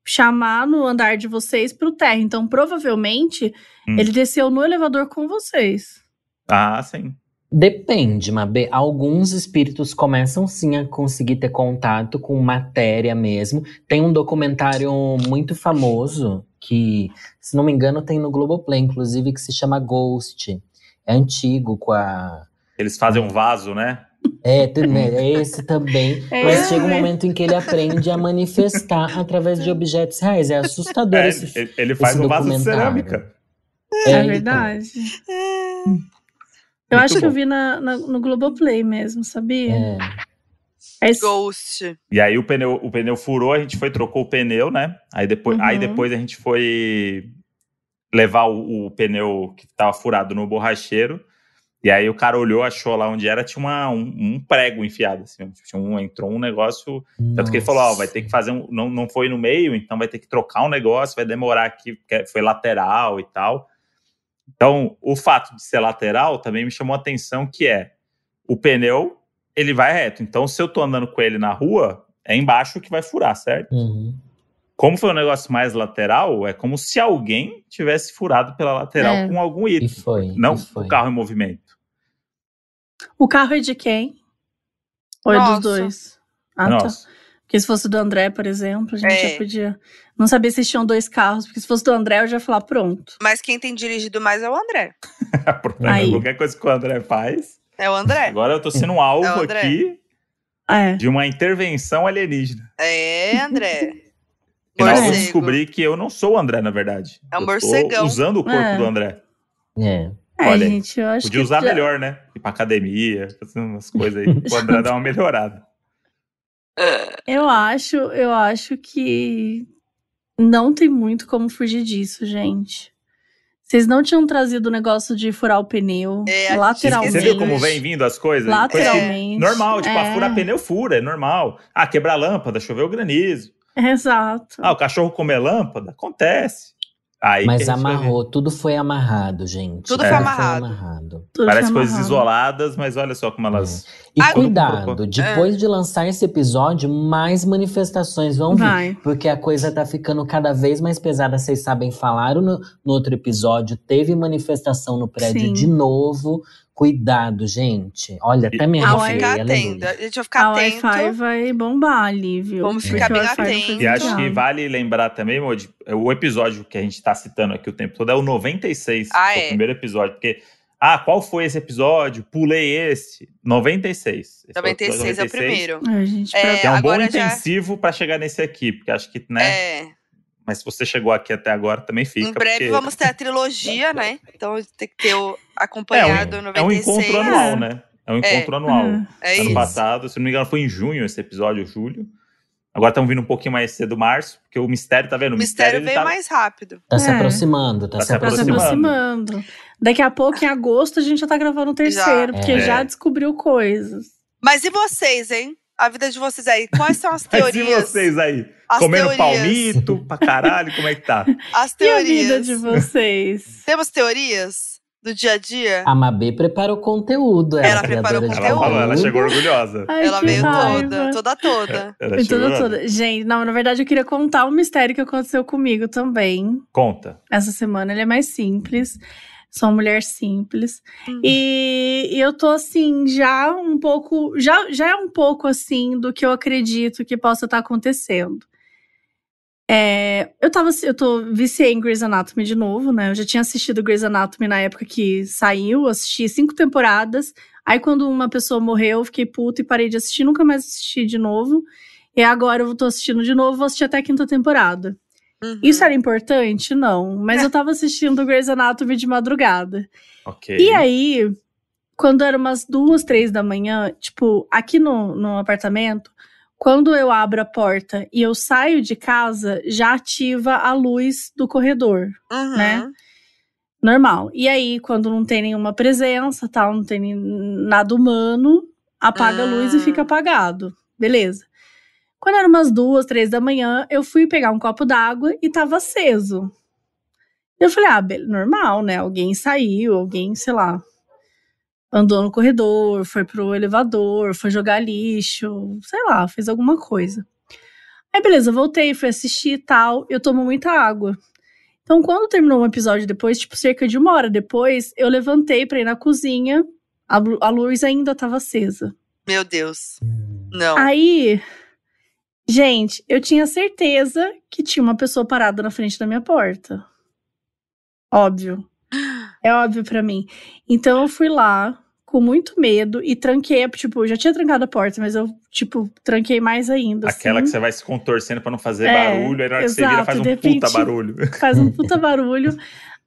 [SPEAKER 3] chamar no andar de vocês pro térreo. Então, provavelmente,
[SPEAKER 1] Hum.
[SPEAKER 3] ele desceu no elevador com vocês.
[SPEAKER 1] Ah, sim.
[SPEAKER 4] Depende, Mabê. Alguns espíritos começam sim a conseguir ter contato com matéria mesmo. Tem um documentário muito famoso que, se não me engano, tem no Globoplay, inclusive, que se chama Ghost. É antigo com a.
[SPEAKER 1] Eles fazem um vaso, né?
[SPEAKER 4] É, tem- é esse também.
[SPEAKER 3] É
[SPEAKER 4] Mas
[SPEAKER 3] esse
[SPEAKER 4] chega um
[SPEAKER 3] mesmo.
[SPEAKER 4] momento em que ele aprende a manifestar através de objetos reais. É assustador
[SPEAKER 1] É,
[SPEAKER 4] esse filme. então.
[SPEAKER 1] ele, ele faz
[SPEAKER 4] esse
[SPEAKER 1] um vaso de
[SPEAKER 4] documentário.
[SPEAKER 1] cerâmica.
[SPEAKER 3] É, verdade. Eu
[SPEAKER 1] Muito
[SPEAKER 3] acho que
[SPEAKER 1] bom.
[SPEAKER 3] eu vi na, na, no Globoplay mesmo, sabia?
[SPEAKER 4] É.
[SPEAKER 3] É esse-
[SPEAKER 2] Ghost.
[SPEAKER 1] E aí o pneu, o pneu furou, a gente foi, trocou o pneu, né? Aí depois,
[SPEAKER 3] Uhum.
[SPEAKER 1] aí depois a gente foi levar o, o pneu que tava furado no borracheiro. E aí o cara olhou, achou lá onde era, tinha uma, um, um prego enfiado, assim. Tinha um, entrou um negócio. Tanto que ele falou, ó, vai ter que fazer um. Não, não foi no meio, então vai ter que trocar um negócio, vai demorar aqui, porque foi lateral e tal. Então, o fato de ser lateral também me chamou a atenção que é o pneu, ele vai reto. Então, se eu tô andando com ele na rua, é embaixo que vai furar, certo?
[SPEAKER 4] Uhum.
[SPEAKER 1] Como foi um negócio mais lateral, é como se alguém tivesse furado pela lateral
[SPEAKER 3] É.
[SPEAKER 1] com algum item.
[SPEAKER 4] E foi.
[SPEAKER 1] Não
[SPEAKER 4] e foi.
[SPEAKER 1] o carro em movimento.
[SPEAKER 3] O carro é de quem? Ou é
[SPEAKER 2] Nossa.
[SPEAKER 3] dos dois? Ah, tá.
[SPEAKER 1] Nossa.
[SPEAKER 3] Porque se fosse do André, por exemplo, a gente
[SPEAKER 2] É.
[SPEAKER 3] já podia. Não sabia se tinham dois carros, porque se fosse do André, eu já ia falar, pronto.
[SPEAKER 2] Mas quem tem dirigido mais é o André.
[SPEAKER 1] Problema,
[SPEAKER 3] Aí.
[SPEAKER 1] é Qualquer coisa que o André faz.
[SPEAKER 2] É o André.
[SPEAKER 1] Agora eu tô sendo um alvo
[SPEAKER 2] É o André.
[SPEAKER 1] aqui
[SPEAKER 3] É.
[SPEAKER 1] de uma intervenção alienígena.
[SPEAKER 2] É, André.
[SPEAKER 1] Afinal, eu
[SPEAKER 2] Morcego.
[SPEAKER 1] descobri que eu não sou o André, na verdade.
[SPEAKER 2] É um
[SPEAKER 1] Eu tô
[SPEAKER 2] morcegão.
[SPEAKER 1] usando o corpo
[SPEAKER 3] É.
[SPEAKER 1] do André.
[SPEAKER 4] É.
[SPEAKER 3] É,
[SPEAKER 1] Olha aí.
[SPEAKER 3] gente, eu acho
[SPEAKER 1] Podia
[SPEAKER 3] que
[SPEAKER 1] usar
[SPEAKER 3] já-
[SPEAKER 1] melhor, né? Ir pra academia, fazer umas coisas aí. O André dá uma melhorada.
[SPEAKER 3] Eu acho, eu acho que não tem muito como fugir disso, gente. Vocês não tinham trazido o negócio de furar o pneu
[SPEAKER 2] É, a gente
[SPEAKER 3] lateralmente.
[SPEAKER 1] Você
[SPEAKER 2] Finalmente.
[SPEAKER 1] viu como vem vindo as coisas? Coisa que-
[SPEAKER 3] Lateralmente.
[SPEAKER 1] Normal, tipo,
[SPEAKER 3] é,
[SPEAKER 1] a furar pneu fura, é normal. Ah, quebrar lâmpada, choveu granizo.
[SPEAKER 3] Exato.
[SPEAKER 1] Ah, o cachorro comer lâmpada, acontece. Aí que
[SPEAKER 4] Mas
[SPEAKER 1] a gente vai ver.
[SPEAKER 4] amarrou, tudo foi amarrado, gente.
[SPEAKER 2] Tudo
[SPEAKER 1] foi
[SPEAKER 2] amarrado.
[SPEAKER 4] amarrado.
[SPEAKER 3] Tudo
[SPEAKER 1] Parece
[SPEAKER 3] foi
[SPEAKER 1] coisas
[SPEAKER 3] amarrado.
[SPEAKER 1] isoladas, mas olha só como elas.
[SPEAKER 4] E
[SPEAKER 2] Ah, É.
[SPEAKER 4] cuidado, depois de lançar esse episódio, mais manifestações vão vir.
[SPEAKER 3] Vai.
[SPEAKER 4] Porque a coisa tá ficando cada vez mais pesada. Vocês sabem, falaram no, no outro episódio, teve manifestação no prédio
[SPEAKER 3] Sim.
[SPEAKER 4] de novo. Cuidado, gente. Olha, até me
[SPEAKER 3] Ah,
[SPEAKER 2] Vamos
[SPEAKER 3] olha.
[SPEAKER 4] arrepiei,
[SPEAKER 2] ficar atento.
[SPEAKER 4] aleluia.
[SPEAKER 2] A gente vai
[SPEAKER 3] A
[SPEAKER 2] ficar
[SPEAKER 3] Ah, Wi-Fi
[SPEAKER 2] atento.
[SPEAKER 3] vai bombar ali, viu?
[SPEAKER 2] Vamos
[SPEAKER 3] Porque
[SPEAKER 2] ficar
[SPEAKER 3] o
[SPEAKER 2] bem
[SPEAKER 3] Wi-Fi não
[SPEAKER 2] atento.
[SPEAKER 3] fez
[SPEAKER 1] E acho que
[SPEAKER 3] nada.
[SPEAKER 1] vale lembrar também, Modi, o episódio que a gente tá citando aqui o tempo todo é o 96,
[SPEAKER 2] Ah,
[SPEAKER 1] que é
[SPEAKER 2] é.
[SPEAKER 1] o primeiro episódio. Porque, ah, qual foi esse episódio? Pulei esse. 96. Esse é o episódio
[SPEAKER 2] 96 é o primeiro.
[SPEAKER 3] Ai, gente,
[SPEAKER 2] É,
[SPEAKER 1] Que é um bom
[SPEAKER 2] agora já-
[SPEAKER 1] intensivo pra chegar nesse aqui, porque acho que, né?
[SPEAKER 2] É.
[SPEAKER 1] Mas se você chegou aqui até agora, também fica.
[SPEAKER 2] em breve
[SPEAKER 1] porque um
[SPEAKER 2] vamos ter a trilogia, né? Então tem que ter o acompanhado
[SPEAKER 1] é um,
[SPEAKER 2] 96.
[SPEAKER 1] é um encontro anual, Tá né? É um
[SPEAKER 2] É.
[SPEAKER 1] encontro anual.
[SPEAKER 3] Uhum.
[SPEAKER 2] É
[SPEAKER 1] Ano
[SPEAKER 4] Isso.
[SPEAKER 2] isso.
[SPEAKER 1] passado, se não me engano, foi em junho esse episódio, julho. Agora estão vindo um pouquinho mais cedo, março, porque o mistério, tá vendo?
[SPEAKER 2] O
[SPEAKER 1] O
[SPEAKER 2] mistério
[SPEAKER 1] ele
[SPEAKER 2] veio
[SPEAKER 1] tá-
[SPEAKER 2] mais rápido.
[SPEAKER 4] Tá se
[SPEAKER 3] É.
[SPEAKER 4] aproximando, tá,
[SPEAKER 3] Tá
[SPEAKER 4] se
[SPEAKER 3] se
[SPEAKER 4] aproximando.
[SPEAKER 3] aproximando. Daqui a pouco, em agosto, a gente já tá gravando o terceiro,
[SPEAKER 4] Já.
[SPEAKER 3] porque
[SPEAKER 1] É.
[SPEAKER 3] já descobriu coisas.
[SPEAKER 2] Mas e vocês, hein? A vida de vocês aí. Quais são as
[SPEAKER 1] Mas e
[SPEAKER 2] teorias?
[SPEAKER 1] vocês aí?
[SPEAKER 2] As
[SPEAKER 1] comendo
[SPEAKER 2] teorias.
[SPEAKER 1] palmito pra caralho, como é que tá?
[SPEAKER 2] As
[SPEAKER 3] E a
[SPEAKER 2] teorias.
[SPEAKER 3] vida de vocês?
[SPEAKER 2] Temos teorias? do dia a dia.
[SPEAKER 4] A Mabê prepara o conteúdo. Ela,
[SPEAKER 2] Ela
[SPEAKER 4] é
[SPEAKER 2] prepara o
[SPEAKER 4] criadora de
[SPEAKER 1] Ela falou, ela
[SPEAKER 4] conteúdo.
[SPEAKER 1] chegou orgulhosa.
[SPEAKER 3] Ai,
[SPEAKER 2] ela
[SPEAKER 3] que
[SPEAKER 2] veio
[SPEAKER 3] raiva.
[SPEAKER 2] toda,
[SPEAKER 1] Tá
[SPEAKER 2] toda toda.
[SPEAKER 1] Ela
[SPEAKER 3] Foi
[SPEAKER 1] chegou
[SPEAKER 3] toda,
[SPEAKER 1] orgulhosa.
[SPEAKER 3] toda. Gente, não, na verdade eu queria contar um mistério que aconteceu comigo também.
[SPEAKER 1] Conta.
[SPEAKER 3] Essa semana ele é mais simples. Sou uma mulher simples.
[SPEAKER 2] Hum.
[SPEAKER 3] E, e eu tô assim, já um pouco. Já, já é um pouco assim do que eu acredito que possa estar acontecendo. É, eu tava. assi- Eu tô viciei em Grey's Anatomy de novo, né? Eu já tinha assistido Grey's Anatomy na época que saiu, assisti cinco temporadas. Aí, quando uma pessoa morreu, eu fiquei puta e parei de assistir, nunca mais assisti de novo. E agora eu tô assistindo de novo, vou assistir até a quinta temporada.
[SPEAKER 1] É.
[SPEAKER 2] Uhum.
[SPEAKER 3] Isso era importante? Não. Mas eu tava assistindo Grey's Anatomy de madrugada.
[SPEAKER 1] Ok.
[SPEAKER 3] E aí, quando era umas duas, três da manhã, tipo, aqui no, no apartamento, quando eu abro a porta e eu saio de casa, já ativa a luz do corredor.
[SPEAKER 2] Uhum.
[SPEAKER 3] né? Normal. E aí, quando não tem nenhuma presença, tal, não tem nem- nada humano, apaga a luz e
[SPEAKER 2] Ah.
[SPEAKER 3] fica apagado. Beleza. Quando eram umas duas, três da manhã, eu fui pegar um copo d'água e tava aceso. Eu falei, ah, be- normal, né? Alguém saiu, alguém, sei lá, andou no corredor, foi pro elevador, foi jogar lixo, sei lá, fez alguma coisa. Aí, beleza, voltei, fui assistir e tal. Eu tomo muita água. Então, quando terminou um episódio depois, tipo, cerca de uma hora depois, eu levantei pra ir na cozinha. A, lu- a luz ainda tava acesa.
[SPEAKER 2] Meu Deus. Não.
[SPEAKER 3] Aí, gente, eu tinha certeza que tinha uma pessoa parada na frente da minha porta. Óbvio. É óbvio pra mim. Então eu fui lá com muito medo e tranquei, a- tipo, eu já tinha trancado a porta, mas eu, tipo, tranquei mais ainda.
[SPEAKER 1] Aquela
[SPEAKER 3] assim.
[SPEAKER 1] que você vai se contorcendo pra não fazer
[SPEAKER 3] É,
[SPEAKER 1] barulho, aí na hora que você vira
[SPEAKER 3] exato,
[SPEAKER 1] faz um
[SPEAKER 3] de
[SPEAKER 1] puta
[SPEAKER 3] repente-
[SPEAKER 1] barulho.
[SPEAKER 3] faz um puta barulho.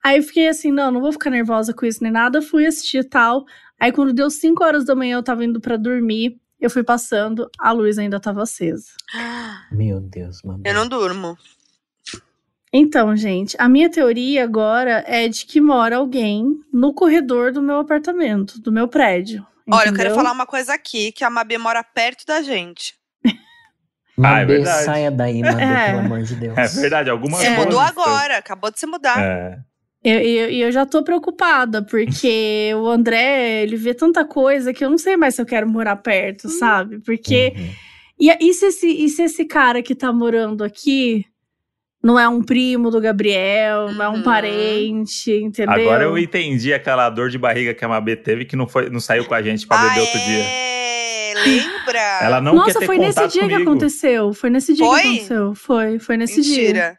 [SPEAKER 3] Aí eu fiquei assim, não, não vou ficar nervosa com isso nem nada. Fui assistir e tal. Aí quando deu 5 horas da manhã, eu tava indo pra dormir. Eu fui passando, a luz ainda tava acesa. Ah.
[SPEAKER 4] Meu Deus, Mabê.
[SPEAKER 2] Eu não durmo.
[SPEAKER 3] Então, gente, a minha teoria agora é de que mora alguém no corredor do meu apartamento, do meu prédio.
[SPEAKER 2] Olha, eu quero
[SPEAKER 3] entendeu?
[SPEAKER 2] falar um uma coisa aqui, que a Mabê mora perto da gente.
[SPEAKER 1] Ah, é
[SPEAKER 4] Mabê,
[SPEAKER 1] verdade.
[SPEAKER 4] saia daí, Mabê,
[SPEAKER 3] É.
[SPEAKER 4] pelo amor de Deus.
[SPEAKER 1] É verdade, alguma
[SPEAKER 2] Se
[SPEAKER 3] É.
[SPEAKER 1] alguma
[SPEAKER 2] mudou
[SPEAKER 1] distância.
[SPEAKER 2] agora, tá? acabou de se mudar.
[SPEAKER 1] É.
[SPEAKER 3] Eu, eu, e eu já tô preocupada, porque o André, ele vê tanta coisa que eu não sei mais se eu quero morar
[SPEAKER 2] Hum.
[SPEAKER 3] perto, sabe? Porque
[SPEAKER 4] Uhum.
[SPEAKER 3] E, a- e se esse, e se esse cara que tá morando aqui não é um primo do Gabriel, não é um
[SPEAKER 2] Uhum.
[SPEAKER 3] parente, entendeu?
[SPEAKER 1] Agora eu entendi aquela dor de barriga que a Mabê teve que não, foi, não saiu com a gente
[SPEAKER 2] Ah,
[SPEAKER 1] pra beber outro dia.
[SPEAKER 2] é, lembra?
[SPEAKER 1] Ela não quer
[SPEAKER 3] Nossa,
[SPEAKER 1] ter
[SPEAKER 3] foi nesse
[SPEAKER 1] contato
[SPEAKER 3] dia que
[SPEAKER 1] comigo.
[SPEAKER 3] aconteceu. Foi nesse dia
[SPEAKER 2] Foi?
[SPEAKER 3] que aconteceu. Foi, foi nesse dia.
[SPEAKER 2] Mentira.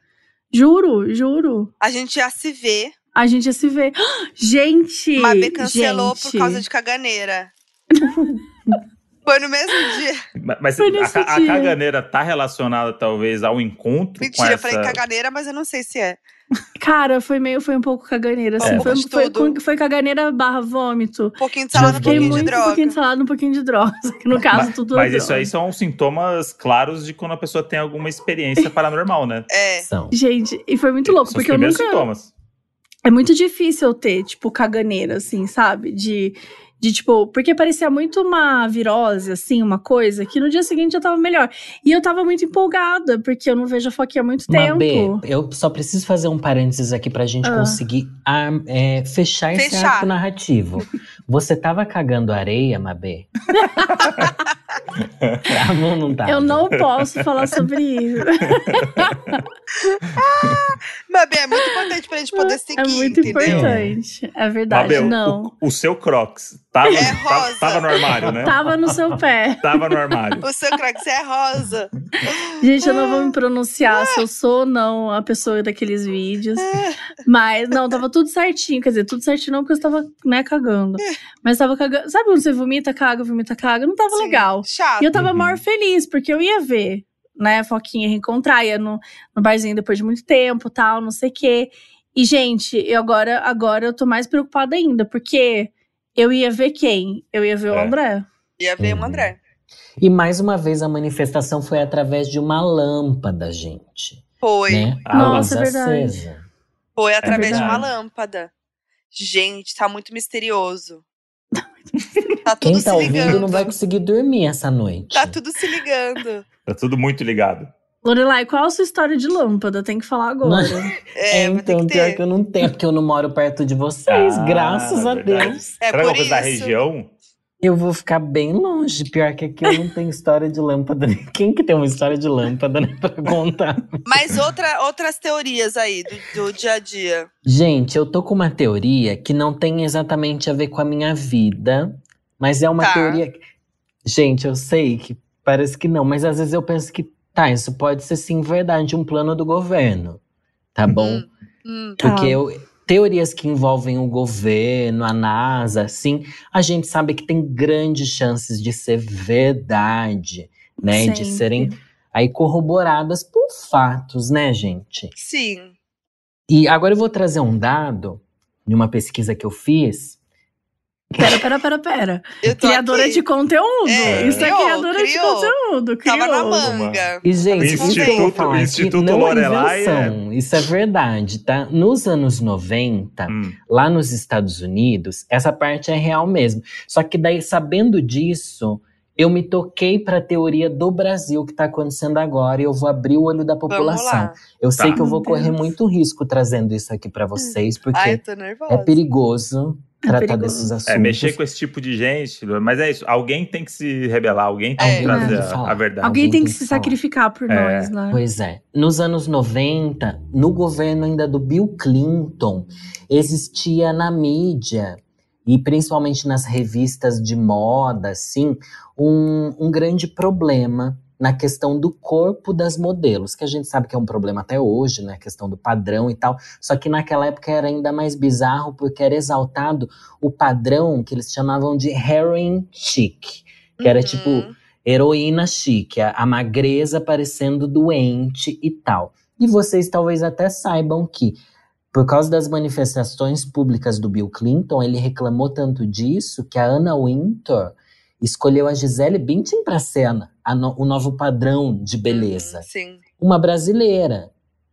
[SPEAKER 3] Juro, juro.
[SPEAKER 2] A gente ia se ver.
[SPEAKER 3] A gente ia se ver. Gente!
[SPEAKER 2] Mabê cancelou por
[SPEAKER 3] gente.
[SPEAKER 2] causa de caganeira. Foi no mesmo dia.
[SPEAKER 1] Ma- Mas
[SPEAKER 3] Foi nesse
[SPEAKER 1] a, a
[SPEAKER 3] dia.
[SPEAKER 1] caganeira tá relacionada talvez ao encontro
[SPEAKER 2] Mentira,
[SPEAKER 1] com
[SPEAKER 2] eu falei
[SPEAKER 1] essa...
[SPEAKER 2] caganeira, mas eu não sei se é.
[SPEAKER 3] Cara, foi meio, foi um pouco caganeira, assim.
[SPEAKER 1] um
[SPEAKER 3] foi,
[SPEAKER 2] pouco de
[SPEAKER 3] foi,
[SPEAKER 2] tudo.
[SPEAKER 3] com- foi caganeira barra vômito.
[SPEAKER 2] Um pouquinho de
[SPEAKER 4] Já
[SPEAKER 2] salada, um
[SPEAKER 3] Fiquei
[SPEAKER 2] pouquinho
[SPEAKER 3] muito
[SPEAKER 2] de
[SPEAKER 3] um
[SPEAKER 2] droga.
[SPEAKER 3] pouquinho de salada, um pouquinho de droga. que No caso, tudo
[SPEAKER 1] Mas
[SPEAKER 3] era
[SPEAKER 1] isso aí
[SPEAKER 3] droga.
[SPEAKER 1] são sintomas claros de quando a pessoa tem alguma experiência paranormal, né?
[SPEAKER 2] É.
[SPEAKER 4] São.
[SPEAKER 3] Gente, e foi muito louco,
[SPEAKER 1] são os
[SPEAKER 3] porque eu
[SPEAKER 1] primeiros
[SPEAKER 3] nunca.
[SPEAKER 1] sintomas.
[SPEAKER 3] é muito difícil eu ter, tipo, caganeira, assim, sabe? De, de tipo, porque parecia muito uma virose, assim, uma coisa, que no dia seguinte eu tava melhor. E eu tava muito empolgada, porque eu não vejo a Foquinha há muito
[SPEAKER 4] Mabê,
[SPEAKER 3] tempo.
[SPEAKER 4] eu só preciso fazer um parênteses aqui pra gente
[SPEAKER 3] Ah.
[SPEAKER 4] conseguir ar- é, fechar esse
[SPEAKER 2] Fechar.
[SPEAKER 4] arco narrativo. Você tava cagando areia, Mabê? A mão não tá.
[SPEAKER 3] Eu não posso falar sobre isso.
[SPEAKER 2] Mabê, é muito importante pra gente poder seguir,
[SPEAKER 3] É muito
[SPEAKER 2] entendeu?
[SPEAKER 3] importante. É verdade,
[SPEAKER 1] Mabê, o-
[SPEAKER 3] não.
[SPEAKER 1] O, o seu crocs tava,
[SPEAKER 2] É
[SPEAKER 1] tá-
[SPEAKER 2] rosa.
[SPEAKER 1] tava no armário, né?
[SPEAKER 3] Tava no seu pé.
[SPEAKER 1] Tava no armário.
[SPEAKER 2] O seu Crocs é rosa.
[SPEAKER 3] Gente, eu não vou me pronunciar se eu sou ou não a pessoa daqueles vídeos.
[SPEAKER 2] É,
[SPEAKER 3] Mas, não, tava tudo certinho. Quer dizer, tudo certinho não, porque eu tava, né, cagando.
[SPEAKER 2] É.
[SPEAKER 3] Mas tava cagando. Sabe quando você vomita, caga, vomita, caga? Não tava
[SPEAKER 2] Sim,
[SPEAKER 3] legal.
[SPEAKER 2] Chato.
[SPEAKER 3] E eu tava
[SPEAKER 1] Uhum.
[SPEAKER 3] maior feliz, porque eu ia ver, né, a Foquinha reencontrar, ia no, no barzinho depois de muito tempo, tal, não sei o quê. E, gente, eu agora, agora eu tô mais preocupada ainda, porque eu ia ver quem? Eu ia ver o
[SPEAKER 1] É.
[SPEAKER 3] André.
[SPEAKER 2] Ia ver o
[SPEAKER 4] Uhum.
[SPEAKER 2] André.
[SPEAKER 4] E mais uma vez a manifestação foi através de uma lâmpada, gente.
[SPEAKER 2] Foi.
[SPEAKER 4] Né? A
[SPEAKER 3] Nossa,
[SPEAKER 4] luz
[SPEAKER 3] é verdade.
[SPEAKER 4] acesa.
[SPEAKER 2] Foi através de uma
[SPEAKER 1] verdade.
[SPEAKER 2] lâmpada. Gente, tá muito misterioso. Tá tudo
[SPEAKER 4] Quem tá
[SPEAKER 2] se
[SPEAKER 4] ouvindo
[SPEAKER 2] ligando.
[SPEAKER 4] não vai conseguir dormir essa noite.
[SPEAKER 2] Tá tudo se ligando.
[SPEAKER 1] Tá tudo muito ligado.
[SPEAKER 3] Lorelai, qual a sua história de lâmpada? Tem que falar agora.
[SPEAKER 2] É, vai ter
[SPEAKER 4] então,
[SPEAKER 2] que
[SPEAKER 4] pior
[SPEAKER 2] ter.
[SPEAKER 4] que eu não tenho, porque eu não moro perto de vocês,
[SPEAKER 1] Ah,
[SPEAKER 4] graças a
[SPEAKER 1] verdade.
[SPEAKER 4] Deus.
[SPEAKER 2] É
[SPEAKER 1] Será que
[SPEAKER 2] por
[SPEAKER 1] alguma coisa da
[SPEAKER 2] isso.
[SPEAKER 1] região?
[SPEAKER 4] Eu vou ficar bem longe. Pior que aqui eu não tenho história de lâmpada. né? Quem que tem uma história de lâmpada né, pra contar?
[SPEAKER 2] Mas outra, outras teorias aí do, do dia a dia.
[SPEAKER 4] Gente, eu tô com uma teoria que não tem exatamente a ver com a minha vida, mas é uma
[SPEAKER 2] Tá.
[SPEAKER 4] teoria. que- Gente, eu sei que parece que não, mas às vezes eu penso que tá, isso pode ser sim verdade um plano do governo, tá bom?
[SPEAKER 2] Hum, hum.
[SPEAKER 3] Tá.
[SPEAKER 4] Porque eu- teorias que envolvem o governo, a NASA, assim, a gente sabe que tem grandes chances de ser verdade, né? E De
[SPEAKER 3] Sempre.
[SPEAKER 4] serem aí corroboradas por fatos, né, gente?
[SPEAKER 2] Sim.
[SPEAKER 4] E agora eu vou trazer um dado de uma pesquisa que eu fiz.
[SPEAKER 3] Pera, pera, pera, pera.
[SPEAKER 2] Eu tô
[SPEAKER 3] Criadora
[SPEAKER 2] aqui.
[SPEAKER 3] de conteúdo.
[SPEAKER 2] É.
[SPEAKER 3] Isso é
[SPEAKER 2] Criou,
[SPEAKER 3] criadora de
[SPEAKER 2] criou.
[SPEAKER 3] conteúdo. Criou.
[SPEAKER 2] Tava na
[SPEAKER 1] mão.
[SPEAKER 2] manga.
[SPEAKER 4] E, gente,
[SPEAKER 2] O
[SPEAKER 4] isso que eu vou
[SPEAKER 1] Instituto-
[SPEAKER 4] falar
[SPEAKER 1] o
[SPEAKER 4] aqui
[SPEAKER 1] Instituto
[SPEAKER 4] não
[SPEAKER 1] Lorelai
[SPEAKER 4] é invenção. Isso é verdade, tá? Nos anos 90,
[SPEAKER 1] Hum.
[SPEAKER 4] lá nos Estados Unidos, essa parte é real mesmo. Só que daí, sabendo disso, eu me toquei para a teoria do Brasil que está acontecendo agora e eu vou abrir o olho da
[SPEAKER 2] Vamos
[SPEAKER 4] população.
[SPEAKER 2] lá.
[SPEAKER 4] Eu sei
[SPEAKER 1] Tá.
[SPEAKER 4] que eu vou
[SPEAKER 3] Meu
[SPEAKER 4] correr
[SPEAKER 3] Deus.
[SPEAKER 4] muito risco trazendo isso aqui para vocês, porque
[SPEAKER 2] Ai, eu tô
[SPEAKER 4] é
[SPEAKER 2] nervosa.
[SPEAKER 4] perigoso
[SPEAKER 3] É
[SPEAKER 4] tratar
[SPEAKER 3] perigoso.
[SPEAKER 4] desses assuntos.
[SPEAKER 1] É, mexer com esse tipo de gente, mas é isso. Alguém tem que se rebelar, alguém tem
[SPEAKER 2] É.
[SPEAKER 1] que trazer
[SPEAKER 4] Alguém tem que
[SPEAKER 1] a,
[SPEAKER 4] falar.
[SPEAKER 1] a verdade.
[SPEAKER 3] Alguém tem que se
[SPEAKER 4] falar.
[SPEAKER 3] sacrificar por
[SPEAKER 1] É.
[SPEAKER 3] nós, né?
[SPEAKER 4] Pois é. Nos anos 90, no governo ainda do Bill Clinton, existia na mídia e principalmente nas revistas de moda, assim, um, um grande problema na questão do corpo das modelos, que a gente sabe que é um problema até hoje, né? A questão do padrão e tal. Só que naquela época era ainda mais bizarro, porque era exaltado o padrão que eles chamavam de heroin chic, que era tipo
[SPEAKER 2] Uhum.
[SPEAKER 4] heroína chique, a, a magreza parecendo doente e tal. E vocês talvez até saibam que, por causa das manifestações públicas do Bill Clinton, ele reclamou tanto disso que a Anna Wintour escolheu a Gisele Bündchen para ser a- a no- o novo padrão de beleza
[SPEAKER 2] Uhum, Sim.
[SPEAKER 4] uma brasileira,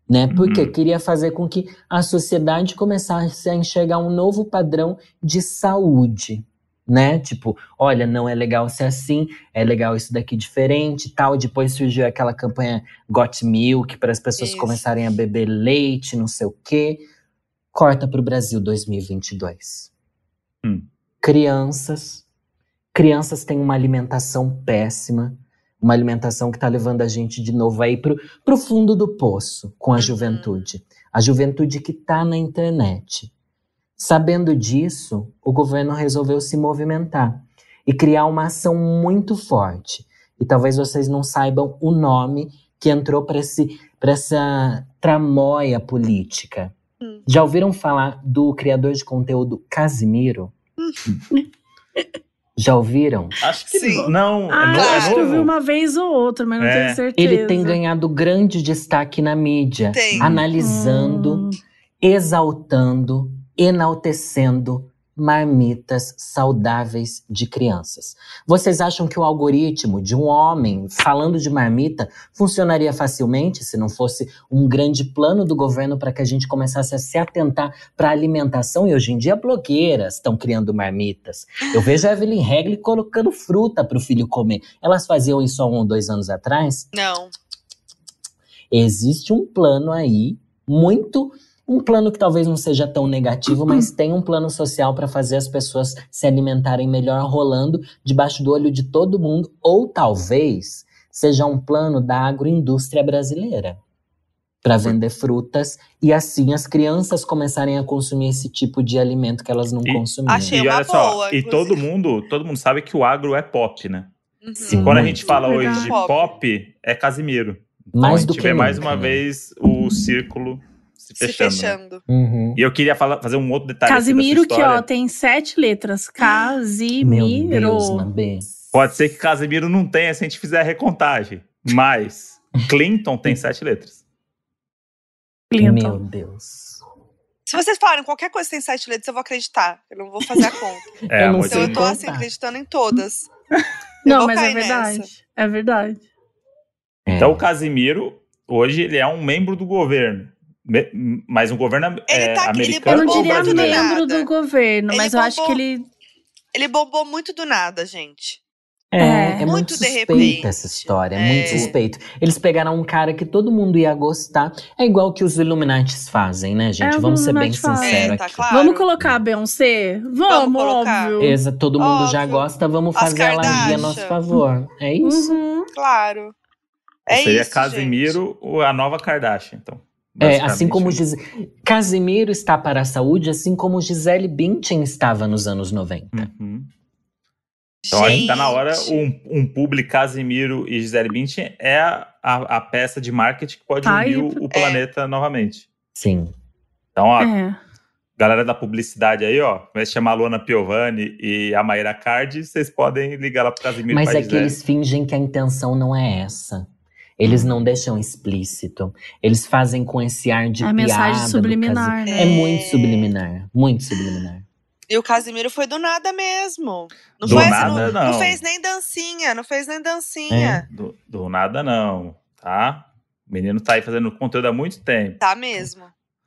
[SPEAKER 4] né? Porque
[SPEAKER 1] Uhum.
[SPEAKER 4] queria fazer com que a sociedade começasse a enxergar um novo padrão de saúde, né? Tipo, olha, não é legal ser assim, é legal isso daqui diferente, e tal. Depois surgiu aquela campanha Got Milk para as pessoas
[SPEAKER 2] Isso.
[SPEAKER 4] começarem a beber leite, não sei o quê. Corta para o Brasil 2022.
[SPEAKER 1] Hum.
[SPEAKER 4] Crianças, crianças têm uma alimentação péssima, uma alimentação que está levando a gente de novo aí pro, pro fundo do poço com a
[SPEAKER 2] Uhum.
[SPEAKER 4] juventude. A juventude que está na internet. Sabendo disso, o governo resolveu se movimentar e criar uma ação muito forte. E talvez vocês não saibam o nome que entrou para essa tramóia política.
[SPEAKER 2] Hum.
[SPEAKER 4] Já ouviram falar do criador de conteúdo Casimiro?
[SPEAKER 2] Hum.
[SPEAKER 4] Já ouviram?
[SPEAKER 1] Acho que
[SPEAKER 2] Sim.
[SPEAKER 1] não.
[SPEAKER 3] Ah,
[SPEAKER 1] é no- é
[SPEAKER 3] acho que eu vi
[SPEAKER 1] novo?
[SPEAKER 3] uma vez ou outra, mas não
[SPEAKER 1] É.
[SPEAKER 3] tenho certeza.
[SPEAKER 4] Ele tem ganhado grande destaque na mídia,
[SPEAKER 2] Tem.
[SPEAKER 4] analisando,
[SPEAKER 3] Hum.
[SPEAKER 1] Tá,
[SPEAKER 4] exaltando, enaltecendo marmitas saudáveis de crianças. Vocês acham que o algoritmo de um homem falando de marmita funcionaria facilmente se não fosse um grande plano do governo para que a gente começasse a se atentar para a alimentação? E hoje em dia blogueiras estão criando marmitas. Eu vejo a Evelyn Regli colocando fruta para o filho comer. Elas faziam isso há um ou dois anos atrás?
[SPEAKER 2] Não.
[SPEAKER 4] existe um plano aí muito um plano que talvez não seja tão negativo, mas tem um plano social para fazer as pessoas se alimentarem melhor rolando debaixo do olho de todo mundo, ou talvez seja um plano da agroindústria brasileira para vender frutas e assim as crianças começarem a consumir esse tipo de alimento que elas não
[SPEAKER 1] E-
[SPEAKER 4] consumiam.
[SPEAKER 2] Achei
[SPEAKER 1] E
[SPEAKER 2] uma
[SPEAKER 1] olha só,
[SPEAKER 2] boa,
[SPEAKER 1] e
[SPEAKER 2] inclusive.
[SPEAKER 1] todo mundo, todo mundo sabe que o agro é pop, né?
[SPEAKER 2] Uhum.
[SPEAKER 4] Sim.
[SPEAKER 1] Quando a
[SPEAKER 4] Muito.
[SPEAKER 1] gente fala hoje de
[SPEAKER 2] Pop.
[SPEAKER 1] pop, é Casimiro. Então
[SPEAKER 4] Mais
[SPEAKER 1] a gente
[SPEAKER 4] do que
[SPEAKER 1] vê mais
[SPEAKER 4] nunca,
[SPEAKER 1] uma
[SPEAKER 4] né?
[SPEAKER 1] vez o círculo se
[SPEAKER 2] Se
[SPEAKER 1] fechando. né?
[SPEAKER 2] fechando.
[SPEAKER 4] Uhum.
[SPEAKER 1] E eu queria falar- fazer um outro detalhe aqui
[SPEAKER 3] Casimiro,
[SPEAKER 1] dessa
[SPEAKER 3] que ó,
[SPEAKER 1] história.
[SPEAKER 3] tem sete letras.
[SPEAKER 4] Meu
[SPEAKER 3] Casimiro.
[SPEAKER 4] Deus, Mabê.
[SPEAKER 1] Pode ser que Casimiro não tenha se a gente fizer a recontagem, mas Clinton tem sete letras.
[SPEAKER 4] Meu
[SPEAKER 3] Clinton.
[SPEAKER 4] Deus.
[SPEAKER 2] Se vocês falarem qualquer coisa que tem sete letras, eu vou acreditar. Eu não vou fazer a conta.
[SPEAKER 1] É,
[SPEAKER 4] Eu não
[SPEAKER 1] amor de
[SPEAKER 2] então eu
[SPEAKER 1] Deus.
[SPEAKER 2] tô assim,
[SPEAKER 4] contar.
[SPEAKER 2] acreditando em todas. Eu
[SPEAKER 3] Não,
[SPEAKER 2] vou
[SPEAKER 3] mas é
[SPEAKER 2] cair
[SPEAKER 3] verdade.
[SPEAKER 2] nessa.
[SPEAKER 3] É verdade.
[SPEAKER 1] Então o
[SPEAKER 4] É.
[SPEAKER 1] Casimiro, hoje, ele é um membro do governo. Me- Mas um governo am-
[SPEAKER 2] Ele
[SPEAKER 1] é,
[SPEAKER 2] tá aqui, ele
[SPEAKER 3] Eu
[SPEAKER 1] americano
[SPEAKER 3] não
[SPEAKER 2] bombou
[SPEAKER 1] ou
[SPEAKER 3] diria
[SPEAKER 2] muito
[SPEAKER 1] brasileiro?
[SPEAKER 2] bem.
[SPEAKER 3] membro do governo,
[SPEAKER 2] Ele
[SPEAKER 3] mas eu acho que
[SPEAKER 2] bombou.
[SPEAKER 3] ele.
[SPEAKER 2] Ele bombou muito do nada, gente.
[SPEAKER 4] É, é,
[SPEAKER 3] É.
[SPEAKER 2] Muito
[SPEAKER 4] muito,
[SPEAKER 2] de repente.
[SPEAKER 4] suspeita essa história, é muito
[SPEAKER 2] É.
[SPEAKER 4] suspeito. Eles pegaram um cara que todo mundo ia gostar. É igual que os Illuminates fazem, né, gente?
[SPEAKER 3] É, os
[SPEAKER 4] Vamos ser bem
[SPEAKER 3] Illuminati fazem.
[SPEAKER 4] sinceros
[SPEAKER 2] É, tá
[SPEAKER 4] aqui.
[SPEAKER 2] claro.
[SPEAKER 3] Vamos colocar a Beyoncé? Vamos,
[SPEAKER 2] colocar.
[SPEAKER 3] óbvio.
[SPEAKER 4] Exa, todo mundo já
[SPEAKER 2] Óbvio.
[SPEAKER 4] gosta, vamos
[SPEAKER 2] As
[SPEAKER 4] fazer a
[SPEAKER 2] Kardashian.
[SPEAKER 4] magia a nosso favor. É isso?
[SPEAKER 3] Uhum.
[SPEAKER 2] Claro. É
[SPEAKER 1] Seria
[SPEAKER 2] isso, gente.
[SPEAKER 1] Casimiro ou a nova Kardashian, então.
[SPEAKER 4] É, assim
[SPEAKER 1] basicamente.
[SPEAKER 4] como Gis... Casimiro está para a saúde, assim como Gisele Bündchen estava nos anos 90.
[SPEAKER 1] Uhum. Então acho que tá na hora
[SPEAKER 2] Gente.
[SPEAKER 1] um, um publi Casimiro e Gisele Bündchen é a, a, a peça de marketing que pode
[SPEAKER 3] Tá
[SPEAKER 1] unir
[SPEAKER 3] aí,
[SPEAKER 1] o,
[SPEAKER 2] É.
[SPEAKER 1] o planeta novamente.
[SPEAKER 4] Sim.
[SPEAKER 1] Então, ó,
[SPEAKER 3] É.
[SPEAKER 1] galera da publicidade aí, ó, vai chamar a Luana Piovani e a Mayra Cardi, vocês podem ligar lá pro Casimiro
[SPEAKER 4] Mas
[SPEAKER 1] pra
[SPEAKER 4] é que
[SPEAKER 1] Gisele.
[SPEAKER 4] eles fingem que a intenção não é essa. Eles
[SPEAKER 1] Hum.
[SPEAKER 4] não deixam explícito. Eles fazem com esse ar de
[SPEAKER 3] A
[SPEAKER 4] piada.
[SPEAKER 3] mensagem
[SPEAKER 4] do
[SPEAKER 3] subliminar,
[SPEAKER 4] Casimiro.
[SPEAKER 3] né?
[SPEAKER 4] É muito
[SPEAKER 2] É.
[SPEAKER 4] subliminar, muito subliminar.
[SPEAKER 2] E o Casimiro foi do nada mesmo.
[SPEAKER 1] Do
[SPEAKER 2] Não foi essa-
[SPEAKER 1] nada,
[SPEAKER 2] não,
[SPEAKER 1] não.
[SPEAKER 2] fez nem dancinha, não fez nem dancinha.
[SPEAKER 1] Do, do nada, não, tá? O menino tá aí fazendo conteúdo há muito tempo.
[SPEAKER 2] Tá mesmo.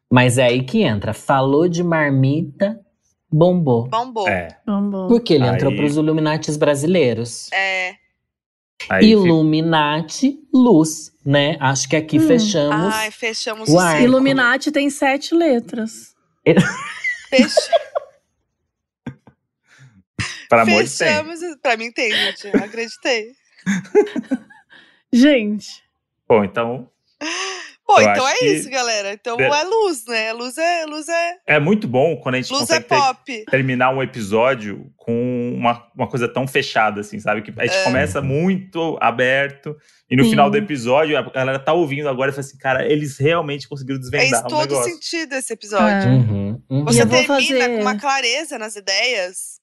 [SPEAKER 4] Mas é aí que entra. Falou de marmita, bombou.
[SPEAKER 2] Bombou. É.
[SPEAKER 1] É.
[SPEAKER 3] Vamos.
[SPEAKER 4] Porque ele
[SPEAKER 1] Aí- É,
[SPEAKER 4] entrou pros Illuminates brasileiros.
[SPEAKER 2] É.
[SPEAKER 1] Aí fica-
[SPEAKER 4] Illuminati, luz, né? Acho que aqui
[SPEAKER 3] Hum.
[SPEAKER 4] fechamos.
[SPEAKER 2] Ai, fechamos
[SPEAKER 4] O
[SPEAKER 2] o
[SPEAKER 4] ar.
[SPEAKER 2] ciclo.
[SPEAKER 3] Illuminati tem sete letras.
[SPEAKER 2] Fech-
[SPEAKER 1] Pelo amor de Deus.
[SPEAKER 2] Fechamos. Pra mim tem, gente. Eu Acreditei.
[SPEAKER 3] Gente,
[SPEAKER 1] Bom, então
[SPEAKER 2] Pô,
[SPEAKER 1] Eu
[SPEAKER 2] então
[SPEAKER 1] acho
[SPEAKER 2] é
[SPEAKER 1] que-
[SPEAKER 2] isso, galera. Então
[SPEAKER 1] É.
[SPEAKER 2] é luz, né? Luz é, luz é,
[SPEAKER 1] é muito bom quando a gente
[SPEAKER 2] luz é
[SPEAKER 1] consegue ter-
[SPEAKER 2] pop.
[SPEAKER 1] terminar um episódio com uma, uma coisa tão fechada, assim, sabe? Que a gente
[SPEAKER 2] É.
[SPEAKER 1] começa muito aberto e no
[SPEAKER 3] Sim.
[SPEAKER 1] final do episódio a galera tá ouvindo agora e fala assim, cara, eles realmente conseguiram
[SPEAKER 2] Fez
[SPEAKER 1] desvendar o
[SPEAKER 2] É todo
[SPEAKER 1] um negócio.
[SPEAKER 2] sentido esse episódio.
[SPEAKER 3] É.
[SPEAKER 4] Uhum, uhum.
[SPEAKER 3] E
[SPEAKER 2] Você
[SPEAKER 3] eu vou
[SPEAKER 2] termina
[SPEAKER 3] fazer-
[SPEAKER 2] com uma clareza nas ideias.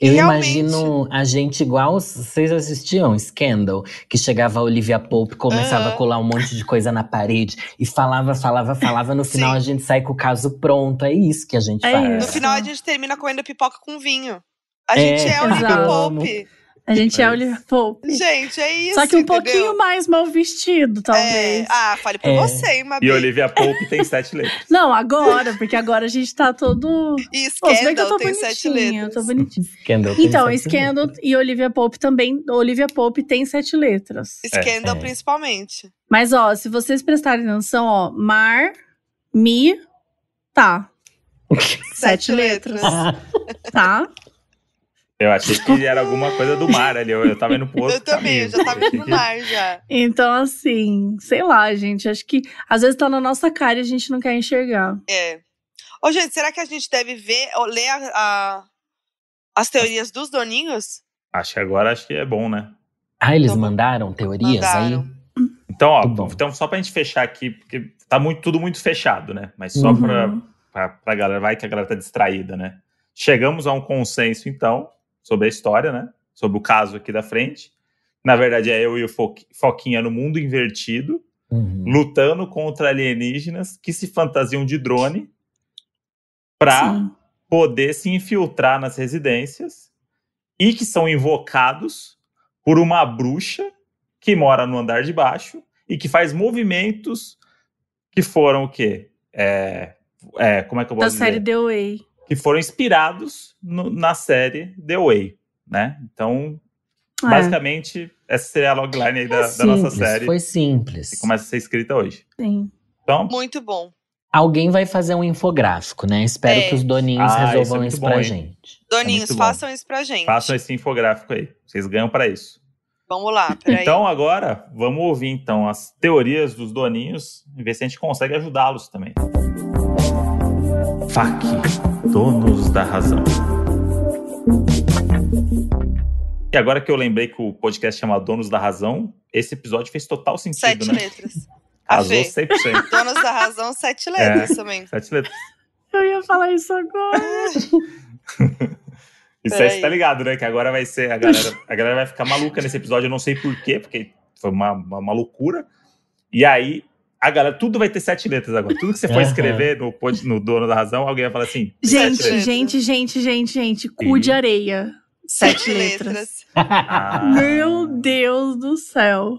[SPEAKER 4] Eu
[SPEAKER 2] Realmente.
[SPEAKER 4] imagino a gente igual vocês assistiam Scandal, que chegava a Olivia Pope, começava
[SPEAKER 2] Aham.
[SPEAKER 4] a colar um monte de coisa na parede e falava, falava, falava. No final a gente sai com o caso pronto. É isso que a gente
[SPEAKER 3] É
[SPEAKER 4] faz.
[SPEAKER 2] No
[SPEAKER 3] É.
[SPEAKER 2] final a gente termina comendo pipoca com vinho. A
[SPEAKER 4] É,
[SPEAKER 2] gente é, o Olivia
[SPEAKER 3] exato.
[SPEAKER 2] Pope.
[SPEAKER 3] a gente é
[SPEAKER 1] Mas-
[SPEAKER 3] Oliver Pope.
[SPEAKER 2] Gente, é isso.
[SPEAKER 3] Só que um
[SPEAKER 2] entendeu?
[SPEAKER 3] pouquinho mais mal vestido,
[SPEAKER 2] É.
[SPEAKER 3] talvez.
[SPEAKER 2] Ah, fale por
[SPEAKER 4] É.
[SPEAKER 2] você, hein, Mabi.
[SPEAKER 1] E Olivia Pope tem sete letras.
[SPEAKER 3] Não, agora, porque agora a gente tá todo.
[SPEAKER 2] E
[SPEAKER 3] Pô, se bem que eu
[SPEAKER 2] Scandal
[SPEAKER 3] tô
[SPEAKER 2] tem sete
[SPEAKER 3] bonitinha, eu
[SPEAKER 2] letras.
[SPEAKER 3] tô bonitinha.
[SPEAKER 4] Scandal tem
[SPEAKER 3] Então,
[SPEAKER 4] sete
[SPEAKER 3] Scandal
[SPEAKER 4] letras.
[SPEAKER 3] e Olivia Pope também. Olivia Pope tem sete letras.
[SPEAKER 2] Scandal,
[SPEAKER 4] É.
[SPEAKER 2] principalmente.
[SPEAKER 3] Mas, ó, se vocês prestarem atenção, ó, mar, mi, tá. Sete letras. Tá?
[SPEAKER 1] Eu achei que era alguma coisa do mar ali, eu, eu tava indo pro Um outro
[SPEAKER 2] Eu também,
[SPEAKER 1] caminho.
[SPEAKER 2] eu já tava
[SPEAKER 1] Achei
[SPEAKER 2] indo no
[SPEAKER 1] que-
[SPEAKER 2] mar já.
[SPEAKER 3] Então, assim, sei lá, gente. Acho que às vezes tá na nossa cara e a gente não quer enxergar.
[SPEAKER 2] É. Ô, gente, será que a gente deve ver, ou ler a- a- as teorias dos doninhos?
[SPEAKER 1] Acho que agora acho que é bom, né?
[SPEAKER 4] Ah, eles mandaram teorias
[SPEAKER 2] Então, Mandaram.
[SPEAKER 4] aí?
[SPEAKER 1] Então, ó,
[SPEAKER 4] Muito Tá bom.
[SPEAKER 1] então só pra gente fechar aqui, porque tá muito, tudo muito fechado, né? Mas só
[SPEAKER 4] Uhum.
[SPEAKER 1] pra, pra, pra galera, vai que a galera tá distraída, né? Chegamos a um consenso, então, sobre a história, né? Sobre o caso aqui da frente. Na verdade, é eu e o Fo- Foquinha no mundo invertido,
[SPEAKER 4] Uhum.
[SPEAKER 1] lutando contra alienígenas que se fantasiam de drone pra
[SPEAKER 3] Sim.
[SPEAKER 1] poder se infiltrar nas residências e que são invocados por uma bruxa que mora no andar de baixo e que faz movimentos que foram o quê? É, é, como é que eu
[SPEAKER 3] Da
[SPEAKER 1] posso dizer?
[SPEAKER 3] série The Way.
[SPEAKER 1] Que foram inspirados no- na série The Way, né? Então,
[SPEAKER 3] É.
[SPEAKER 1] basicamente, essa seria a logline aí da,
[SPEAKER 4] É
[SPEAKER 1] da nossa
[SPEAKER 4] simples,
[SPEAKER 1] série é
[SPEAKER 4] Foi simples.
[SPEAKER 1] que começa a ser escrita hoje.
[SPEAKER 3] Sim.
[SPEAKER 1] Então,
[SPEAKER 2] Muito bom.
[SPEAKER 4] Alguém vai fazer um infográfico, né? Espero
[SPEAKER 2] É.
[SPEAKER 4] que os doninhos
[SPEAKER 1] Ah, isso é
[SPEAKER 4] resolvam
[SPEAKER 1] muito
[SPEAKER 4] isso,
[SPEAKER 1] bom,
[SPEAKER 4] pra
[SPEAKER 1] hein?
[SPEAKER 4] gente.
[SPEAKER 2] Doninhos,
[SPEAKER 1] muito bom.
[SPEAKER 2] façam isso pra gente.
[SPEAKER 1] façam esse infográfico aí. Vocês ganham para isso.
[SPEAKER 2] Vamos lá, peraí.
[SPEAKER 1] Então agora vamos ouvir então as teorias dos doninhos e ver se a gente consegue ajudá-los também. FAC, donos da razão. E agora que eu lembrei que o podcast chama Donos da Razão, esse episódio fez total sentido,
[SPEAKER 2] sete
[SPEAKER 1] né?
[SPEAKER 2] letras. A
[SPEAKER 1] Casou
[SPEAKER 2] Fê.
[SPEAKER 1] 100%.
[SPEAKER 2] Donos da razão,
[SPEAKER 1] É.
[SPEAKER 2] sete letras também.
[SPEAKER 1] Sete letras.
[SPEAKER 3] Eu ia falar isso agora.
[SPEAKER 1] Isso aí
[SPEAKER 2] Peraí.
[SPEAKER 1] você tá ligado, né? Que agora vai ser. A galera, a galera vai ficar maluca nesse episódio, eu não sei porquê, porque foi uma, uma, uma loucura. E aí, a galera, tudo vai ter sete letras agora. Tudo que você for
[SPEAKER 4] Aham.
[SPEAKER 1] escrever no, pod- no Dono da Razão, alguém vai falar assim.
[SPEAKER 3] Gente,
[SPEAKER 1] sete letras.
[SPEAKER 3] gente, gente, gente, gente. Cu de
[SPEAKER 1] Sim.
[SPEAKER 3] areia. Sete letras.
[SPEAKER 1] Ah,
[SPEAKER 3] Meu Deus do céu.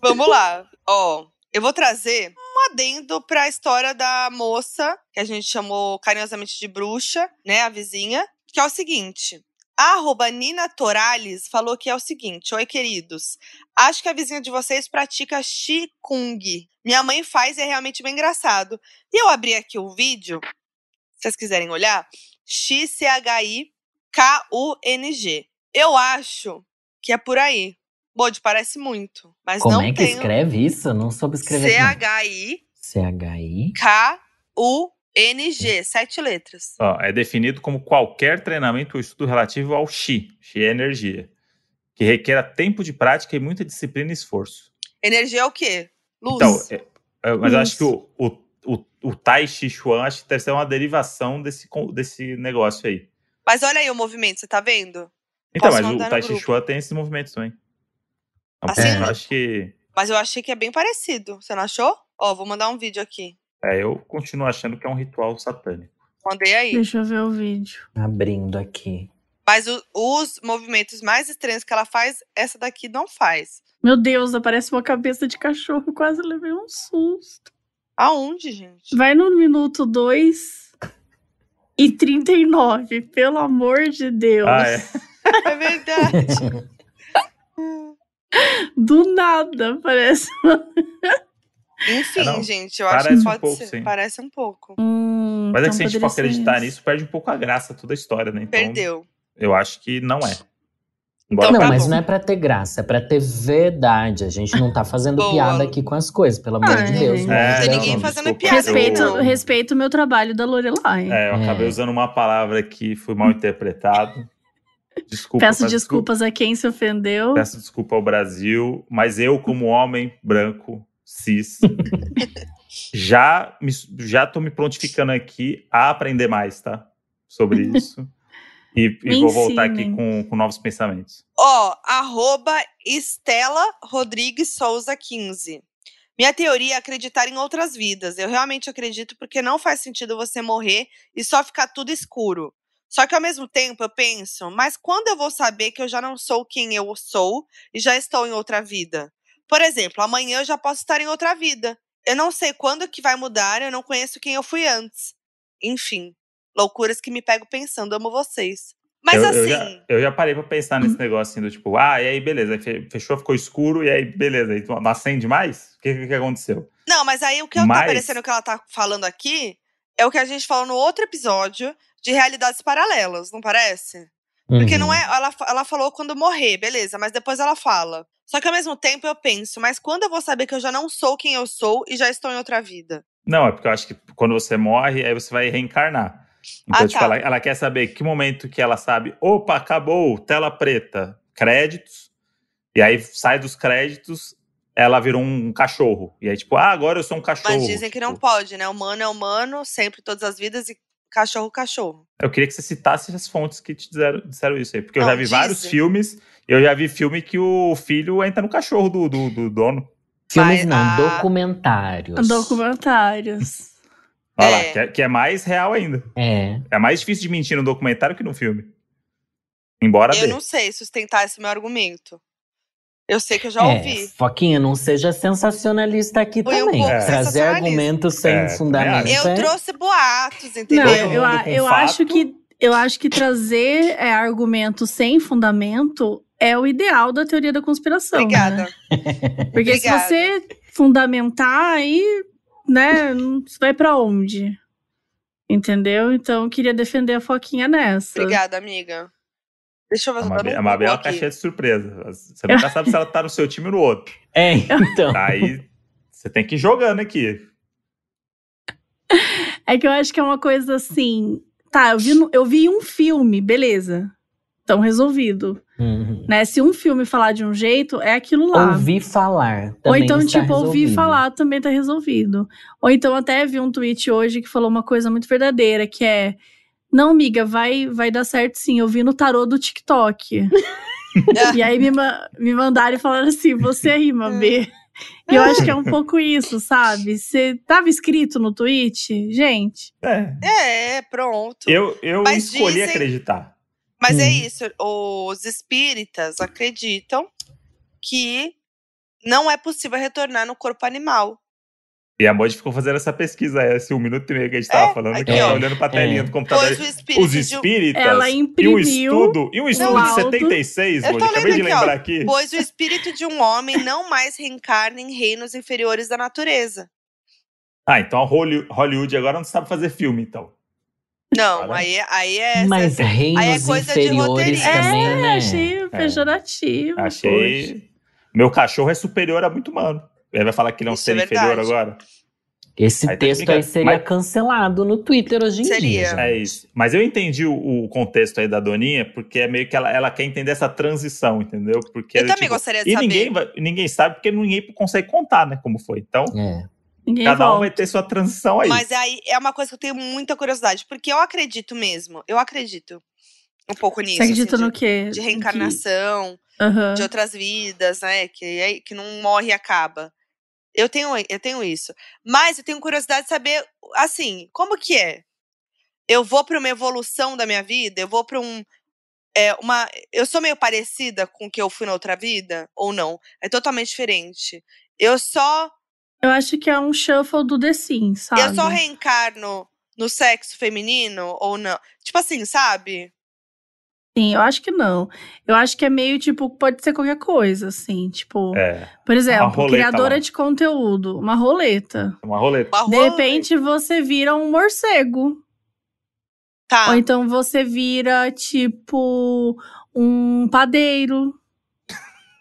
[SPEAKER 2] Vamos lá. Ó, eu vou trazer um adendo pra história da moça, que a gente chamou carinhosamente de bruxa, né, a vizinha, que é o seguinte. A arroba Nina Torales falou que é o seguinte: Oi, queridos. Acho que a vizinha de vocês pratica Qigong. Minha mãe faz e é realmente bem engraçado. E eu abri aqui o vídeo, se vocês quiserem olhar, X-C-H-I-K-U-N-G. Eu acho que é por aí. Bode, parece muito, mas
[SPEAKER 4] Como
[SPEAKER 2] não
[SPEAKER 4] é que
[SPEAKER 2] tenho.
[SPEAKER 4] escreve isso? Eu Não soube escrever. não.
[SPEAKER 2] C-H-I-K-U-N-G.
[SPEAKER 4] CHI.
[SPEAKER 2] Sete letras.
[SPEAKER 1] Ó, é definido como qualquer treinamento ou estudo relativo ao chi, chi é energia, que requer tempo de prática e muita disciplina e esforço.
[SPEAKER 2] Energia é o quê? Luz.
[SPEAKER 1] Então, é- é- mas eu
[SPEAKER 3] Luz.
[SPEAKER 1] acho que o, o, o, o Tai Chi Chuan acho que deve ser uma derivação desse, con- desse negócio aí.
[SPEAKER 2] Mas olha aí o movimento, você tá vendo?
[SPEAKER 1] Então,
[SPEAKER 2] Posso
[SPEAKER 1] mas
[SPEAKER 2] mandar
[SPEAKER 1] o
[SPEAKER 2] no
[SPEAKER 1] Tai Chi
[SPEAKER 2] grupo.
[SPEAKER 1] Chuan tem esses movimentos também. Então,
[SPEAKER 2] Assim,
[SPEAKER 1] eu
[SPEAKER 2] não-
[SPEAKER 1] acho que
[SPEAKER 2] Mas eu achei que é bem parecido. Você não achou? Ó, vou mandar um vídeo aqui.
[SPEAKER 1] é, eu continuo achando que é um ritual satânico.
[SPEAKER 2] Mandei aí.
[SPEAKER 3] Deixa eu ver o vídeo.
[SPEAKER 4] Abrindo aqui.
[SPEAKER 2] Mas o- os movimentos mais estranhos que ela faz, essa daqui não faz.
[SPEAKER 3] Meu Deus, aparece uma cabeça de cachorro. Quase levei um susto.
[SPEAKER 2] Aonde, gente?
[SPEAKER 3] Vai no minuto 2 e 39. Pelo amor de Deus.
[SPEAKER 1] Ah, é.
[SPEAKER 2] É verdade.
[SPEAKER 3] Do nada aparece.
[SPEAKER 2] Enfim,
[SPEAKER 1] É, não.
[SPEAKER 2] gente, eu
[SPEAKER 1] Parece
[SPEAKER 2] acho que
[SPEAKER 1] um
[SPEAKER 2] pode
[SPEAKER 1] pouco,
[SPEAKER 2] ser.
[SPEAKER 1] sim.
[SPEAKER 2] Parece um pouco.
[SPEAKER 3] Hum,
[SPEAKER 1] Mas é
[SPEAKER 3] então
[SPEAKER 1] que se a gente
[SPEAKER 3] poderia
[SPEAKER 1] for
[SPEAKER 3] ser
[SPEAKER 1] acreditar
[SPEAKER 3] isso.
[SPEAKER 1] nisso, perde um pouco a graça toda a história, né? Então,
[SPEAKER 2] Perdeu.
[SPEAKER 1] Eu acho que não é.
[SPEAKER 2] Então
[SPEAKER 4] não,
[SPEAKER 2] tá
[SPEAKER 4] mas
[SPEAKER 2] bom.
[SPEAKER 4] não é pra ter graça, é pra ter verdade. A gente não tá fazendo
[SPEAKER 2] Boa.
[SPEAKER 4] piada aqui com as coisas, pelo amor de
[SPEAKER 3] Ai,
[SPEAKER 4] Deus. né?
[SPEAKER 3] gente.
[SPEAKER 4] vamos
[SPEAKER 1] É,
[SPEAKER 2] Não tem
[SPEAKER 4] dar
[SPEAKER 2] ninguém
[SPEAKER 4] nome.
[SPEAKER 2] fazendo
[SPEAKER 1] desculpa,
[SPEAKER 2] piada.
[SPEAKER 3] Respeito,
[SPEAKER 2] Eu-
[SPEAKER 3] respeito o meu trabalho da Lorelai.
[SPEAKER 1] É, eu
[SPEAKER 4] É.
[SPEAKER 1] acabei usando uma palavra que foi mal interpretado. Desculpa.
[SPEAKER 3] Peço desculpas a quem se ofendeu.
[SPEAKER 1] Peço desculpa ao Brasil, mas eu, como homem branco, cis, já, me, já tô me prontificando aqui a aprender mais, tá? Sobre isso. E, e
[SPEAKER 3] Me
[SPEAKER 1] vou voltar
[SPEAKER 3] ensinem.
[SPEAKER 1] aqui com, com novos pensamentos.
[SPEAKER 2] Ó, arroba Estela Rodrigues Souza 15. Minha teoria é acreditar em outras vidas. Eu realmente acredito porque não faz sentido você morrer e só ficar tudo escuro. Só que ao mesmo tempo eu penso, mas quando eu vou saber que eu já não sou quem eu sou e já estou em outra vida? Por exemplo, amanhã eu já posso estar em outra vida. Eu não sei quando que vai mudar, eu não conheço quem eu fui antes. Enfim, loucuras que me pego pensando, amo vocês. Mas
[SPEAKER 1] eu,
[SPEAKER 2] assim.
[SPEAKER 1] eu já, eu já parei pra pensar nesse negócio assim, do tipo, ah, e aí beleza, aí fe- fechou, ficou escuro, e aí beleza, aí tu- não acende mais? O que, que, que aconteceu?
[SPEAKER 2] Não, mas aí o que eu tá
[SPEAKER 1] Mas-
[SPEAKER 2] parecendo que ela tá falando aqui é o que a gente falou no outro episódio de realidades paralelas, não parece? Porque
[SPEAKER 4] Uhum.
[SPEAKER 2] não é. Ela, fa- ela falou quando morrer, beleza, mas depois ela fala. Só que ao mesmo tempo eu penso, mas quando eu vou saber que eu já não sou quem eu sou e já estou em outra vida?
[SPEAKER 1] Não, é porque eu acho que quando você morre, aí você vai reencarnar. Então,
[SPEAKER 2] Ah,
[SPEAKER 1] tipo,
[SPEAKER 2] tá.
[SPEAKER 1] ela, ela quer saber que momento que ela sabe, opa, acabou, tela preta, créditos, e aí sai dos créditos, ela virou um cachorro. E aí, tipo, ah, agora eu sou um
[SPEAKER 2] Mas
[SPEAKER 1] cachorro.
[SPEAKER 2] dizem que não
[SPEAKER 1] tipo.
[SPEAKER 2] pode, né? Humano é humano, sempre, todas as vidas, e cachorro, cachorro.
[SPEAKER 1] Eu queria que você citasse as fontes que te disseram, disseram isso aí. Porque eu
[SPEAKER 2] Não,
[SPEAKER 1] já vi vários
[SPEAKER 2] dizem.
[SPEAKER 1] filmes. Eu já vi filme que o filho entra no cachorro do, do, do dono.
[SPEAKER 4] Filmes
[SPEAKER 2] Mas
[SPEAKER 4] não,
[SPEAKER 2] a-
[SPEAKER 4] documentários.
[SPEAKER 3] Documentários.
[SPEAKER 1] Olha
[SPEAKER 2] É.
[SPEAKER 1] lá, que é, que é mais real ainda.
[SPEAKER 4] É.
[SPEAKER 1] É mais difícil de mentir no documentário que no filme. Embora dê.
[SPEAKER 2] Eu não sei sustentar esse meu argumento. Eu sei que eu já
[SPEAKER 4] é.
[SPEAKER 2] ouvi.
[SPEAKER 4] Foquinha, não seja sensacionalista aqui
[SPEAKER 2] Fui um
[SPEAKER 4] também.
[SPEAKER 2] pouco
[SPEAKER 1] É.
[SPEAKER 4] Trazer
[SPEAKER 2] sensacionalista.
[SPEAKER 4] argumentos sem um
[SPEAKER 1] É,
[SPEAKER 4] fundamento.
[SPEAKER 1] também
[SPEAKER 2] Eu
[SPEAKER 4] é-
[SPEAKER 2] trouxe boatos, entendeu?
[SPEAKER 3] Não, né?
[SPEAKER 1] Todo
[SPEAKER 3] eu,
[SPEAKER 1] mundo
[SPEAKER 3] a-
[SPEAKER 1] com
[SPEAKER 3] eu
[SPEAKER 1] fato.
[SPEAKER 3] acho que eu acho que trazer é, argumento sem fundamento é o ideal da teoria da conspiração. né?
[SPEAKER 2] Obrigada.
[SPEAKER 3] Porque
[SPEAKER 2] Obrigada.
[SPEAKER 3] se você fundamentar, aí, né, não- você vai pra onde? Entendeu? Então, eu queria defender a Foquinha nessa.
[SPEAKER 2] Obrigada, amiga. Deixa eu ver
[SPEAKER 1] A
[SPEAKER 2] se eu tô
[SPEAKER 1] Mabel,
[SPEAKER 2] dando
[SPEAKER 1] a
[SPEAKER 2] um
[SPEAKER 1] Mabel é uma
[SPEAKER 2] Google aqui.
[SPEAKER 1] caixinha de surpresa. Você nunca sabe se ela tá no seu time ou no outro. Tá
[SPEAKER 4] É, então.
[SPEAKER 1] Aí você tem que ir jogando aqui.
[SPEAKER 3] É que eu acho que é uma coisa assim. Tá, eu vi, no- eu vi um filme, beleza. Então resolvido.
[SPEAKER 4] Uhum.
[SPEAKER 3] Né? Se um filme falar de um jeito, é aquilo lá.
[SPEAKER 4] Ouvi falar.
[SPEAKER 3] Ou
[SPEAKER 4] também
[SPEAKER 3] então,
[SPEAKER 4] está
[SPEAKER 3] tipo, ouvir
[SPEAKER 4] resolvido.
[SPEAKER 3] falar também tá resolvido. Ou então até vi um tweet hoje que falou uma coisa muito verdadeira, que é. Não, miga, vai, vai dar certo sim. Eu vi no tarô do TikTok. e aí me, ma- me mandaram e falaram assim: você aí,
[SPEAKER 2] É.
[SPEAKER 3] Mabê. E eu acho que é um pouco isso, sabe? Você tava escrito no tweet? Gente,
[SPEAKER 1] É.
[SPEAKER 2] É, pronto.
[SPEAKER 1] Eu, eu
[SPEAKER 2] Mas
[SPEAKER 1] escolhi
[SPEAKER 2] dizem-
[SPEAKER 1] acreditar.
[SPEAKER 2] Mas é
[SPEAKER 4] Hum.
[SPEAKER 2] isso. Os espíritas acreditam que não é possível retornar no corpo animal.
[SPEAKER 1] E a Mod ficou fazendo essa pesquisa, esse um minuto e meio que a gente tava
[SPEAKER 2] É,
[SPEAKER 1] falando, que
[SPEAKER 2] aqui,
[SPEAKER 1] ela
[SPEAKER 4] ó.
[SPEAKER 1] olhando pra telinha
[SPEAKER 4] É.
[SPEAKER 1] do computador.
[SPEAKER 2] Pois o espírito
[SPEAKER 1] Tá, Os
[SPEAKER 2] de um-
[SPEAKER 1] espíritas.
[SPEAKER 3] Ela
[SPEAKER 1] e um
[SPEAKER 3] imprimiu.
[SPEAKER 1] estudo, e um estudo de
[SPEAKER 3] laudo.
[SPEAKER 1] 76,
[SPEAKER 2] Eu tô
[SPEAKER 1] Mod, acabei de
[SPEAKER 2] lendo aqui, ó.
[SPEAKER 1] lembrar aqui.
[SPEAKER 2] Pois o espírito de um homem não mais reencarna em reinos inferiores da natureza.
[SPEAKER 1] Ah, então a Holly- Hollywood agora não sabe fazer filme, então.
[SPEAKER 2] Não,
[SPEAKER 1] Cara.
[SPEAKER 2] aí, aí é.
[SPEAKER 4] Mas reinos
[SPEAKER 2] aí é coisa de
[SPEAKER 4] inferiores
[SPEAKER 2] roteirista.
[SPEAKER 4] também, né?
[SPEAKER 3] É, Achei pejorativo.
[SPEAKER 1] Achei.
[SPEAKER 3] poxa.
[SPEAKER 1] Meu cachorro é superior a muito humano. Ele vai falar que ele é um
[SPEAKER 2] Isso
[SPEAKER 1] ser
[SPEAKER 2] é
[SPEAKER 1] inferior
[SPEAKER 2] verdade.
[SPEAKER 1] agora?
[SPEAKER 4] Esse
[SPEAKER 1] Aí tá
[SPEAKER 4] texto aí
[SPEAKER 1] explicado.
[SPEAKER 4] seria
[SPEAKER 1] Mas-
[SPEAKER 4] cancelado no Twitter hoje em
[SPEAKER 2] Seria.
[SPEAKER 4] dia. gente.
[SPEAKER 1] É isso. Mas eu entendi o, o contexto aí da Doninha, porque é meio que ela, ela quer entender essa transição, entendeu? Porque
[SPEAKER 2] Eu
[SPEAKER 1] era,
[SPEAKER 2] também
[SPEAKER 1] tipo,
[SPEAKER 2] gostaria de
[SPEAKER 1] E
[SPEAKER 2] saber.
[SPEAKER 1] ninguém, vai- ninguém sabe, porque ninguém consegue contar, né? Como foi. Então,
[SPEAKER 4] É.
[SPEAKER 3] Ninguém
[SPEAKER 1] cada um
[SPEAKER 3] volta.
[SPEAKER 1] vai ter sua transição aí.
[SPEAKER 2] Mas aí é uma coisa que eu tenho muita curiosidade, porque eu acredito mesmo. Eu acredito um pouco nisso.
[SPEAKER 3] Você acredita
[SPEAKER 2] assim,
[SPEAKER 3] no
[SPEAKER 2] de,
[SPEAKER 3] quê?
[SPEAKER 2] de reencarnação,
[SPEAKER 3] Que- Aham.
[SPEAKER 2] de outras vidas, né? Que, é- que não morre e acaba. Eu tenho, eu tenho isso. Mas eu tenho curiosidade de saber, assim, como que é? Eu vou para uma evolução da minha vida? Eu vou para um. é, uma, eu sou meio parecida com o que eu fui na outra vida? Ou não? É totalmente diferente. Eu só
[SPEAKER 3] Eu acho que é um shuffle do The Sims, sabe?
[SPEAKER 2] Eu só reencarno no sexo feminino ou não? Tipo assim, sabe?
[SPEAKER 3] Sim, eu acho que não. Eu acho que é meio tipo, pode ser qualquer coisa, assim. Tipo,
[SPEAKER 1] É,
[SPEAKER 3] por
[SPEAKER 1] Uma
[SPEAKER 3] exemplo,
[SPEAKER 1] roleta
[SPEAKER 3] criadora
[SPEAKER 1] lá.
[SPEAKER 3] de conteúdo, uma roleta.
[SPEAKER 1] uma roleta.
[SPEAKER 2] Uma
[SPEAKER 3] De
[SPEAKER 2] rola-
[SPEAKER 3] repente você vira um morcego.
[SPEAKER 2] Tá.
[SPEAKER 3] Ou então você vira, tipo, um padeiro.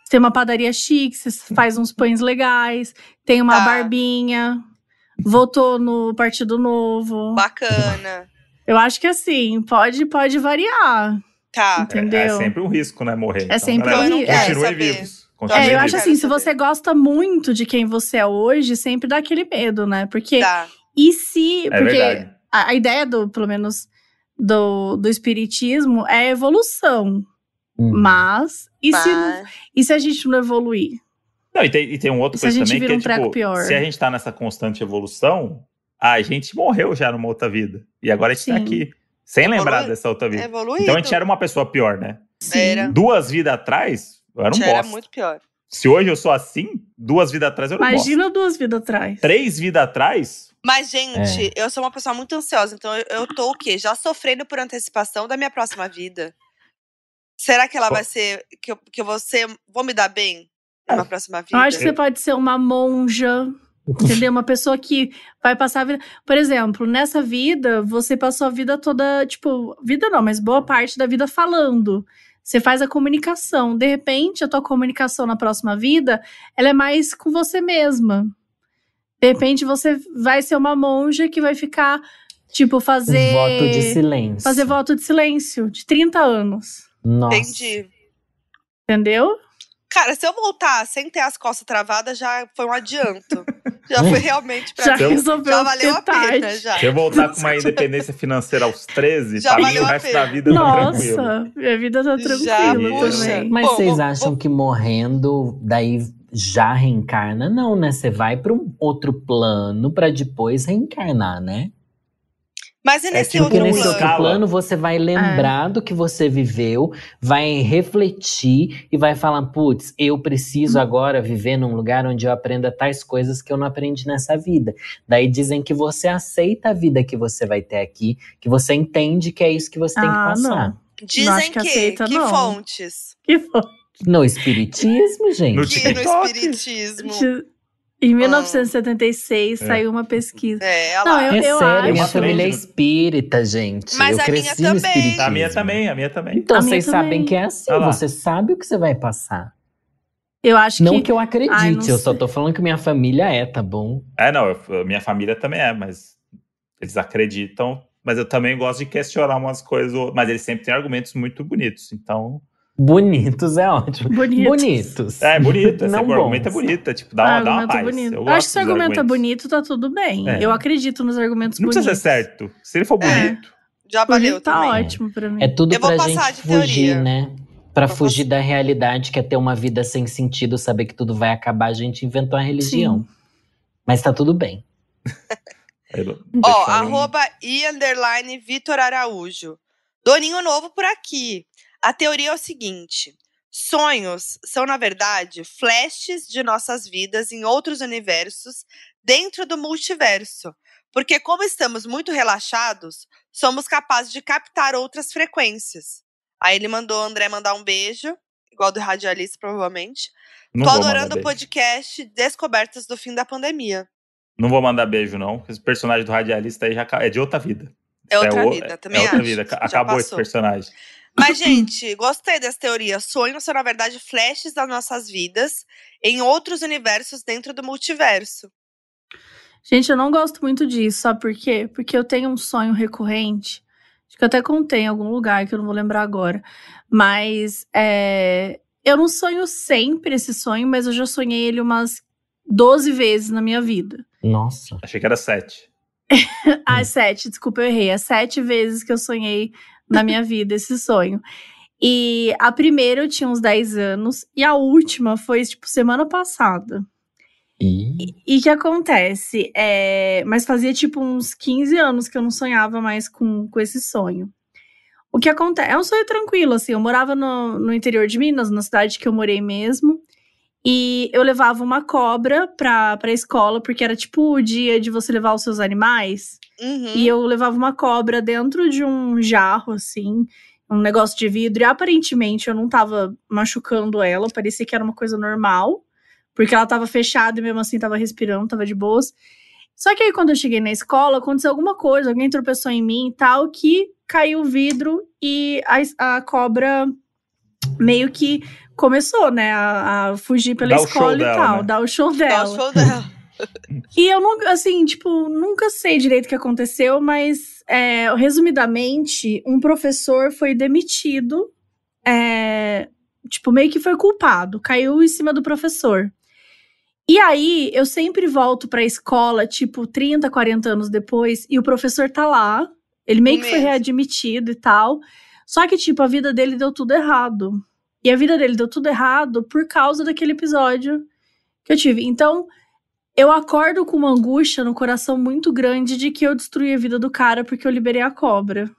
[SPEAKER 3] Tem uma padaria chique, você faz uns pães legais, tem uma
[SPEAKER 2] Tá.
[SPEAKER 3] barbinha, votou no Partido Novo.
[SPEAKER 2] Bacana.
[SPEAKER 3] Eu acho que assim, pode, pode variar. Então,
[SPEAKER 2] Tá.
[SPEAKER 1] É- É,
[SPEAKER 3] entendeu?
[SPEAKER 1] sempre um risco, né? Morrer. Então,
[SPEAKER 3] sempre
[SPEAKER 1] galera,
[SPEAKER 3] um risco.
[SPEAKER 2] É,
[SPEAKER 1] Continuem
[SPEAKER 2] saber.
[SPEAKER 1] vivos.
[SPEAKER 2] Tá,
[SPEAKER 1] Continuem
[SPEAKER 3] É, eu
[SPEAKER 2] eu
[SPEAKER 3] acho
[SPEAKER 1] vivos.
[SPEAKER 3] assim, se
[SPEAKER 2] quero saber.
[SPEAKER 3] você gosta muito de quem você é hoje, sempre dá aquele medo, né? Porque
[SPEAKER 2] Tá.
[SPEAKER 3] e se.
[SPEAKER 1] É
[SPEAKER 3] porque
[SPEAKER 1] verdade.
[SPEAKER 3] a, a ideia do, pelo menos, do, do espiritismo é a evolução.
[SPEAKER 1] Uhum.
[SPEAKER 4] Hum.
[SPEAKER 3] Mas e, se,
[SPEAKER 2] Mas-
[SPEAKER 3] e se a gente não evoluir?
[SPEAKER 1] Não, e tem, e tem um outro
[SPEAKER 3] E se a
[SPEAKER 1] coisa
[SPEAKER 3] gente
[SPEAKER 1] também que
[SPEAKER 3] vira
[SPEAKER 1] é
[SPEAKER 3] um treco
[SPEAKER 1] tipo,
[SPEAKER 3] pior?
[SPEAKER 1] se a gente tá nessa constante evolução, a gente morreu já numa outra vida. E agora a gente tá
[SPEAKER 3] Sim.
[SPEAKER 1] aqui, sem lembrar
[SPEAKER 2] Evolui-
[SPEAKER 1] dessa outra
[SPEAKER 2] É
[SPEAKER 1] vida.
[SPEAKER 2] evoluído.
[SPEAKER 1] Então a gente era uma pessoa pior, né?
[SPEAKER 3] Sim.
[SPEAKER 2] Era.
[SPEAKER 1] Duas vidas atrás, eu era um
[SPEAKER 2] Já era
[SPEAKER 1] bosta.
[SPEAKER 2] muito pior.
[SPEAKER 1] Se hoje eu sou assim, duas vidas atrás eu não bosta.
[SPEAKER 3] Imagina duas vidas atrás.
[SPEAKER 1] Três vidas atrás,
[SPEAKER 2] Mas, gente,
[SPEAKER 3] É.
[SPEAKER 2] eu sou uma pessoa muito ansiosa, então eu, eu tô o quê? Já sofrendo por antecipação da minha próxima vida. Será que ela
[SPEAKER 1] Pô.
[SPEAKER 2] vai ser. Que eu, que eu vou ser. Vou me dar bem na
[SPEAKER 1] É.
[SPEAKER 2] minha próxima vida?
[SPEAKER 3] Eu acho que você pode ser uma monja, entendeu? Uma pessoa que vai passar a vida. Por exemplo, nessa vida, você passou a vida toda, tipo, vida não, mas boa parte da vida falando. Você faz a comunicação. De repente, a tua comunicação na próxima vida, ela é mais com você mesma. De repente, você vai ser uma monja que vai ficar, tipo, fazer.
[SPEAKER 4] Um Voto de silêncio.
[SPEAKER 3] é- fazer voto de silêncio de 30 anos.
[SPEAKER 4] Nossa.
[SPEAKER 2] Entendi.
[SPEAKER 3] Entendeu?
[SPEAKER 2] Cara, se eu voltar sem ter as costas travadas, já foi um adianto. já foi realmente pra
[SPEAKER 3] Hum. Já
[SPEAKER 1] Então,
[SPEAKER 3] resolveu tá.
[SPEAKER 2] Já valeu a
[SPEAKER 3] ter tarde.
[SPEAKER 2] pena, já.
[SPEAKER 1] se eu voltar com uma independência financeira aos 13,
[SPEAKER 2] Já
[SPEAKER 1] pra mim
[SPEAKER 2] valeu
[SPEAKER 1] o
[SPEAKER 2] a
[SPEAKER 1] resto
[SPEAKER 2] pena.
[SPEAKER 1] da vida tá tranquilo.
[SPEAKER 3] Nossa, minha vida
[SPEAKER 2] Já,
[SPEAKER 3] tá tranquila
[SPEAKER 1] puxa.
[SPEAKER 3] também.
[SPEAKER 4] Mas
[SPEAKER 2] Bom,
[SPEAKER 4] vocês
[SPEAKER 2] bom,
[SPEAKER 4] acham que morrendo, daí já reencarna? Não, né? Você vai para um outro plano para depois reencarnar, né?
[SPEAKER 2] Mas e nesse
[SPEAKER 1] tipo
[SPEAKER 2] outro
[SPEAKER 4] Porque
[SPEAKER 1] Outro
[SPEAKER 4] nesse
[SPEAKER 2] plano?
[SPEAKER 4] outro
[SPEAKER 1] plano.
[SPEAKER 4] plano você vai lembrar do que você viveu, vai refletir e vai falar: putz, eu preciso agora viver num lugar onde eu aprenda tais coisas que eu não aprendi nessa vida. Daí dizem que você aceita a vida que você vai ter aqui, que você entende que é isso que você tem que
[SPEAKER 3] Ah,
[SPEAKER 4] passar.
[SPEAKER 3] não.
[SPEAKER 2] Dizem
[SPEAKER 3] Não acho
[SPEAKER 2] que,
[SPEAKER 3] que aceita,
[SPEAKER 2] que
[SPEAKER 3] não.
[SPEAKER 2] fontes.
[SPEAKER 3] Que foi?
[SPEAKER 4] No espiritismo, gente.
[SPEAKER 1] No
[SPEAKER 2] Que no
[SPEAKER 1] TikTok.
[SPEAKER 2] espiritismo.
[SPEAKER 3] Em 1976 saiu uma pesquisa.
[SPEAKER 2] É, olha
[SPEAKER 3] Não,
[SPEAKER 2] lá.
[SPEAKER 3] eu-
[SPEAKER 4] É sério,
[SPEAKER 3] acho-
[SPEAKER 4] minha
[SPEAKER 1] Eu
[SPEAKER 4] família é
[SPEAKER 1] aprendi.
[SPEAKER 4] espírita, gente.
[SPEAKER 2] Mas
[SPEAKER 4] eu
[SPEAKER 2] a
[SPEAKER 4] cresci
[SPEAKER 2] minha
[SPEAKER 4] no
[SPEAKER 2] também.
[SPEAKER 4] espiritismo.
[SPEAKER 1] A minha também, a minha também.
[SPEAKER 4] Então,
[SPEAKER 3] A minha
[SPEAKER 4] vocês sabem
[SPEAKER 3] também.
[SPEAKER 4] que é assim.
[SPEAKER 1] Ah lá.
[SPEAKER 4] você sabe o que você vai passar.
[SPEAKER 3] Eu acho
[SPEAKER 4] Não
[SPEAKER 3] que.
[SPEAKER 4] que, eu acredite,
[SPEAKER 3] Ai, não
[SPEAKER 4] eu só
[SPEAKER 3] sei.
[SPEAKER 4] tô falando que minha família é, tá bom?
[SPEAKER 1] É, não, eu- eu- minha família também é, mas eles acreditam. Mas eu também gosto de questionar umas coisas, ou- mas eles sempre têm argumentos muito bonitos. Então,
[SPEAKER 4] Bonitos é ótimo.
[SPEAKER 3] Bonito.
[SPEAKER 4] Bonitos.
[SPEAKER 1] é bonito, é
[SPEAKER 4] Não
[SPEAKER 1] sempre, o argumento é
[SPEAKER 4] bons.
[SPEAKER 1] bonito, é tipo, dá uma, dá uma
[SPEAKER 3] argumento
[SPEAKER 1] paz.
[SPEAKER 3] bonito.
[SPEAKER 1] Eu
[SPEAKER 3] Eu
[SPEAKER 1] gosto
[SPEAKER 3] acho que se o
[SPEAKER 1] dos
[SPEAKER 3] argumento é
[SPEAKER 1] argumentos.
[SPEAKER 3] bonito, tá tudo bem.
[SPEAKER 1] É.
[SPEAKER 3] Eu acredito nos argumentos
[SPEAKER 1] Não
[SPEAKER 3] bonitos.
[SPEAKER 1] precisa ser certo. Se ele for
[SPEAKER 2] É.
[SPEAKER 1] bonito,
[SPEAKER 2] Já valeu
[SPEAKER 3] Bonito tá
[SPEAKER 2] também.
[SPEAKER 3] ótimo pra mim.
[SPEAKER 4] É tudo
[SPEAKER 2] Eu vou
[SPEAKER 4] pra
[SPEAKER 2] passar
[SPEAKER 4] gente
[SPEAKER 2] de
[SPEAKER 4] fugir,
[SPEAKER 2] teoria.
[SPEAKER 4] né? Pra
[SPEAKER 2] Vou
[SPEAKER 4] fugir da realidade, que é ter uma vida sem sentido, saber que tudo vai acabar, a gente inventou a religião. Mas tá tudo bem.
[SPEAKER 1] aí eu-
[SPEAKER 2] Ó,
[SPEAKER 1] deixa eu-
[SPEAKER 2] arroba e underline Vitor Araújo. Doninho novo por aqui. A teoria é o seguinte: sonhos são, na verdade, flashes de nossas vidas em outros universos dentro do multiverso. Porque, como estamos muito relaxados, somos capazes de captar outras frequências. Aí ele mandou o André mandar um beijo, igual do radialista, provavelmente.
[SPEAKER 1] Não
[SPEAKER 2] Tô
[SPEAKER 1] vou mandar
[SPEAKER 2] adorando o
[SPEAKER 1] beijo.
[SPEAKER 2] podcast Descobertas do Fim da Pandemia.
[SPEAKER 1] Não vou mandar beijo, não. Esse personagem do radialista aí já ca- é de outra vida.
[SPEAKER 2] É outra
[SPEAKER 1] o-
[SPEAKER 2] vida,
[SPEAKER 1] É
[SPEAKER 2] também
[SPEAKER 1] outra
[SPEAKER 2] acho.
[SPEAKER 1] vida. Ca-
[SPEAKER 2] Já
[SPEAKER 1] Acabou esse
[SPEAKER 2] passou.
[SPEAKER 1] personagem.
[SPEAKER 2] Mas, gente, gostei dessa teoria. Sonhos são, na verdade, flashes das nossas vidas em outros universos dentro do multiverso.
[SPEAKER 3] Gente, eu não gosto muito disso, sabe por quê? Porque eu tenho um sonho recorrente. Acho que eu até contei em algum lugar que eu não vou lembrar agora. Mas é, eu não sonho sempre esse sonho, mas eu já sonhei ele umas 12 vezes na minha vida.
[SPEAKER 4] Nossa.
[SPEAKER 1] Achei que era sete.
[SPEAKER 3] Ah, é sete, desculpa, eu errei. É sete vezes que eu sonhei na minha vida esse sonho. E a primeira eu tinha uns 10 anos, e a última foi, tipo, semana passada.
[SPEAKER 4] E
[SPEAKER 3] E que acontece? É, mas fazia tipo uns 15 anos que eu não sonhava mais com, com esse sonho. O que acontece? É um sonho tranquilo, assim. Eu morava no, no interior de Minas, na cidade que eu morei mesmo. E eu levava uma cobra pra, pra escola, porque era tipo o dia de você levar os seus animais.
[SPEAKER 2] Uhum.
[SPEAKER 3] E eu levava uma cobra dentro de um jarro, assim, um negócio de vidro. E aparentemente eu não tava machucando ela, parecia que era uma coisa normal, porque ela tava fechada e mesmo assim tava respirando, tava de boas. Só que aí quando eu cheguei na escola, aconteceu alguma coisa, alguém tropeçou em mim e tal, que caiu o vidro e a, a cobra meio que começou, né, a, a fugir pela
[SPEAKER 1] Dar o show
[SPEAKER 3] escola e
[SPEAKER 1] dela,
[SPEAKER 3] tal,
[SPEAKER 1] né?
[SPEAKER 3] dar o show dela.
[SPEAKER 2] Dá o show dela.
[SPEAKER 3] E eu nunca, assim, tipo, nunca sei direito o que aconteceu, mas é, resumidamente, um professor foi demitido, é, tipo, meio que foi culpado, caiu em cima do professor. E aí, eu sempre volto pra escola, tipo, 30, 40 anos depois, e o professor tá lá, ele meio
[SPEAKER 2] O
[SPEAKER 3] que foi
[SPEAKER 2] mesmo.
[SPEAKER 3] readmitido e tal, só que, tipo, a vida dele deu tudo errado. E a vida dele deu tudo errado por causa daquele episódio que eu tive. Então, eu acordo com uma angústia no coração muito grande de que eu destruí a vida do cara porque eu liberei a cobra.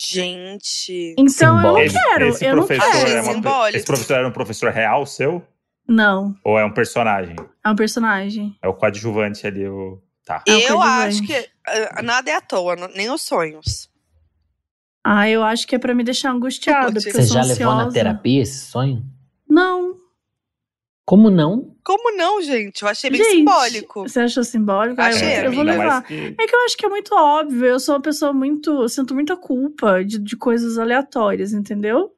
[SPEAKER 2] Gente.
[SPEAKER 3] Então eu não
[SPEAKER 4] Simbólico.
[SPEAKER 3] quero,
[SPEAKER 1] esse
[SPEAKER 3] eu não
[SPEAKER 1] professor
[SPEAKER 3] quero.
[SPEAKER 1] é uma-
[SPEAKER 2] Simbólico.
[SPEAKER 1] esse professor era um professor real seu?
[SPEAKER 3] Não,
[SPEAKER 1] Ou é um personagem?
[SPEAKER 3] é um personagem.
[SPEAKER 1] É o coadjuvante ali, o. Tá.
[SPEAKER 3] É o que eu
[SPEAKER 2] eu
[SPEAKER 3] digo,
[SPEAKER 2] acho
[SPEAKER 3] hein.
[SPEAKER 2] que ah, nada é à toa, n- nem os sonhos.
[SPEAKER 3] Ah, eu acho que é pra me deixar angustiada, porque
[SPEAKER 4] você
[SPEAKER 3] eu sou
[SPEAKER 4] já
[SPEAKER 3] ansiosa.
[SPEAKER 4] levou na terapia esse sonho?
[SPEAKER 3] Não.
[SPEAKER 4] Como não?
[SPEAKER 2] Como não, gente? Eu achei bem
[SPEAKER 3] gente,
[SPEAKER 2] simbólico.
[SPEAKER 3] Você achou simbólico? Ah, eu-
[SPEAKER 2] Achei,
[SPEAKER 3] eu vou
[SPEAKER 2] amiga,
[SPEAKER 3] levar.
[SPEAKER 1] É, mas que-
[SPEAKER 3] É que eu acho que é muito óbvio. Eu sou uma pessoa muito. Eu sinto muita culpa de, de coisas aleatórias, entendeu?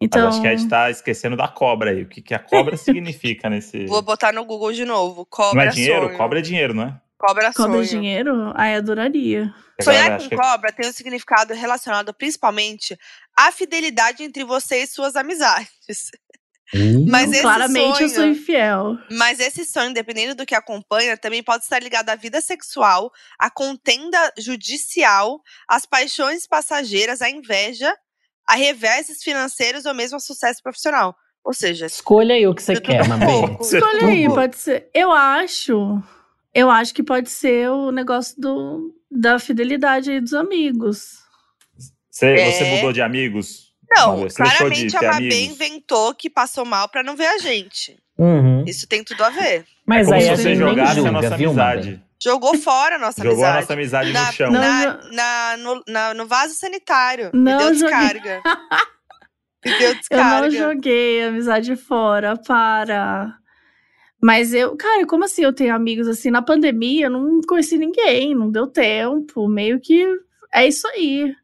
[SPEAKER 3] Então.
[SPEAKER 1] Mas acho que a gente tá esquecendo da cobra aí. O que, que a cobra significa nesse.
[SPEAKER 2] Vou botar no Google de novo.
[SPEAKER 1] Não
[SPEAKER 2] Cobra
[SPEAKER 1] é dinheiro?
[SPEAKER 2] sonho.
[SPEAKER 1] Cobra é dinheiro, não é?
[SPEAKER 2] Cobra
[SPEAKER 3] Cobra
[SPEAKER 2] sonho.
[SPEAKER 3] dinheiro? Ai, adoraria.
[SPEAKER 1] A galera
[SPEAKER 2] Sonhar
[SPEAKER 1] acha
[SPEAKER 2] com
[SPEAKER 1] que-
[SPEAKER 2] cobra tem um significado relacionado principalmente à fidelidade entre você e suas amizades.
[SPEAKER 4] Ih,
[SPEAKER 2] Mas esse
[SPEAKER 3] Claramente eu sou
[SPEAKER 2] sonho,
[SPEAKER 3] infiel.
[SPEAKER 2] mas esse sonho, dependendo do que acompanha, também pode estar ligado à vida sexual, à contenda judicial, às paixões passageiras, à inveja, a reveses financeiros ou mesmo a sucesso profissional. Ou seja,
[SPEAKER 4] Escolha aí o que você
[SPEAKER 2] Tudo é um bem.
[SPEAKER 4] quer, mamãe.
[SPEAKER 1] Pode ser
[SPEAKER 3] Escolha aí,
[SPEAKER 1] tudo.
[SPEAKER 3] pode ser. Eu acho. Eu acho que pode ser o negócio do, da fidelidade aí dos amigos.
[SPEAKER 1] Você,
[SPEAKER 2] É.
[SPEAKER 1] você mudou de amigos?
[SPEAKER 2] não,
[SPEAKER 1] Malu? Você deixou de
[SPEAKER 2] claramente a
[SPEAKER 1] ter
[SPEAKER 2] Mabê
[SPEAKER 1] amigos?
[SPEAKER 2] inventou que passou mal pra não ver a gente.
[SPEAKER 4] Uhum.
[SPEAKER 2] Isso tem tudo a ver.
[SPEAKER 4] Mas
[SPEAKER 1] é como
[SPEAKER 4] aí
[SPEAKER 1] se
[SPEAKER 4] a
[SPEAKER 3] você
[SPEAKER 1] você
[SPEAKER 4] gente nem
[SPEAKER 1] jogasse a
[SPEAKER 4] julga,
[SPEAKER 1] nossa
[SPEAKER 4] viu,
[SPEAKER 1] amizade.
[SPEAKER 4] mamãe?
[SPEAKER 2] Jogou fora a nossa
[SPEAKER 1] Jogou a
[SPEAKER 2] amizade.
[SPEAKER 1] nossa amizade
[SPEAKER 2] na,
[SPEAKER 1] no chão.
[SPEAKER 3] Não,
[SPEAKER 2] na-
[SPEAKER 3] jo-
[SPEAKER 2] na- no, na- no vaso sanitário.
[SPEAKER 3] Não
[SPEAKER 2] e deu
[SPEAKER 3] joguei.
[SPEAKER 2] descarga. e deu
[SPEAKER 3] Eu
[SPEAKER 2] descarga.
[SPEAKER 3] não joguei amizade fora, para. Mas eu, cara, como assim eu tenho amigos assim? Na pandemia eu não conheci ninguém, não deu tempo. Meio que é isso aí.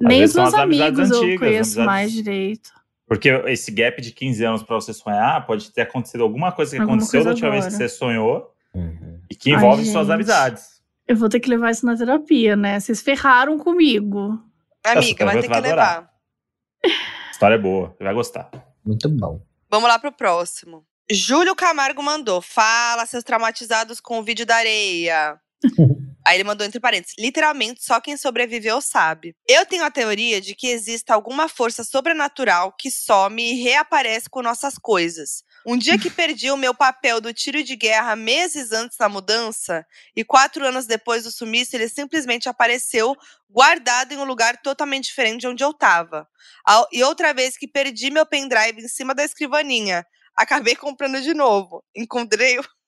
[SPEAKER 1] Às
[SPEAKER 3] Nem
[SPEAKER 1] vezes
[SPEAKER 3] os
[SPEAKER 1] são
[SPEAKER 3] meus
[SPEAKER 1] as amizades
[SPEAKER 3] amigos eu
[SPEAKER 1] antigas,
[SPEAKER 3] conheço
[SPEAKER 1] amizades-
[SPEAKER 3] mais direito.
[SPEAKER 1] Porque esse gap de 15 anos pra você sonhar pode ter acontecido alguma coisa que
[SPEAKER 3] Alguma
[SPEAKER 1] aconteceu
[SPEAKER 3] coisa
[SPEAKER 1] da última vez que
[SPEAKER 3] agora.
[SPEAKER 1] você sonhou
[SPEAKER 4] Uhum.
[SPEAKER 1] e que
[SPEAKER 3] Ai,
[SPEAKER 1] envolve suas
[SPEAKER 3] gente.
[SPEAKER 1] amizades.
[SPEAKER 3] Eu vou ter que levar isso na terapia, né? Vocês ferraram comigo.
[SPEAKER 2] Amiga, vai
[SPEAKER 1] Nossa,
[SPEAKER 2] ter que
[SPEAKER 1] vai adorar.
[SPEAKER 2] levar.
[SPEAKER 1] A história é boa, você vai gostar.
[SPEAKER 4] Muito bom.
[SPEAKER 2] Vamos lá pro próximo. Júlio Camargo mandou. Fala, seus traumatizados com o vídeo da areia. Aí ele mandou entre parênteses. Literalmente, só quem sobreviveu sabe. Eu tenho a teoria de que exista alguma força sobrenatural que some e reaparece com nossas coisas. Um dia que perdi o meu papel do tiro de guerra meses antes da mudança, e quatro anos depois do sumiço, ele simplesmente apareceu guardado em um lugar totalmente diferente de onde eu tava. A- E outra vez que perdi meu pendrive em cima da escrivaninha. Acabei comprando de novo. Encontrei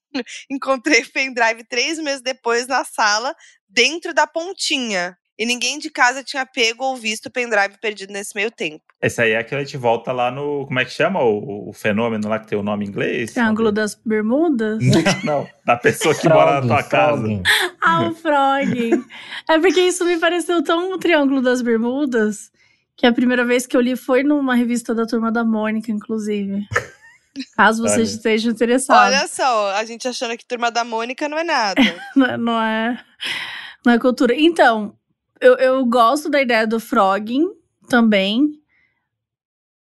[SPEAKER 2] Encontrei o pendrive três meses depois na sala, dentro da pontinha. E ninguém de casa tinha pego ou visto o pendrive perdido nesse meio tempo.
[SPEAKER 1] Esse aí é que a gente volta lá no. Como é que chama o, o fenômeno lá que tem o nome em inglês?
[SPEAKER 3] Triângulo das Bermudas?
[SPEAKER 1] Não, não, da pessoa que mora na tua casa.
[SPEAKER 4] Frogging.
[SPEAKER 3] Ah, o frogging. é porque isso me pareceu tão um Triângulo das Bermudas que a primeira vez que eu li foi numa revista da Turma da Mônica, inclusive. Caso
[SPEAKER 1] Olha.
[SPEAKER 3] vocês estejam interessados.
[SPEAKER 2] Olha só, a gente achando que Turma da Mônica não é nada.
[SPEAKER 3] Não é- não é, não é cultura. Então, eu, eu gosto da ideia do frogging também.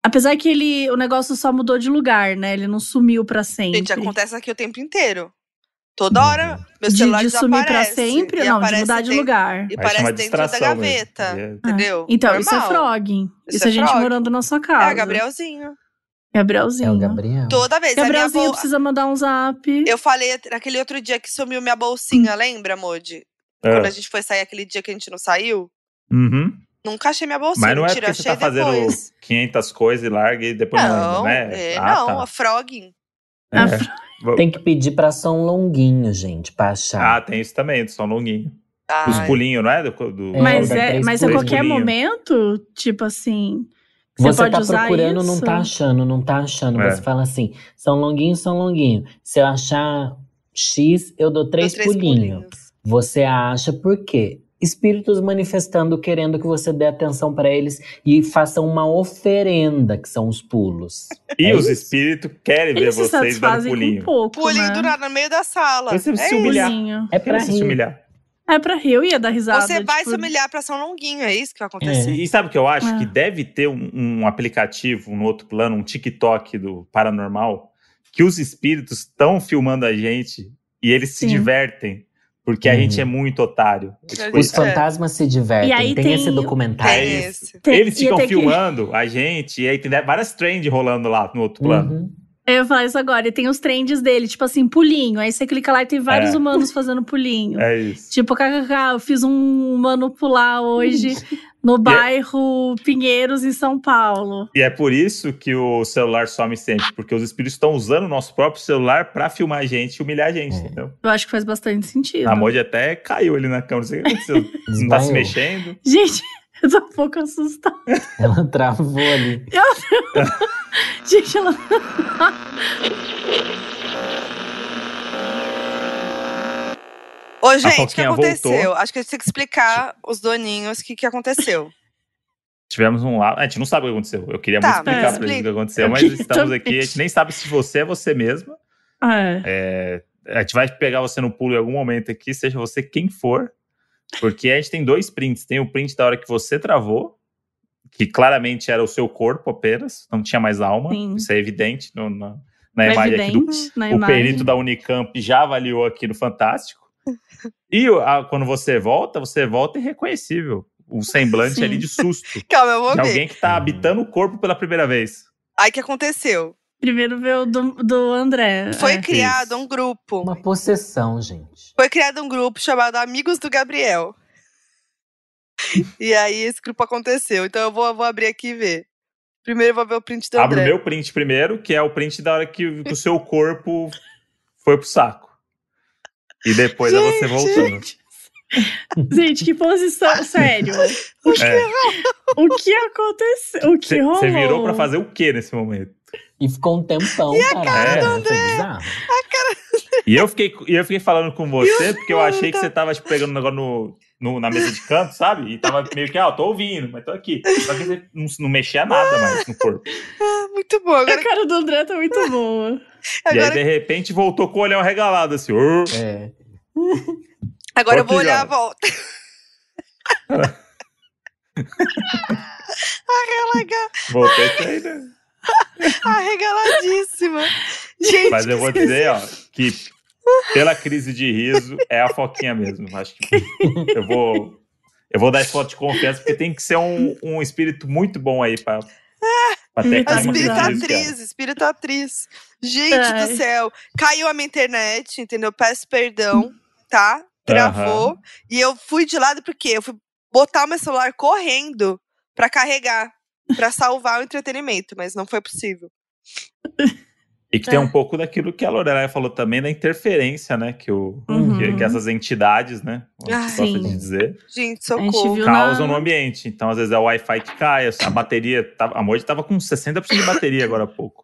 [SPEAKER 3] Apesar que ele, o negócio só mudou de lugar, né? Ele não sumiu pra sempre.
[SPEAKER 2] gente, acontece aqui o tempo inteiro. Toda hora, meu
[SPEAKER 3] Uhum. de,
[SPEAKER 2] celular
[SPEAKER 3] de sumir pra
[SPEAKER 2] desaparece.
[SPEAKER 3] sempre,
[SPEAKER 2] e
[SPEAKER 3] não, de
[SPEAKER 2] aparece
[SPEAKER 3] mudar de
[SPEAKER 2] dentro-
[SPEAKER 3] lugar.
[SPEAKER 2] E
[SPEAKER 1] Aí chama
[SPEAKER 2] parece dentro da
[SPEAKER 1] distração mesmo.
[SPEAKER 2] gaveta,
[SPEAKER 1] Aí é-
[SPEAKER 2] entendeu?
[SPEAKER 3] Então, isso é
[SPEAKER 2] Normal.
[SPEAKER 3] frogging. Isso,
[SPEAKER 2] Isso
[SPEAKER 3] é
[SPEAKER 2] é
[SPEAKER 3] gente
[SPEAKER 2] frogging.
[SPEAKER 3] morando na sua casa.
[SPEAKER 2] É, Gabrielzinho.
[SPEAKER 3] Gabrielzinho.
[SPEAKER 4] É o Gabriel.
[SPEAKER 2] Toda vez. a
[SPEAKER 3] Gabrielzinho
[SPEAKER 2] minha avó,
[SPEAKER 3] precisa mandar um zap.
[SPEAKER 2] Eu falei naquele outro dia que sumiu minha bolsinha, lembra, Modi? Quando a
[SPEAKER 1] Ah.
[SPEAKER 2] gente foi sair aquele dia que a gente não saiu.
[SPEAKER 1] Uhum.
[SPEAKER 2] Nunca achei minha bolsinha.
[SPEAKER 1] Mas não é
[SPEAKER 2] mentira,
[SPEAKER 1] porque você tá
[SPEAKER 2] achei
[SPEAKER 1] fazendo
[SPEAKER 2] depois.
[SPEAKER 1] 500 coisas e larga e depois não,
[SPEAKER 2] Não,
[SPEAKER 1] lembra, né?
[SPEAKER 2] é,
[SPEAKER 1] Ah,
[SPEAKER 2] não,
[SPEAKER 1] tá.
[SPEAKER 2] a Frogging.
[SPEAKER 1] É.
[SPEAKER 3] A fro-
[SPEAKER 4] Tem que pedir pra São Longuinho, gente, pra achar.
[SPEAKER 1] Ah, tem isso também, do São Longuinho. Os
[SPEAKER 2] Ai,
[SPEAKER 1] pulinhos, não é? Do, do-
[SPEAKER 4] É,
[SPEAKER 3] mas
[SPEAKER 4] dá
[SPEAKER 3] é,
[SPEAKER 4] três
[SPEAKER 3] mas a
[SPEAKER 1] pulinhos.
[SPEAKER 3] qualquer
[SPEAKER 1] Pulinho.
[SPEAKER 3] momento, tipo assim. Você,
[SPEAKER 4] você
[SPEAKER 3] pode
[SPEAKER 4] tá
[SPEAKER 3] usar
[SPEAKER 4] procurando,
[SPEAKER 3] isso?
[SPEAKER 4] não tá achando, não tá achando.
[SPEAKER 1] É.
[SPEAKER 4] Você fala assim, São Longuinho, São Longuinho. Se eu achar X, eu dou
[SPEAKER 2] dou
[SPEAKER 4] três, pulinhos. Você acha por quê? Espíritos manifestando, querendo que você dê atenção pra eles e faça uma oferenda, que são os pulos.
[SPEAKER 1] E
[SPEAKER 4] É
[SPEAKER 1] os
[SPEAKER 4] isso?
[SPEAKER 1] espíritos querem ver
[SPEAKER 3] Eles se
[SPEAKER 1] vocês dando
[SPEAKER 3] satisfazem com
[SPEAKER 1] pulinho.
[SPEAKER 3] pouco.
[SPEAKER 2] Pulinho
[SPEAKER 3] né?
[SPEAKER 2] do nada, no meio da sala.
[SPEAKER 1] Você
[SPEAKER 2] é
[SPEAKER 1] se
[SPEAKER 2] isso.
[SPEAKER 1] humilhar.
[SPEAKER 3] Pulinho.
[SPEAKER 4] É pra
[SPEAKER 1] Querem se
[SPEAKER 4] rir.
[SPEAKER 1] humilhar.
[SPEAKER 3] É pra rir, eu ia dar risada.
[SPEAKER 2] Você vai
[SPEAKER 3] tipo,
[SPEAKER 2] se humilhar pra São Longuinho, é isso que vai acontecer.
[SPEAKER 1] E, e sabe o que eu acho?
[SPEAKER 3] Ah.
[SPEAKER 1] Que deve ter um, um aplicativo no outro plano, um TikTok do paranormal, que os espíritos estão filmando a gente e eles se
[SPEAKER 3] Sim.
[SPEAKER 1] divertem, porque a
[SPEAKER 4] Uhum.
[SPEAKER 1] gente é muito otário. É tipo
[SPEAKER 4] Os
[SPEAKER 1] isso.
[SPEAKER 4] fantasmas se divertem.
[SPEAKER 3] E aí
[SPEAKER 4] tem,
[SPEAKER 3] tem-
[SPEAKER 4] esse documentário.
[SPEAKER 1] É
[SPEAKER 2] Tem
[SPEAKER 1] isso.
[SPEAKER 2] esse.
[SPEAKER 3] tem-
[SPEAKER 1] Eles
[SPEAKER 3] ia
[SPEAKER 1] ficam
[SPEAKER 3] ter que-
[SPEAKER 1] filmando a gente e aí tem várias trends rolando lá no
[SPEAKER 3] É.
[SPEAKER 1] outro plano.
[SPEAKER 4] Uhum.
[SPEAKER 3] Eu ia falar isso agora. E tem os trends dele, tipo assim, pulinho. Aí você clica lá e tem vários
[SPEAKER 1] É.
[SPEAKER 3] humanos fazendo pulinho.
[SPEAKER 1] É isso.
[SPEAKER 3] Tipo, kkk, eu fiz um humano pular hoje
[SPEAKER 1] é
[SPEAKER 3] no bairro Pinheiros, em São Paulo.
[SPEAKER 1] E é por isso que o celular some sempre, porque os espíritos estão usando o nosso próprio celular pra filmar a gente e humilhar a gente,
[SPEAKER 4] É.
[SPEAKER 1] entendeu?
[SPEAKER 3] Eu acho que faz bastante sentido.
[SPEAKER 1] A Modi até caiu ali na cama, não sei o que aconteceu. não tá se
[SPEAKER 4] Desmaiou.
[SPEAKER 1] mexendo.
[SPEAKER 3] Gente, eu tô um pouco assustada.
[SPEAKER 4] Ela travou ali.
[SPEAKER 3] Gente, ela.
[SPEAKER 2] Ô, gente, o que
[SPEAKER 1] Foquinha
[SPEAKER 2] aconteceu?
[SPEAKER 1] voltou.
[SPEAKER 2] Acho que a gente tem que explicar os doninhos o que, que aconteceu.
[SPEAKER 1] Tivemos um lá. A gente não sabe o que aconteceu. Eu queria
[SPEAKER 2] Tá,
[SPEAKER 1] muito explicar pra
[SPEAKER 3] mas
[SPEAKER 1] eles o que
[SPEAKER 2] explica.
[SPEAKER 1] aconteceu,
[SPEAKER 3] Eu
[SPEAKER 1] mas
[SPEAKER 3] queria
[SPEAKER 1] estamos
[SPEAKER 3] também.
[SPEAKER 1] aqui. A gente nem sabe se você é você mesma.
[SPEAKER 3] É.
[SPEAKER 1] É, a gente vai pegar você no pulo em algum momento aqui, seja você quem for. Porque a gente tem dois prints. Tem o print da hora que você travou, que claramente era o seu corpo apenas, não tinha mais alma.
[SPEAKER 3] Sim.
[SPEAKER 1] Isso é evidente no- na, na
[SPEAKER 3] É
[SPEAKER 1] imagem aqui do
[SPEAKER 3] evidente na
[SPEAKER 1] o
[SPEAKER 3] imagem.
[SPEAKER 1] perito da Unicamp já avaliou aqui no Fantástico. E o- a- quando você volta, você volta irreconhecível. Um semblante
[SPEAKER 3] Sim.
[SPEAKER 1] ali de susto.
[SPEAKER 2] Calma, eu vou
[SPEAKER 1] de
[SPEAKER 2] ver.
[SPEAKER 1] alguém que tá habitando o corpo pela primeira vez.
[SPEAKER 2] Aí o que aconteceu?
[SPEAKER 3] Primeiro ver o do, do André.
[SPEAKER 2] Foi
[SPEAKER 3] é.
[SPEAKER 2] criado um grupo.
[SPEAKER 4] Uma possessão, gente.
[SPEAKER 2] Foi criado um grupo chamado Amigos do Gabriel. e aí esse grupo aconteceu. Então eu vou, vou abrir aqui e ver. Primeiro eu vou ver o print do
[SPEAKER 1] Abre o
[SPEAKER 2] André.
[SPEAKER 1] meu print primeiro, que é o print da hora que, que o seu corpo foi pro saco. E depois é você voltando.
[SPEAKER 3] É. Gente, que posição, sério. O que,
[SPEAKER 1] É.
[SPEAKER 3] o que aconteceu? O que
[SPEAKER 1] Você
[SPEAKER 3] rolou?
[SPEAKER 1] você virou pra fazer o quê nesse momento?
[SPEAKER 4] E ficou um tempão parado.
[SPEAKER 1] cara do
[SPEAKER 4] né? Foi bizarro.
[SPEAKER 1] E eu fiquei, e eu fiquei falando com você, porque eu achei que
[SPEAKER 2] tá-
[SPEAKER 1] você tava tipo, pegando um negócio no, no- na mesa de canto, sabe? E tava meio que, ah, eu tô ouvindo, mas tô aqui. Só que você não, não mexia nada mais no corpo.
[SPEAKER 2] Ah, muito bom. Agora,
[SPEAKER 3] A cara do André tá muito boa.
[SPEAKER 1] E aí,
[SPEAKER 2] agora,
[SPEAKER 1] de repente, voltou com o olhão regalado, assim. "Ur".
[SPEAKER 4] É.
[SPEAKER 2] agora eu vou
[SPEAKER 1] Outro
[SPEAKER 2] olhar a
[SPEAKER 1] jogo.
[SPEAKER 2] volta. Arrega-
[SPEAKER 1] Voltei com ele. né?
[SPEAKER 2] Ah, Arregaladíssima. Gente,
[SPEAKER 1] Mas eu
[SPEAKER 2] que
[SPEAKER 1] vou
[SPEAKER 2] esquisito.
[SPEAKER 1] dizer, ó, que pela crise de riso, é a foquinha mesmo. Acho que eu vou. Eu vou dar esse voto de confiança, porque tem que ser um, um espírito muito bom aí pra, pra ter
[SPEAKER 3] Tá
[SPEAKER 2] A
[SPEAKER 1] aquela
[SPEAKER 3] muito
[SPEAKER 2] espírita
[SPEAKER 1] crise, cara.
[SPEAKER 2] atriz, espírita atriz. Gente
[SPEAKER 3] Ai.
[SPEAKER 2] do céu, caiu a minha internet, entendeu? Peço perdão, tá? Travou. E eu fui de lado porque eu fui botar o meu celular correndo pra carregar, pra salvar o entretenimento, mas não foi possível.
[SPEAKER 1] E
[SPEAKER 3] É.
[SPEAKER 1] que tem um pouco daquilo que a Lorelai falou também, da interferência, né? Que, o,
[SPEAKER 3] Uhum.
[SPEAKER 1] que, que essas entidades, né? como
[SPEAKER 2] Ah,
[SPEAKER 1] se gosta
[SPEAKER 3] sim.
[SPEAKER 1] de dizer,
[SPEAKER 2] Gente,
[SPEAKER 3] A gente
[SPEAKER 2] socorro.
[SPEAKER 3] viu
[SPEAKER 1] causam
[SPEAKER 3] na-
[SPEAKER 1] no ambiente. Então, às vezes, é o Wi-Fi que cai, a bateria. Tava, a Moji tava com 60% de bateria agora há pouco.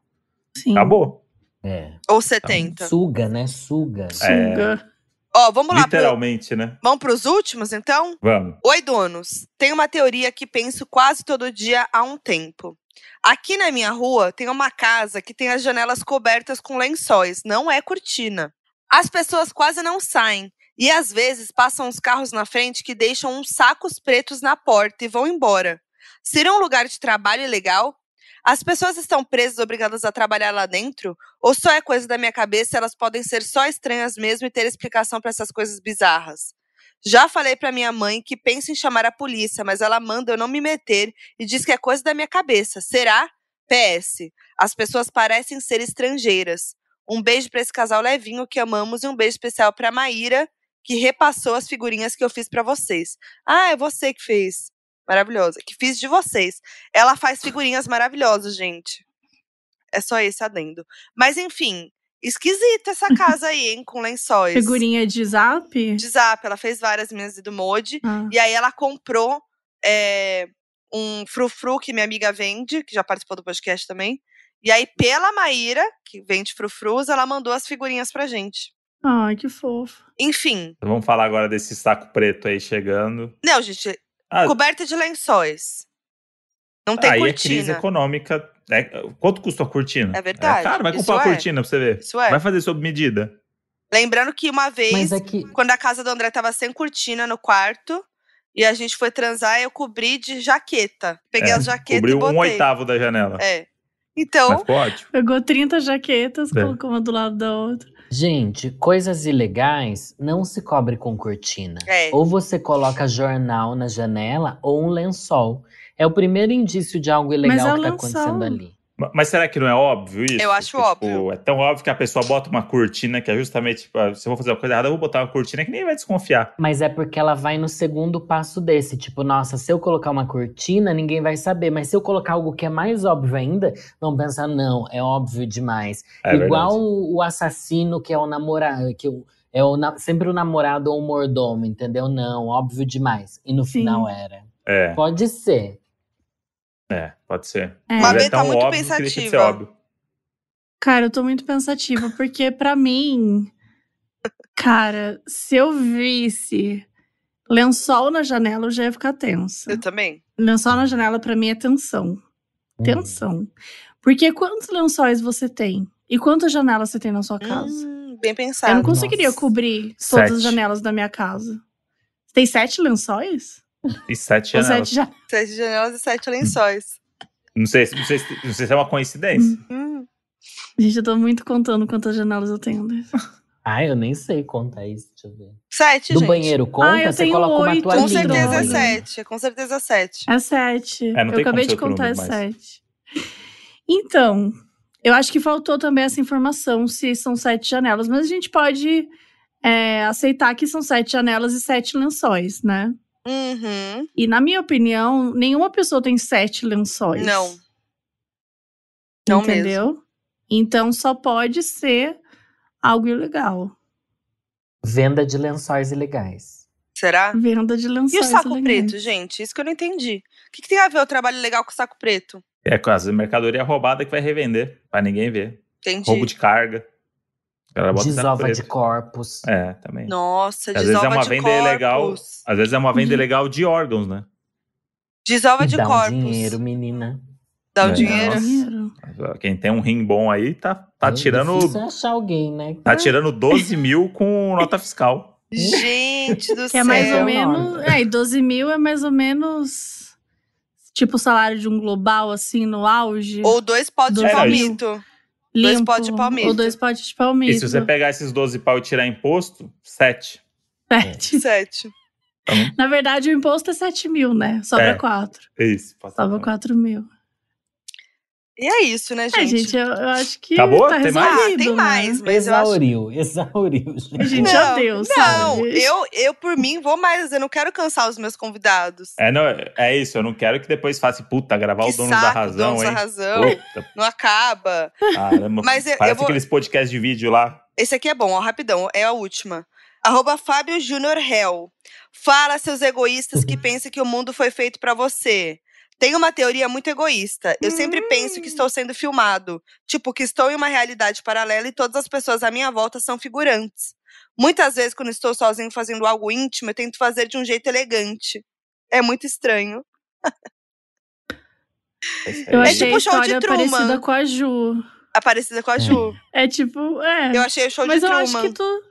[SPEAKER 3] Sim.
[SPEAKER 1] Acabou.
[SPEAKER 4] É.
[SPEAKER 2] Ou
[SPEAKER 3] Então.
[SPEAKER 2] 70.
[SPEAKER 3] Tá.
[SPEAKER 4] Suga, né? Suga.
[SPEAKER 3] Suga.
[SPEAKER 2] Ó, vamos lá. Pro...
[SPEAKER 1] Literalmente, né?
[SPEAKER 2] Vamos pros últimos, então?
[SPEAKER 1] Vamos.
[SPEAKER 2] Oi, donos. Tem uma teoria que penso quase todo dia há um tempo. Aqui na minha rua tem uma casa que tem as janelas cobertas com lençóis, não é cortina. As pessoas quase não saem e às vezes passam os carros na frente que deixam uns sacos pretos na porta e vão embora. Seria um lugar de trabalho legal? As pessoas estão presas, obrigadas a trabalhar lá dentro? Ou só é coisa da minha cabeça e elas podem ser só estranhas mesmo e ter explicação para essas coisas bizarras? Já falei pra minha mãe que pensa em chamar a polícia, mas ela manda eu não me meter e diz que é coisa da minha cabeça. Será? PS. As pessoas parecem ser estrangeiras. Um beijo pra esse casal levinho que amamos e um beijo especial pra Maíra, que repassou as figurinhas que eu fiz pra vocês. Ah, é você que fez. Maravilhosa. Que fiz de vocês. Ela faz figurinhas maravilhosas, gente. É só esse adendo. Mas enfim, esquisita essa casa aí, hein, com
[SPEAKER 1] É.
[SPEAKER 2] lençóis.
[SPEAKER 3] Figurinha de zap?
[SPEAKER 2] De zap, ela fez várias minhas e do Modi.
[SPEAKER 3] Ah.
[SPEAKER 2] E aí ela comprou é, um frufru que minha amiga vende, que já participou do podcast também. E aí, pela Maíra, que vende frufrus, ela mandou as figurinhas pra gente.
[SPEAKER 3] Ai, que fofo.
[SPEAKER 2] Enfim.
[SPEAKER 1] Vamos falar agora desse saco preto aí chegando.
[SPEAKER 2] Não, gente,
[SPEAKER 1] Ah,
[SPEAKER 2] coberta de lençóis. Não tem
[SPEAKER 1] aí é crise
[SPEAKER 2] cortina.
[SPEAKER 1] econômica. É, quanto custa a cortina?
[SPEAKER 2] É verdade,
[SPEAKER 1] cara, vai
[SPEAKER 2] isso
[SPEAKER 1] comprar uma
[SPEAKER 2] é.
[SPEAKER 1] cortina pra você ver.
[SPEAKER 2] Isso é.
[SPEAKER 1] Vai fazer sob medida.
[SPEAKER 2] Lembrando que uma
[SPEAKER 3] É
[SPEAKER 2] vez,
[SPEAKER 1] é
[SPEAKER 4] Mas é aqui.
[SPEAKER 2] quando a casa do André tava sem cortina no quarto, e a gente foi transar, eu cobri de jaqueta. Peguei
[SPEAKER 1] É,
[SPEAKER 2] as jaquetas e
[SPEAKER 1] Cobriu
[SPEAKER 2] botei.
[SPEAKER 1] um oitavo da janela.
[SPEAKER 2] É.
[SPEAKER 1] Mas
[SPEAKER 2] Então,
[SPEAKER 1] ficou ótimo.
[SPEAKER 3] Pegou 30 jaquetas,
[SPEAKER 1] É.
[SPEAKER 3] colocou uma do lado da outra.
[SPEAKER 4] Gente, coisas ilegais não se cobre com cortina.
[SPEAKER 2] é.
[SPEAKER 4] Ou você coloca jornal na janela ou um lençol. É o primeiro indício de algo
[SPEAKER 3] Mas
[SPEAKER 4] ilegal
[SPEAKER 3] é o
[SPEAKER 4] que tá
[SPEAKER 3] lençol.
[SPEAKER 4] acontecendo ali.
[SPEAKER 1] Ma- Mas será que não é óbvio isso?
[SPEAKER 2] Eu acho
[SPEAKER 1] Porque, tipo,
[SPEAKER 2] óbvio.
[SPEAKER 1] é tão óbvio que a pessoa bota uma cortina que é justamente, tipo, ah, se eu vou fazer uma coisa errada, eu vou botar uma cortina que nem vai desconfiar.
[SPEAKER 4] Mas é porque ela vai no segundo passo desse. Tipo, nossa, se eu colocar uma cortina, ninguém vai saber. Mas se eu colocar algo que é mais óbvio ainda, vão pensar, não, é óbvio demais.
[SPEAKER 1] É
[SPEAKER 4] Igual
[SPEAKER 1] verdade.
[SPEAKER 4] o o assassino que é o namorado, que o- é o na- sempre o namorado ou o mordomo, entendeu? Não, óbvio demais. E no
[SPEAKER 3] Sim.
[SPEAKER 4] final era.
[SPEAKER 1] É,
[SPEAKER 4] Pode ser.
[SPEAKER 1] é, pode ser.
[SPEAKER 3] É.
[SPEAKER 2] Uma
[SPEAKER 1] Mas
[SPEAKER 2] vez
[SPEAKER 1] é
[SPEAKER 2] tá
[SPEAKER 1] tão
[SPEAKER 2] muito
[SPEAKER 1] óbvio que deixa de ser
[SPEAKER 2] pensativa.
[SPEAKER 1] óbvio.
[SPEAKER 3] Cara, eu tô muito pensativa, porque pra mim, cara, se eu visse lençol na janela, eu já ia ficar tensa.
[SPEAKER 2] Eu também.
[SPEAKER 3] Lençol na janela, pra mim, é tensão.
[SPEAKER 1] Hum.
[SPEAKER 4] Uhum.
[SPEAKER 3] Tensão. Porque quantos lençóis você tem? E quantas janelas você tem na sua casa?
[SPEAKER 2] Hum, bem
[SPEAKER 1] tá.
[SPEAKER 3] eu não
[SPEAKER 2] pensado.
[SPEAKER 4] consigo.
[SPEAKER 3] conseguiria
[SPEAKER 4] Nossa.
[SPEAKER 3] cobrir todas
[SPEAKER 1] Sete.
[SPEAKER 3] as janelas da minha casa. Você tem sete lençóis?
[SPEAKER 1] E sete
[SPEAKER 3] Ou
[SPEAKER 1] janelas.
[SPEAKER 3] sete já...
[SPEAKER 2] Sete janelas e sete
[SPEAKER 3] Hum.
[SPEAKER 2] lençóis.
[SPEAKER 1] Não, sei, se- não, sei, se- não sei se é uma coincidência.
[SPEAKER 3] Uhum.
[SPEAKER 2] Hum,
[SPEAKER 3] Gente, eu tô muito contando quantas janelas eu tenho. né?
[SPEAKER 4] Ah, eu nem sei contar isso, deixa eu ver.
[SPEAKER 2] Sete,
[SPEAKER 4] Do
[SPEAKER 2] gente.
[SPEAKER 4] banheiro conta,
[SPEAKER 3] Ah, eu
[SPEAKER 4] você
[SPEAKER 3] tenho
[SPEAKER 4] coloca uma
[SPEAKER 3] oito,
[SPEAKER 4] toalhinha.
[SPEAKER 2] Com certeza é
[SPEAKER 3] Droga.
[SPEAKER 2] sete. Com certeza é sete.
[SPEAKER 3] É sete.
[SPEAKER 1] É, não tem
[SPEAKER 3] eu
[SPEAKER 1] como
[SPEAKER 3] acabei
[SPEAKER 1] ser
[SPEAKER 3] de
[SPEAKER 1] outro
[SPEAKER 3] contar, é
[SPEAKER 1] número mais.
[SPEAKER 3] sete. Então, eu acho que faltou também essa informação se são sete janelas, mas a gente pode é, aceitar que são sete janelas e sete lençóis, né?
[SPEAKER 2] Uhum.
[SPEAKER 3] E na minha opinião, nenhuma pessoa tem sete lençóis.
[SPEAKER 2] Não. Não mesmo.
[SPEAKER 3] entendeu? Então só pode ser algo ilegal.
[SPEAKER 4] Venda de lençóis ilegais.
[SPEAKER 2] Será?
[SPEAKER 3] Venda de lençóis.
[SPEAKER 2] E o saco
[SPEAKER 3] ilegais.
[SPEAKER 2] preto, gente? Isso que eu não entendi. O que, que tem a ver o trabalho legal com o saco preto?
[SPEAKER 1] É quase mercadoria roubada que vai revender, pra ninguém ver.
[SPEAKER 2] Entendi.
[SPEAKER 1] Roubo de carga. O cara bota o saco
[SPEAKER 4] Desova
[SPEAKER 1] preto.
[SPEAKER 4] de corpos.
[SPEAKER 1] É, também.
[SPEAKER 2] Nossa,
[SPEAKER 1] Às vezes é
[SPEAKER 2] desova
[SPEAKER 1] uma
[SPEAKER 2] de
[SPEAKER 1] venda
[SPEAKER 2] corpos.
[SPEAKER 1] ilegal. Às vezes é uma venda
[SPEAKER 3] Uhum.
[SPEAKER 1] ilegal de órgãos, né?
[SPEAKER 2] Desova de
[SPEAKER 4] Dá
[SPEAKER 2] corpos.
[SPEAKER 4] um dinheiro, menina.
[SPEAKER 2] Dá
[SPEAKER 1] É.
[SPEAKER 2] o dinheiro.
[SPEAKER 3] Dinheiro.
[SPEAKER 1] Quem tem um rim bom aí tá, tá
[SPEAKER 4] É
[SPEAKER 1] tirando
[SPEAKER 4] difícil achar alguém, né?
[SPEAKER 1] Tá tirando 12 mil com nota fiscal.
[SPEAKER 2] Gente do
[SPEAKER 3] Que
[SPEAKER 2] céu.
[SPEAKER 3] é mais ou
[SPEAKER 4] Seu
[SPEAKER 3] menos.
[SPEAKER 4] nome.
[SPEAKER 3] É, e 12 mil é mais ou menos. Tipo o salário de um global, assim, no auge.
[SPEAKER 2] Ou dois potes de
[SPEAKER 1] É,
[SPEAKER 3] Dois
[SPEAKER 2] palmito. dois potes de palmito.
[SPEAKER 3] Ou dois potes de palmito.
[SPEAKER 1] E se você pegar esses 12 pau e tirar imposto, 7.
[SPEAKER 3] Sete.
[SPEAKER 2] Sete.
[SPEAKER 3] Na verdade, o imposto é 7 mil, né? Sobra
[SPEAKER 1] É.
[SPEAKER 3] quatro.
[SPEAKER 1] É isso. passa
[SPEAKER 3] Sobra
[SPEAKER 1] pra-
[SPEAKER 3] 4 mil.
[SPEAKER 2] E é isso, né, gente?
[SPEAKER 3] É, gente, eu, eu acho que.
[SPEAKER 1] Acabou?
[SPEAKER 3] Tá
[SPEAKER 1] Tem mais?
[SPEAKER 2] ah,
[SPEAKER 3] resolvido,
[SPEAKER 2] tem
[SPEAKER 3] né?
[SPEAKER 2] mais, mas eu acho
[SPEAKER 4] Exauriu, exauriu, gente.
[SPEAKER 1] É.
[SPEAKER 3] Gente,
[SPEAKER 2] Não,
[SPEAKER 3] já deu,
[SPEAKER 2] Não,
[SPEAKER 3] sabe?
[SPEAKER 2] eu, eu por mim vou mais, eu não quero cansar os meus convidados.
[SPEAKER 1] É, não, é isso, eu não quero que depois faça, puta, gravar
[SPEAKER 2] que
[SPEAKER 1] o Dono
[SPEAKER 2] saco,
[SPEAKER 1] da Razão,
[SPEAKER 2] donos
[SPEAKER 1] hein?
[SPEAKER 2] da razão.
[SPEAKER 1] Puta,
[SPEAKER 2] Não acaba.
[SPEAKER 1] caramba.
[SPEAKER 2] Mas eu- eu
[SPEAKER 1] Parece
[SPEAKER 2] vou-
[SPEAKER 1] aqueles podcasts de vídeo lá.
[SPEAKER 2] Esse aqui é bom, ó, rapidão, é a última. Arroba Fábio Júnior Hell. Fala, seus egoístas
[SPEAKER 3] Uhum.
[SPEAKER 2] que pensam que o mundo foi feito pra você. Tem uma teoria muito egoísta. Eu sempre penso que
[SPEAKER 3] Hum.
[SPEAKER 2] estou sendo filmado. Tipo, que estou em uma realidade paralela e todas as pessoas à minha volta são figurantes. Muitas vezes, quando estou sozinho fazendo algo íntimo, eu tento fazer de um jeito elegante. É muito estranho.
[SPEAKER 3] Eu
[SPEAKER 2] É
[SPEAKER 3] achei
[SPEAKER 2] tipo
[SPEAKER 3] a
[SPEAKER 2] show de
[SPEAKER 3] história
[SPEAKER 2] Truman.
[SPEAKER 3] parecida com a Ju.
[SPEAKER 2] Aparecida com a
[SPEAKER 4] É.
[SPEAKER 2] Ju.
[SPEAKER 3] É tipo, é.
[SPEAKER 2] Eu achei o show
[SPEAKER 3] Mas
[SPEAKER 2] de
[SPEAKER 3] eu
[SPEAKER 2] Truman.
[SPEAKER 3] acho que tu.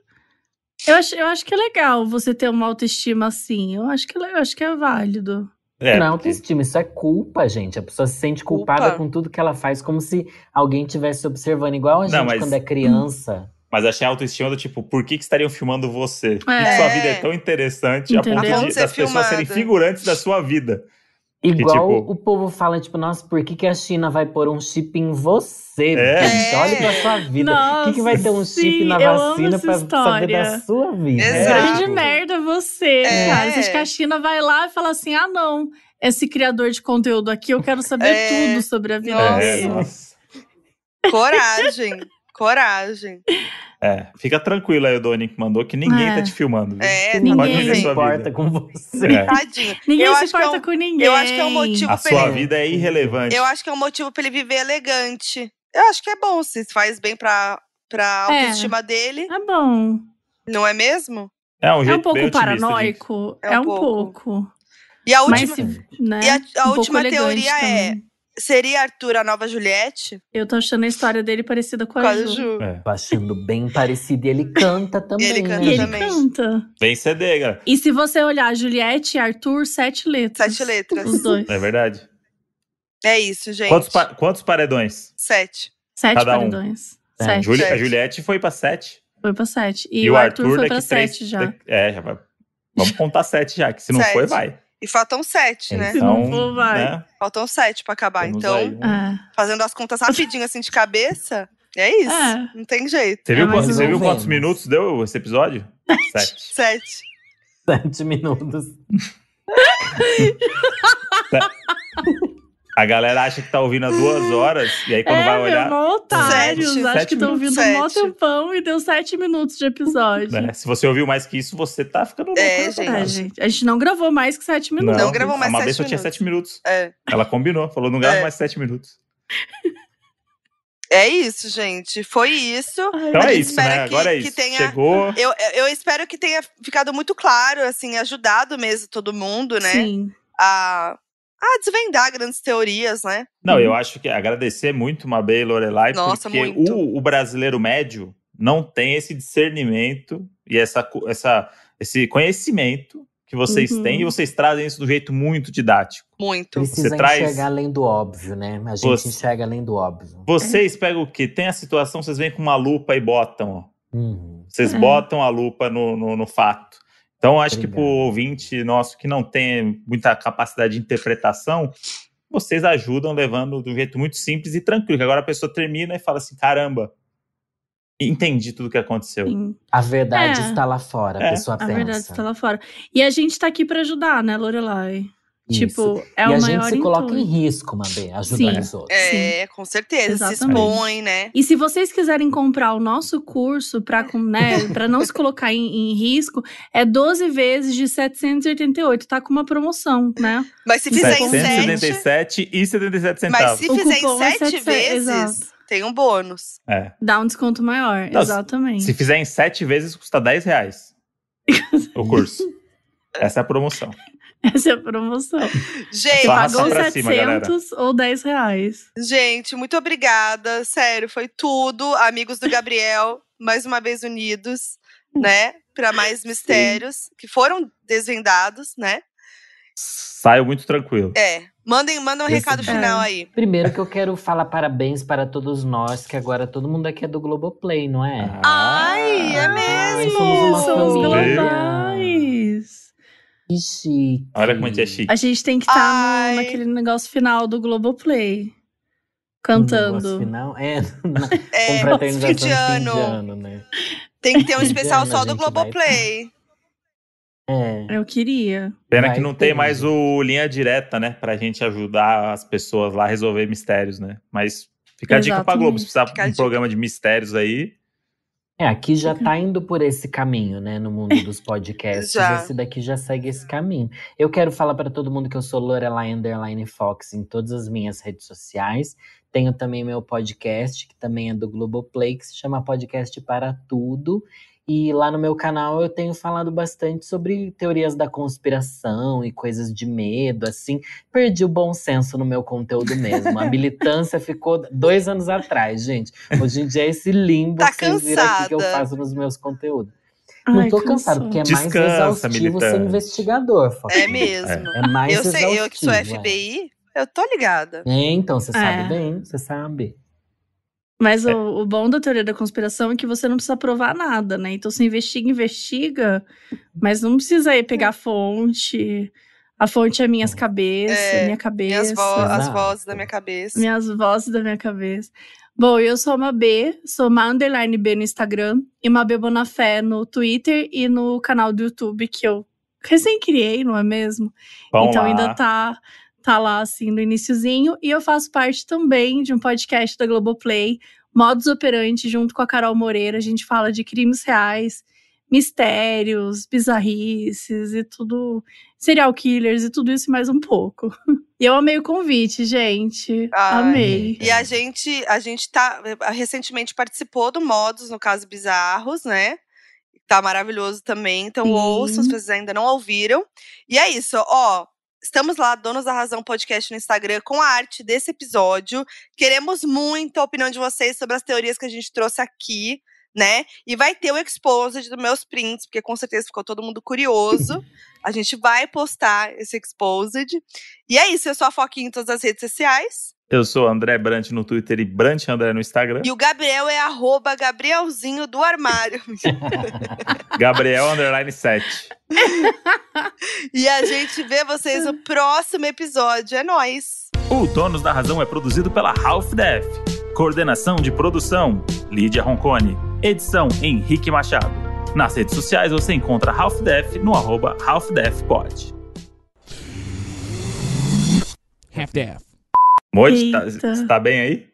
[SPEAKER 3] Eu acho, eu acho que é legal você ter uma autoestima assim. Eu acho que, é le- eu acho que é válido.
[SPEAKER 1] É,
[SPEAKER 4] Não é
[SPEAKER 1] porque-
[SPEAKER 4] autoestima, isso é culpa, gente. A pessoa se sente culpada
[SPEAKER 2] Culpa.
[SPEAKER 4] com tudo que ela faz, como se alguém estivesse observando, igual a gente
[SPEAKER 1] mas-
[SPEAKER 4] quando é criança.
[SPEAKER 1] Mas achei a autoestima do tipo, por que, que estariam filmando você? Por que
[SPEAKER 3] É.
[SPEAKER 1] que sua vida é tão interessante a ponto
[SPEAKER 3] Entendeu?
[SPEAKER 1] de,
[SPEAKER 2] Vamos
[SPEAKER 1] das
[SPEAKER 2] ser
[SPEAKER 1] pessoas serem
[SPEAKER 2] filmadas.
[SPEAKER 1] figurantes da sua vida.
[SPEAKER 4] Igual
[SPEAKER 1] tipo-
[SPEAKER 4] o povo fala, tipo, nossa, por que, que a China vai pôr um chip em você?
[SPEAKER 1] É.
[SPEAKER 4] Gente, olha pra sua vida. Por que, que vai ter um
[SPEAKER 3] Nossa,
[SPEAKER 4] chip na
[SPEAKER 3] sim, eu amo
[SPEAKER 4] vacina
[SPEAKER 3] essa
[SPEAKER 4] pra saber da
[SPEAKER 3] história.
[SPEAKER 4] sua vida?
[SPEAKER 2] Exato.
[SPEAKER 3] Grande merda você,
[SPEAKER 2] Tipo, É.
[SPEAKER 3] cara. Você acha que a China vai lá e fala assim: ah, não, esse criador de conteúdo aqui, eu quero saber
[SPEAKER 2] É.
[SPEAKER 3] tudo sobre a vida
[SPEAKER 2] Nossa.
[SPEAKER 1] É,
[SPEAKER 3] dele.
[SPEAKER 1] nossa.
[SPEAKER 2] Coragem. coragem.
[SPEAKER 1] É, fica tranquilo aí, o Doni que mandou, que ninguém
[SPEAKER 3] É.
[SPEAKER 1] tá te filmando. viu? Você
[SPEAKER 2] É,
[SPEAKER 1] Pode
[SPEAKER 3] ninguém
[SPEAKER 1] viver
[SPEAKER 4] se
[SPEAKER 1] sua
[SPEAKER 4] importa
[SPEAKER 1] vida.
[SPEAKER 4] com você.
[SPEAKER 1] É.
[SPEAKER 2] Tadinho.
[SPEAKER 3] Ninguém
[SPEAKER 2] Eu
[SPEAKER 3] se
[SPEAKER 2] acho que é
[SPEAKER 3] importa
[SPEAKER 2] um-
[SPEAKER 3] com ninguém.
[SPEAKER 2] eu acho que é um motivo
[SPEAKER 1] A
[SPEAKER 2] pra ele-
[SPEAKER 1] sua vida é irrelevante.
[SPEAKER 2] Eu acho que é um motivo pra ele viver elegante. Eu acho que é bom, se faz bem pra, pra
[SPEAKER 3] É.
[SPEAKER 2] autoestima dele,
[SPEAKER 3] É bom.
[SPEAKER 2] não é mesmo?
[SPEAKER 1] É um
[SPEAKER 3] É
[SPEAKER 1] jeito
[SPEAKER 3] um pouco
[SPEAKER 1] bem otimista, gente.
[SPEAKER 3] paranoico.
[SPEAKER 2] É um
[SPEAKER 3] É um
[SPEAKER 2] pouco.
[SPEAKER 3] pouco.
[SPEAKER 2] E a
[SPEAKER 3] Mas
[SPEAKER 2] última,
[SPEAKER 3] se-
[SPEAKER 4] Sim.
[SPEAKER 3] né?
[SPEAKER 2] e a, a
[SPEAKER 3] Um pouco
[SPEAKER 2] última
[SPEAKER 3] elegante
[SPEAKER 2] teoria é:
[SPEAKER 3] também.
[SPEAKER 2] seria Arthur a nova Juliette?
[SPEAKER 3] Eu tô achando a história dele parecida com a,
[SPEAKER 2] Quase
[SPEAKER 3] Ju.
[SPEAKER 2] Ju.
[SPEAKER 1] É.
[SPEAKER 4] Tô achando bem parecido. E ele canta também.
[SPEAKER 2] ele canta
[SPEAKER 3] E
[SPEAKER 4] né,
[SPEAKER 3] ele
[SPEAKER 4] gente?
[SPEAKER 2] também.
[SPEAKER 3] canta.
[SPEAKER 1] Vem CD, galera.
[SPEAKER 3] E se você olhar Juliette e Arthur, sete letras.
[SPEAKER 2] Sete letras.
[SPEAKER 3] Os dois.
[SPEAKER 1] É verdade.
[SPEAKER 2] É isso, gente.
[SPEAKER 1] Quantos, pa- quantos paredões?
[SPEAKER 2] Sete.
[SPEAKER 3] Sete
[SPEAKER 1] Cada um.
[SPEAKER 3] paredões.
[SPEAKER 4] É.
[SPEAKER 3] Sete.
[SPEAKER 1] Juli-
[SPEAKER 2] Sete.
[SPEAKER 1] A Juliette foi pra sete.
[SPEAKER 3] Foi pra sete. E, o Arthur, foi pra
[SPEAKER 1] daqui três-
[SPEAKER 3] sete já.
[SPEAKER 1] daqui- É, já vai. Vamos contar sete já, que se não
[SPEAKER 2] Sete.
[SPEAKER 1] foi, vai.
[SPEAKER 2] E faltam sete,
[SPEAKER 4] É
[SPEAKER 2] né?
[SPEAKER 4] isso.
[SPEAKER 3] né? Se não
[SPEAKER 1] Então,
[SPEAKER 3] for, vai.
[SPEAKER 1] né,
[SPEAKER 2] Faltam sete pra acabar.
[SPEAKER 1] temos
[SPEAKER 2] então,
[SPEAKER 1] aí um-
[SPEAKER 3] É.
[SPEAKER 2] fazendo as contas rapidinho, assim, de cabeça, é isso.
[SPEAKER 3] É.
[SPEAKER 2] Não tem jeito.
[SPEAKER 1] Você viu,
[SPEAKER 3] É, mas
[SPEAKER 1] quantos-
[SPEAKER 3] não
[SPEAKER 1] você viu quantos
[SPEAKER 4] vemos.
[SPEAKER 1] minutos deu esse episódio? um, Sete.
[SPEAKER 2] Sete.
[SPEAKER 4] Sete minutos.
[SPEAKER 1] A galera acha que tá ouvindo há
[SPEAKER 2] Ah,
[SPEAKER 1] duas horas, e aí quando
[SPEAKER 3] é,
[SPEAKER 1] vai
[SPEAKER 3] meu,
[SPEAKER 1] olhar.
[SPEAKER 3] mó otários.
[SPEAKER 2] Sete.
[SPEAKER 3] Acho
[SPEAKER 1] Sete
[SPEAKER 3] que estão
[SPEAKER 2] minutos.
[SPEAKER 3] ouvindo um mó
[SPEAKER 2] Sete.
[SPEAKER 3] tempão e deu sete minutos de episódio.
[SPEAKER 1] né, Se você ouviu mais que isso, você tá ficando louco.
[SPEAKER 2] É,
[SPEAKER 1] né,
[SPEAKER 2] gente.
[SPEAKER 1] cara?
[SPEAKER 3] É, gente. A gente não gravou mais que sete minutos.
[SPEAKER 2] Não gravou mais
[SPEAKER 1] Uma
[SPEAKER 2] sete
[SPEAKER 1] vez eu tinha
[SPEAKER 2] minutos.
[SPEAKER 1] sete minutos.
[SPEAKER 2] É.
[SPEAKER 1] Ela combinou, falou, não grava
[SPEAKER 2] É.
[SPEAKER 1] mais sete minutos.
[SPEAKER 2] É isso, gente. Foi isso.
[SPEAKER 1] Então
[SPEAKER 2] A
[SPEAKER 1] é
[SPEAKER 2] gente
[SPEAKER 1] isso,
[SPEAKER 2] espera
[SPEAKER 1] né?
[SPEAKER 2] que-
[SPEAKER 1] Agora é
[SPEAKER 2] que
[SPEAKER 1] isso.
[SPEAKER 2] tenha-
[SPEAKER 1] Chegou.
[SPEAKER 2] Eu, eu espero que tenha ficado muito claro, assim, ajudado mesmo todo mundo, né?
[SPEAKER 3] Sim.
[SPEAKER 2] A, a desvendar grandes teorias, né?
[SPEAKER 1] Não, eu acho que agradecer muito Mabê e Lorelai,
[SPEAKER 2] Nossa,
[SPEAKER 1] porque
[SPEAKER 2] muito.
[SPEAKER 1] O, o brasileiro médio não tem esse discernimento e essa, co- essa, esse conhecimento que vocês
[SPEAKER 3] Uhum.
[SPEAKER 1] têm, e vocês trazem isso do jeito muito didático.
[SPEAKER 2] Muito.
[SPEAKER 4] Precisa
[SPEAKER 1] Você
[SPEAKER 4] enxergar
[SPEAKER 1] traz-
[SPEAKER 4] além do óbvio, né? A gente
[SPEAKER 1] Você-
[SPEAKER 4] enxerga além do óbvio.
[SPEAKER 1] Vocês pegam o quê? Tem a situação, vocês vêm com uma lupa e botam, ó.
[SPEAKER 4] Uhum.
[SPEAKER 1] Vocês
[SPEAKER 3] É.
[SPEAKER 1] botam a lupa no, no, no fato. Então, acho que
[SPEAKER 4] Obrigado.
[SPEAKER 1] pro ouvinte nosso que não tem muita capacidade de interpretação, vocês ajudam levando de um jeito muito simples e tranquilo. Que agora a pessoa termina e fala assim: caramba, entendi tudo o que aconteceu.
[SPEAKER 3] Sim.
[SPEAKER 4] A verdade
[SPEAKER 3] É.
[SPEAKER 4] está lá fora, a
[SPEAKER 1] É.
[SPEAKER 4] pessoa
[SPEAKER 3] A
[SPEAKER 4] pensa.
[SPEAKER 3] verdade está lá fora. E a gente tá aqui pra ajudar, né, Lorelai?
[SPEAKER 4] Isso.
[SPEAKER 3] Tipo, é
[SPEAKER 4] e
[SPEAKER 3] o
[SPEAKER 4] a gente
[SPEAKER 3] maior
[SPEAKER 4] se coloca em
[SPEAKER 3] intuito.
[SPEAKER 4] risco, Mabê,
[SPEAKER 3] Sim.
[SPEAKER 4] ajudando os outros.
[SPEAKER 2] É, com certeza. Se
[SPEAKER 3] Exatamente.
[SPEAKER 2] expõe, né?
[SPEAKER 3] E se vocês quiserem comprar o nosso curso para né, pra não se colocar em, em risco, é 12 vezes de 788. Tá com uma promoção, né?
[SPEAKER 2] Mas se fizer em sete.
[SPEAKER 1] 777 e 77
[SPEAKER 2] Mas
[SPEAKER 1] centavos.
[SPEAKER 2] se
[SPEAKER 3] O
[SPEAKER 2] fizer em
[SPEAKER 3] cupom é
[SPEAKER 2] sete
[SPEAKER 3] 700,
[SPEAKER 2] vezes,
[SPEAKER 3] exato.
[SPEAKER 2] tem um bônus.
[SPEAKER 1] É.
[SPEAKER 3] Dá um desconto maior.
[SPEAKER 1] Não, se-
[SPEAKER 3] exatamente.
[SPEAKER 1] Se fizer em sete vezes, custa 10 reais o curso. Essa é a promoção.
[SPEAKER 3] Essa é a promoção.
[SPEAKER 2] Gente,
[SPEAKER 1] Só arrasta
[SPEAKER 3] Pagou
[SPEAKER 1] pra cima, galera.
[SPEAKER 3] 700 ou 10 reais.
[SPEAKER 2] gente, muito obrigada. Sério, foi tudo. Amigos do Gabriel, mais uma vez unidos,
[SPEAKER 3] Hum.
[SPEAKER 2] né? Pra mais mistérios que foram desvendados, né?
[SPEAKER 1] Saio muito tranquilo.
[SPEAKER 2] É. Mandem, mandem um
[SPEAKER 4] Esse-
[SPEAKER 2] recado final
[SPEAKER 3] É.
[SPEAKER 2] aí.
[SPEAKER 4] Primeiro que eu quero falar parabéns para todos nós, que agora todo mundo aqui é do Globoplay, não é?
[SPEAKER 1] Ah.
[SPEAKER 2] Ai, é
[SPEAKER 4] Ai,
[SPEAKER 2] mesmo!
[SPEAKER 4] somos uma
[SPEAKER 3] Ah. Somos
[SPEAKER 4] família.
[SPEAKER 3] globais.
[SPEAKER 4] Que chique.
[SPEAKER 3] tá
[SPEAKER 1] Olha como a gente é chique.
[SPEAKER 3] A gente tem que estar
[SPEAKER 2] Ai.
[SPEAKER 3] naquele negócio final do Globoplay.
[SPEAKER 4] No
[SPEAKER 3] cantando.
[SPEAKER 4] final, é, na,
[SPEAKER 2] É,
[SPEAKER 4] com
[SPEAKER 2] fim de
[SPEAKER 4] fraternização de
[SPEAKER 2] ano.
[SPEAKER 4] fim de ano, né?
[SPEAKER 2] Tem que ter um
[SPEAKER 4] Esse
[SPEAKER 2] especial
[SPEAKER 4] ano
[SPEAKER 2] só
[SPEAKER 4] a
[SPEAKER 2] do
[SPEAKER 4] gente vai-
[SPEAKER 2] Globoplay.
[SPEAKER 4] É.
[SPEAKER 3] Eu queria.
[SPEAKER 1] Pena
[SPEAKER 4] Vai
[SPEAKER 1] que não tem
[SPEAKER 4] ter.
[SPEAKER 1] mais o linha direta, né? Pra gente ajudar as pessoas lá a resolver mistérios, né? Mas fica a dica pra
[SPEAKER 3] Exatamente.
[SPEAKER 1] Globo. Se precisar de
[SPEAKER 2] Fica a
[SPEAKER 1] um
[SPEAKER 2] dica.
[SPEAKER 1] programa de mistérios aí,
[SPEAKER 4] É, aqui já tá indo por esse caminho, né? No mundo dos podcasts.
[SPEAKER 2] Já.
[SPEAKER 4] Esse daqui já segue esse caminho. Eu quero falar pra todo mundo que eu sou Lorelai Underline Fox em todas as minhas redes sociais. Tenho também meu podcast, que também é do Globoplay, que se chama Podcast para Tudo. E lá no meu canal eu tenho falado bastante sobre teorias da conspiração e coisas de medo, assim. Perdi o bom senso no meu conteúdo mesmo. A militância ficou dois anos atrás, gente. Hoje em dia é esse limbo
[SPEAKER 2] Tá
[SPEAKER 4] que vocês viram aqui que eu
[SPEAKER 2] cansada.
[SPEAKER 4] faço nos meus conteúdos.
[SPEAKER 3] Ai,
[SPEAKER 4] Não tô
[SPEAKER 3] cansou.
[SPEAKER 4] cansado, porque é mais
[SPEAKER 1] Descansa,
[SPEAKER 4] exaustivo ser
[SPEAKER 1] militante.
[SPEAKER 4] investigador, Fox.
[SPEAKER 2] É mesmo.
[SPEAKER 4] É mais
[SPEAKER 2] Eu sei, eu que sou
[SPEAKER 4] exaustivo, é.
[SPEAKER 2] FBI, eu tô ligada.
[SPEAKER 4] É, então, você
[SPEAKER 3] É.
[SPEAKER 4] sabe bem, você sabe.
[SPEAKER 3] Mas
[SPEAKER 1] É.
[SPEAKER 3] o, o bom da teoria da conspiração é que você não precisa provar nada, né? Então você investiga, investiga, mas não precisa aí
[SPEAKER 2] É.
[SPEAKER 3] pegar a fonte. A fonte é minhas
[SPEAKER 4] É.
[SPEAKER 3] cabeças,
[SPEAKER 2] É,
[SPEAKER 3] minha cabeça.
[SPEAKER 2] Minhas vo as
[SPEAKER 4] Exato.
[SPEAKER 2] vozes da minha cabeça.
[SPEAKER 3] Minhas vozes da minha cabeça. Bom, eu sou uma B, sou uma underline B no Instagram e uma B Bonafé no Twitter e no canal do YouTube que eu recém criei, não é mesmo?
[SPEAKER 1] vão
[SPEAKER 3] então
[SPEAKER 1] lá.
[SPEAKER 3] ainda tá, tá lá assim no iniciozinho. E eu faço parte também de um podcast da Globoplay, Modus Operante, junto com a Carol Moreira. A gente fala de crimes reais, mistérios, bizarrices e tudo. Serial killers e tudo isso e mais um pouco. E eu amei o convite, gente.
[SPEAKER 2] Ai.
[SPEAKER 3] Amei.
[SPEAKER 2] E a gente, a gente tá recentemente participou do Modos, no caso Bizarros, né? Tá maravilhoso também. Então
[SPEAKER 3] Sim.
[SPEAKER 2] ouçam, se vocês ainda não ouviram. E é isso, ó. Estamos lá, Donos da Razão Podcast no Instagram, com a arte desse episódio. Queremos muito a opinião de vocês sobre as teorias que a gente trouxe aqui, né? E vai ter o exposed dos meus prints, porque com certeza ficou todo mundo curioso. a gente vai postar esse exposed. E é isso, eu sou a Foquinha em todas as redes sociais.
[SPEAKER 1] Eu sou André Brant no Twitter e Brant André no Instagram.
[SPEAKER 2] E o Gabriel é arroba Gabrielzinho do armário.
[SPEAKER 1] Gabriel Underline 7.
[SPEAKER 2] e a gente vê vocês no próximo episódio. É nóis!
[SPEAKER 1] O Donos da Razão é produzido pela Half Def. Coordenação de produção: Lídia Roncone. Edição: Henrique Machado. Nas redes sociais você encontra Half Def no arroba Half Def Pod.
[SPEAKER 5] half deaf.
[SPEAKER 1] Moji, tá,
[SPEAKER 3] Eita.
[SPEAKER 1] você tá bem aí?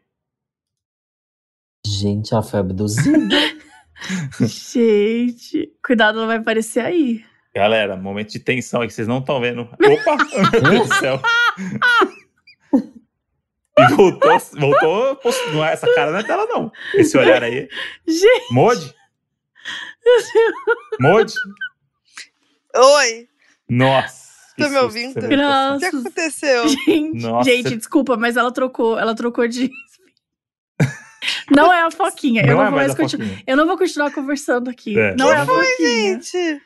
[SPEAKER 4] Gente, ela foi abduzida.
[SPEAKER 3] Gente, cuidado, ela vai aparecer aí.
[SPEAKER 1] Galera, momento de tensão aí que vocês não estão vendo. Opa! Meu Deus do céu! E voltou, voltou. post- Não é essa cara na tela, não. Esse olhar aí.
[SPEAKER 3] Gente,
[SPEAKER 1] Moji? Moji?
[SPEAKER 2] Oi!
[SPEAKER 1] Nossa! que
[SPEAKER 2] Tá me
[SPEAKER 1] susto
[SPEAKER 2] ouvindo?
[SPEAKER 1] que você me deu.
[SPEAKER 2] O que
[SPEAKER 3] graças.
[SPEAKER 2] aconteceu?
[SPEAKER 3] Gente,
[SPEAKER 1] Nossa.
[SPEAKER 3] gente, desculpa, mas ela trocou, ela trocou de. Não é a foquinha. eu
[SPEAKER 1] Não
[SPEAKER 3] não
[SPEAKER 1] é
[SPEAKER 3] vou
[SPEAKER 1] mais
[SPEAKER 3] mais
[SPEAKER 1] a
[SPEAKER 3] continuar.
[SPEAKER 1] Foquinha.
[SPEAKER 3] Eu não vou continuar conversando aqui.
[SPEAKER 1] É.
[SPEAKER 3] Não
[SPEAKER 1] Que
[SPEAKER 3] é a
[SPEAKER 1] foi,
[SPEAKER 3] foquinha.
[SPEAKER 2] Gente,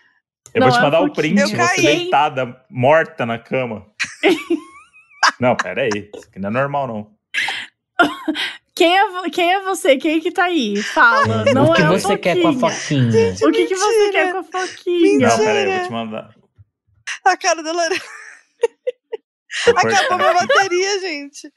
[SPEAKER 1] Eu
[SPEAKER 3] Não,
[SPEAKER 1] vou te
[SPEAKER 3] é
[SPEAKER 1] mandar o
[SPEAKER 3] porque-
[SPEAKER 1] print,
[SPEAKER 2] Eu
[SPEAKER 1] você
[SPEAKER 2] caí.
[SPEAKER 1] deitada, morta na cama. não, peraí. Isso aqui não é normal, não.
[SPEAKER 3] Quem é, vo- quem é você? Quem que tá aí? Fala. Não
[SPEAKER 4] o que
[SPEAKER 3] é
[SPEAKER 2] um
[SPEAKER 3] a
[SPEAKER 4] você
[SPEAKER 3] foquinha.
[SPEAKER 4] quer com a foquinha?
[SPEAKER 3] O que, que você
[SPEAKER 2] Mentira.
[SPEAKER 3] quer com a foquinha?
[SPEAKER 1] Não,
[SPEAKER 2] Mentira.
[SPEAKER 1] peraí, eu vou te mandar.
[SPEAKER 2] a cara da Lorena.
[SPEAKER 1] Vou cortar
[SPEAKER 2] Acabou minha
[SPEAKER 1] aqui.
[SPEAKER 2] bateria, gente.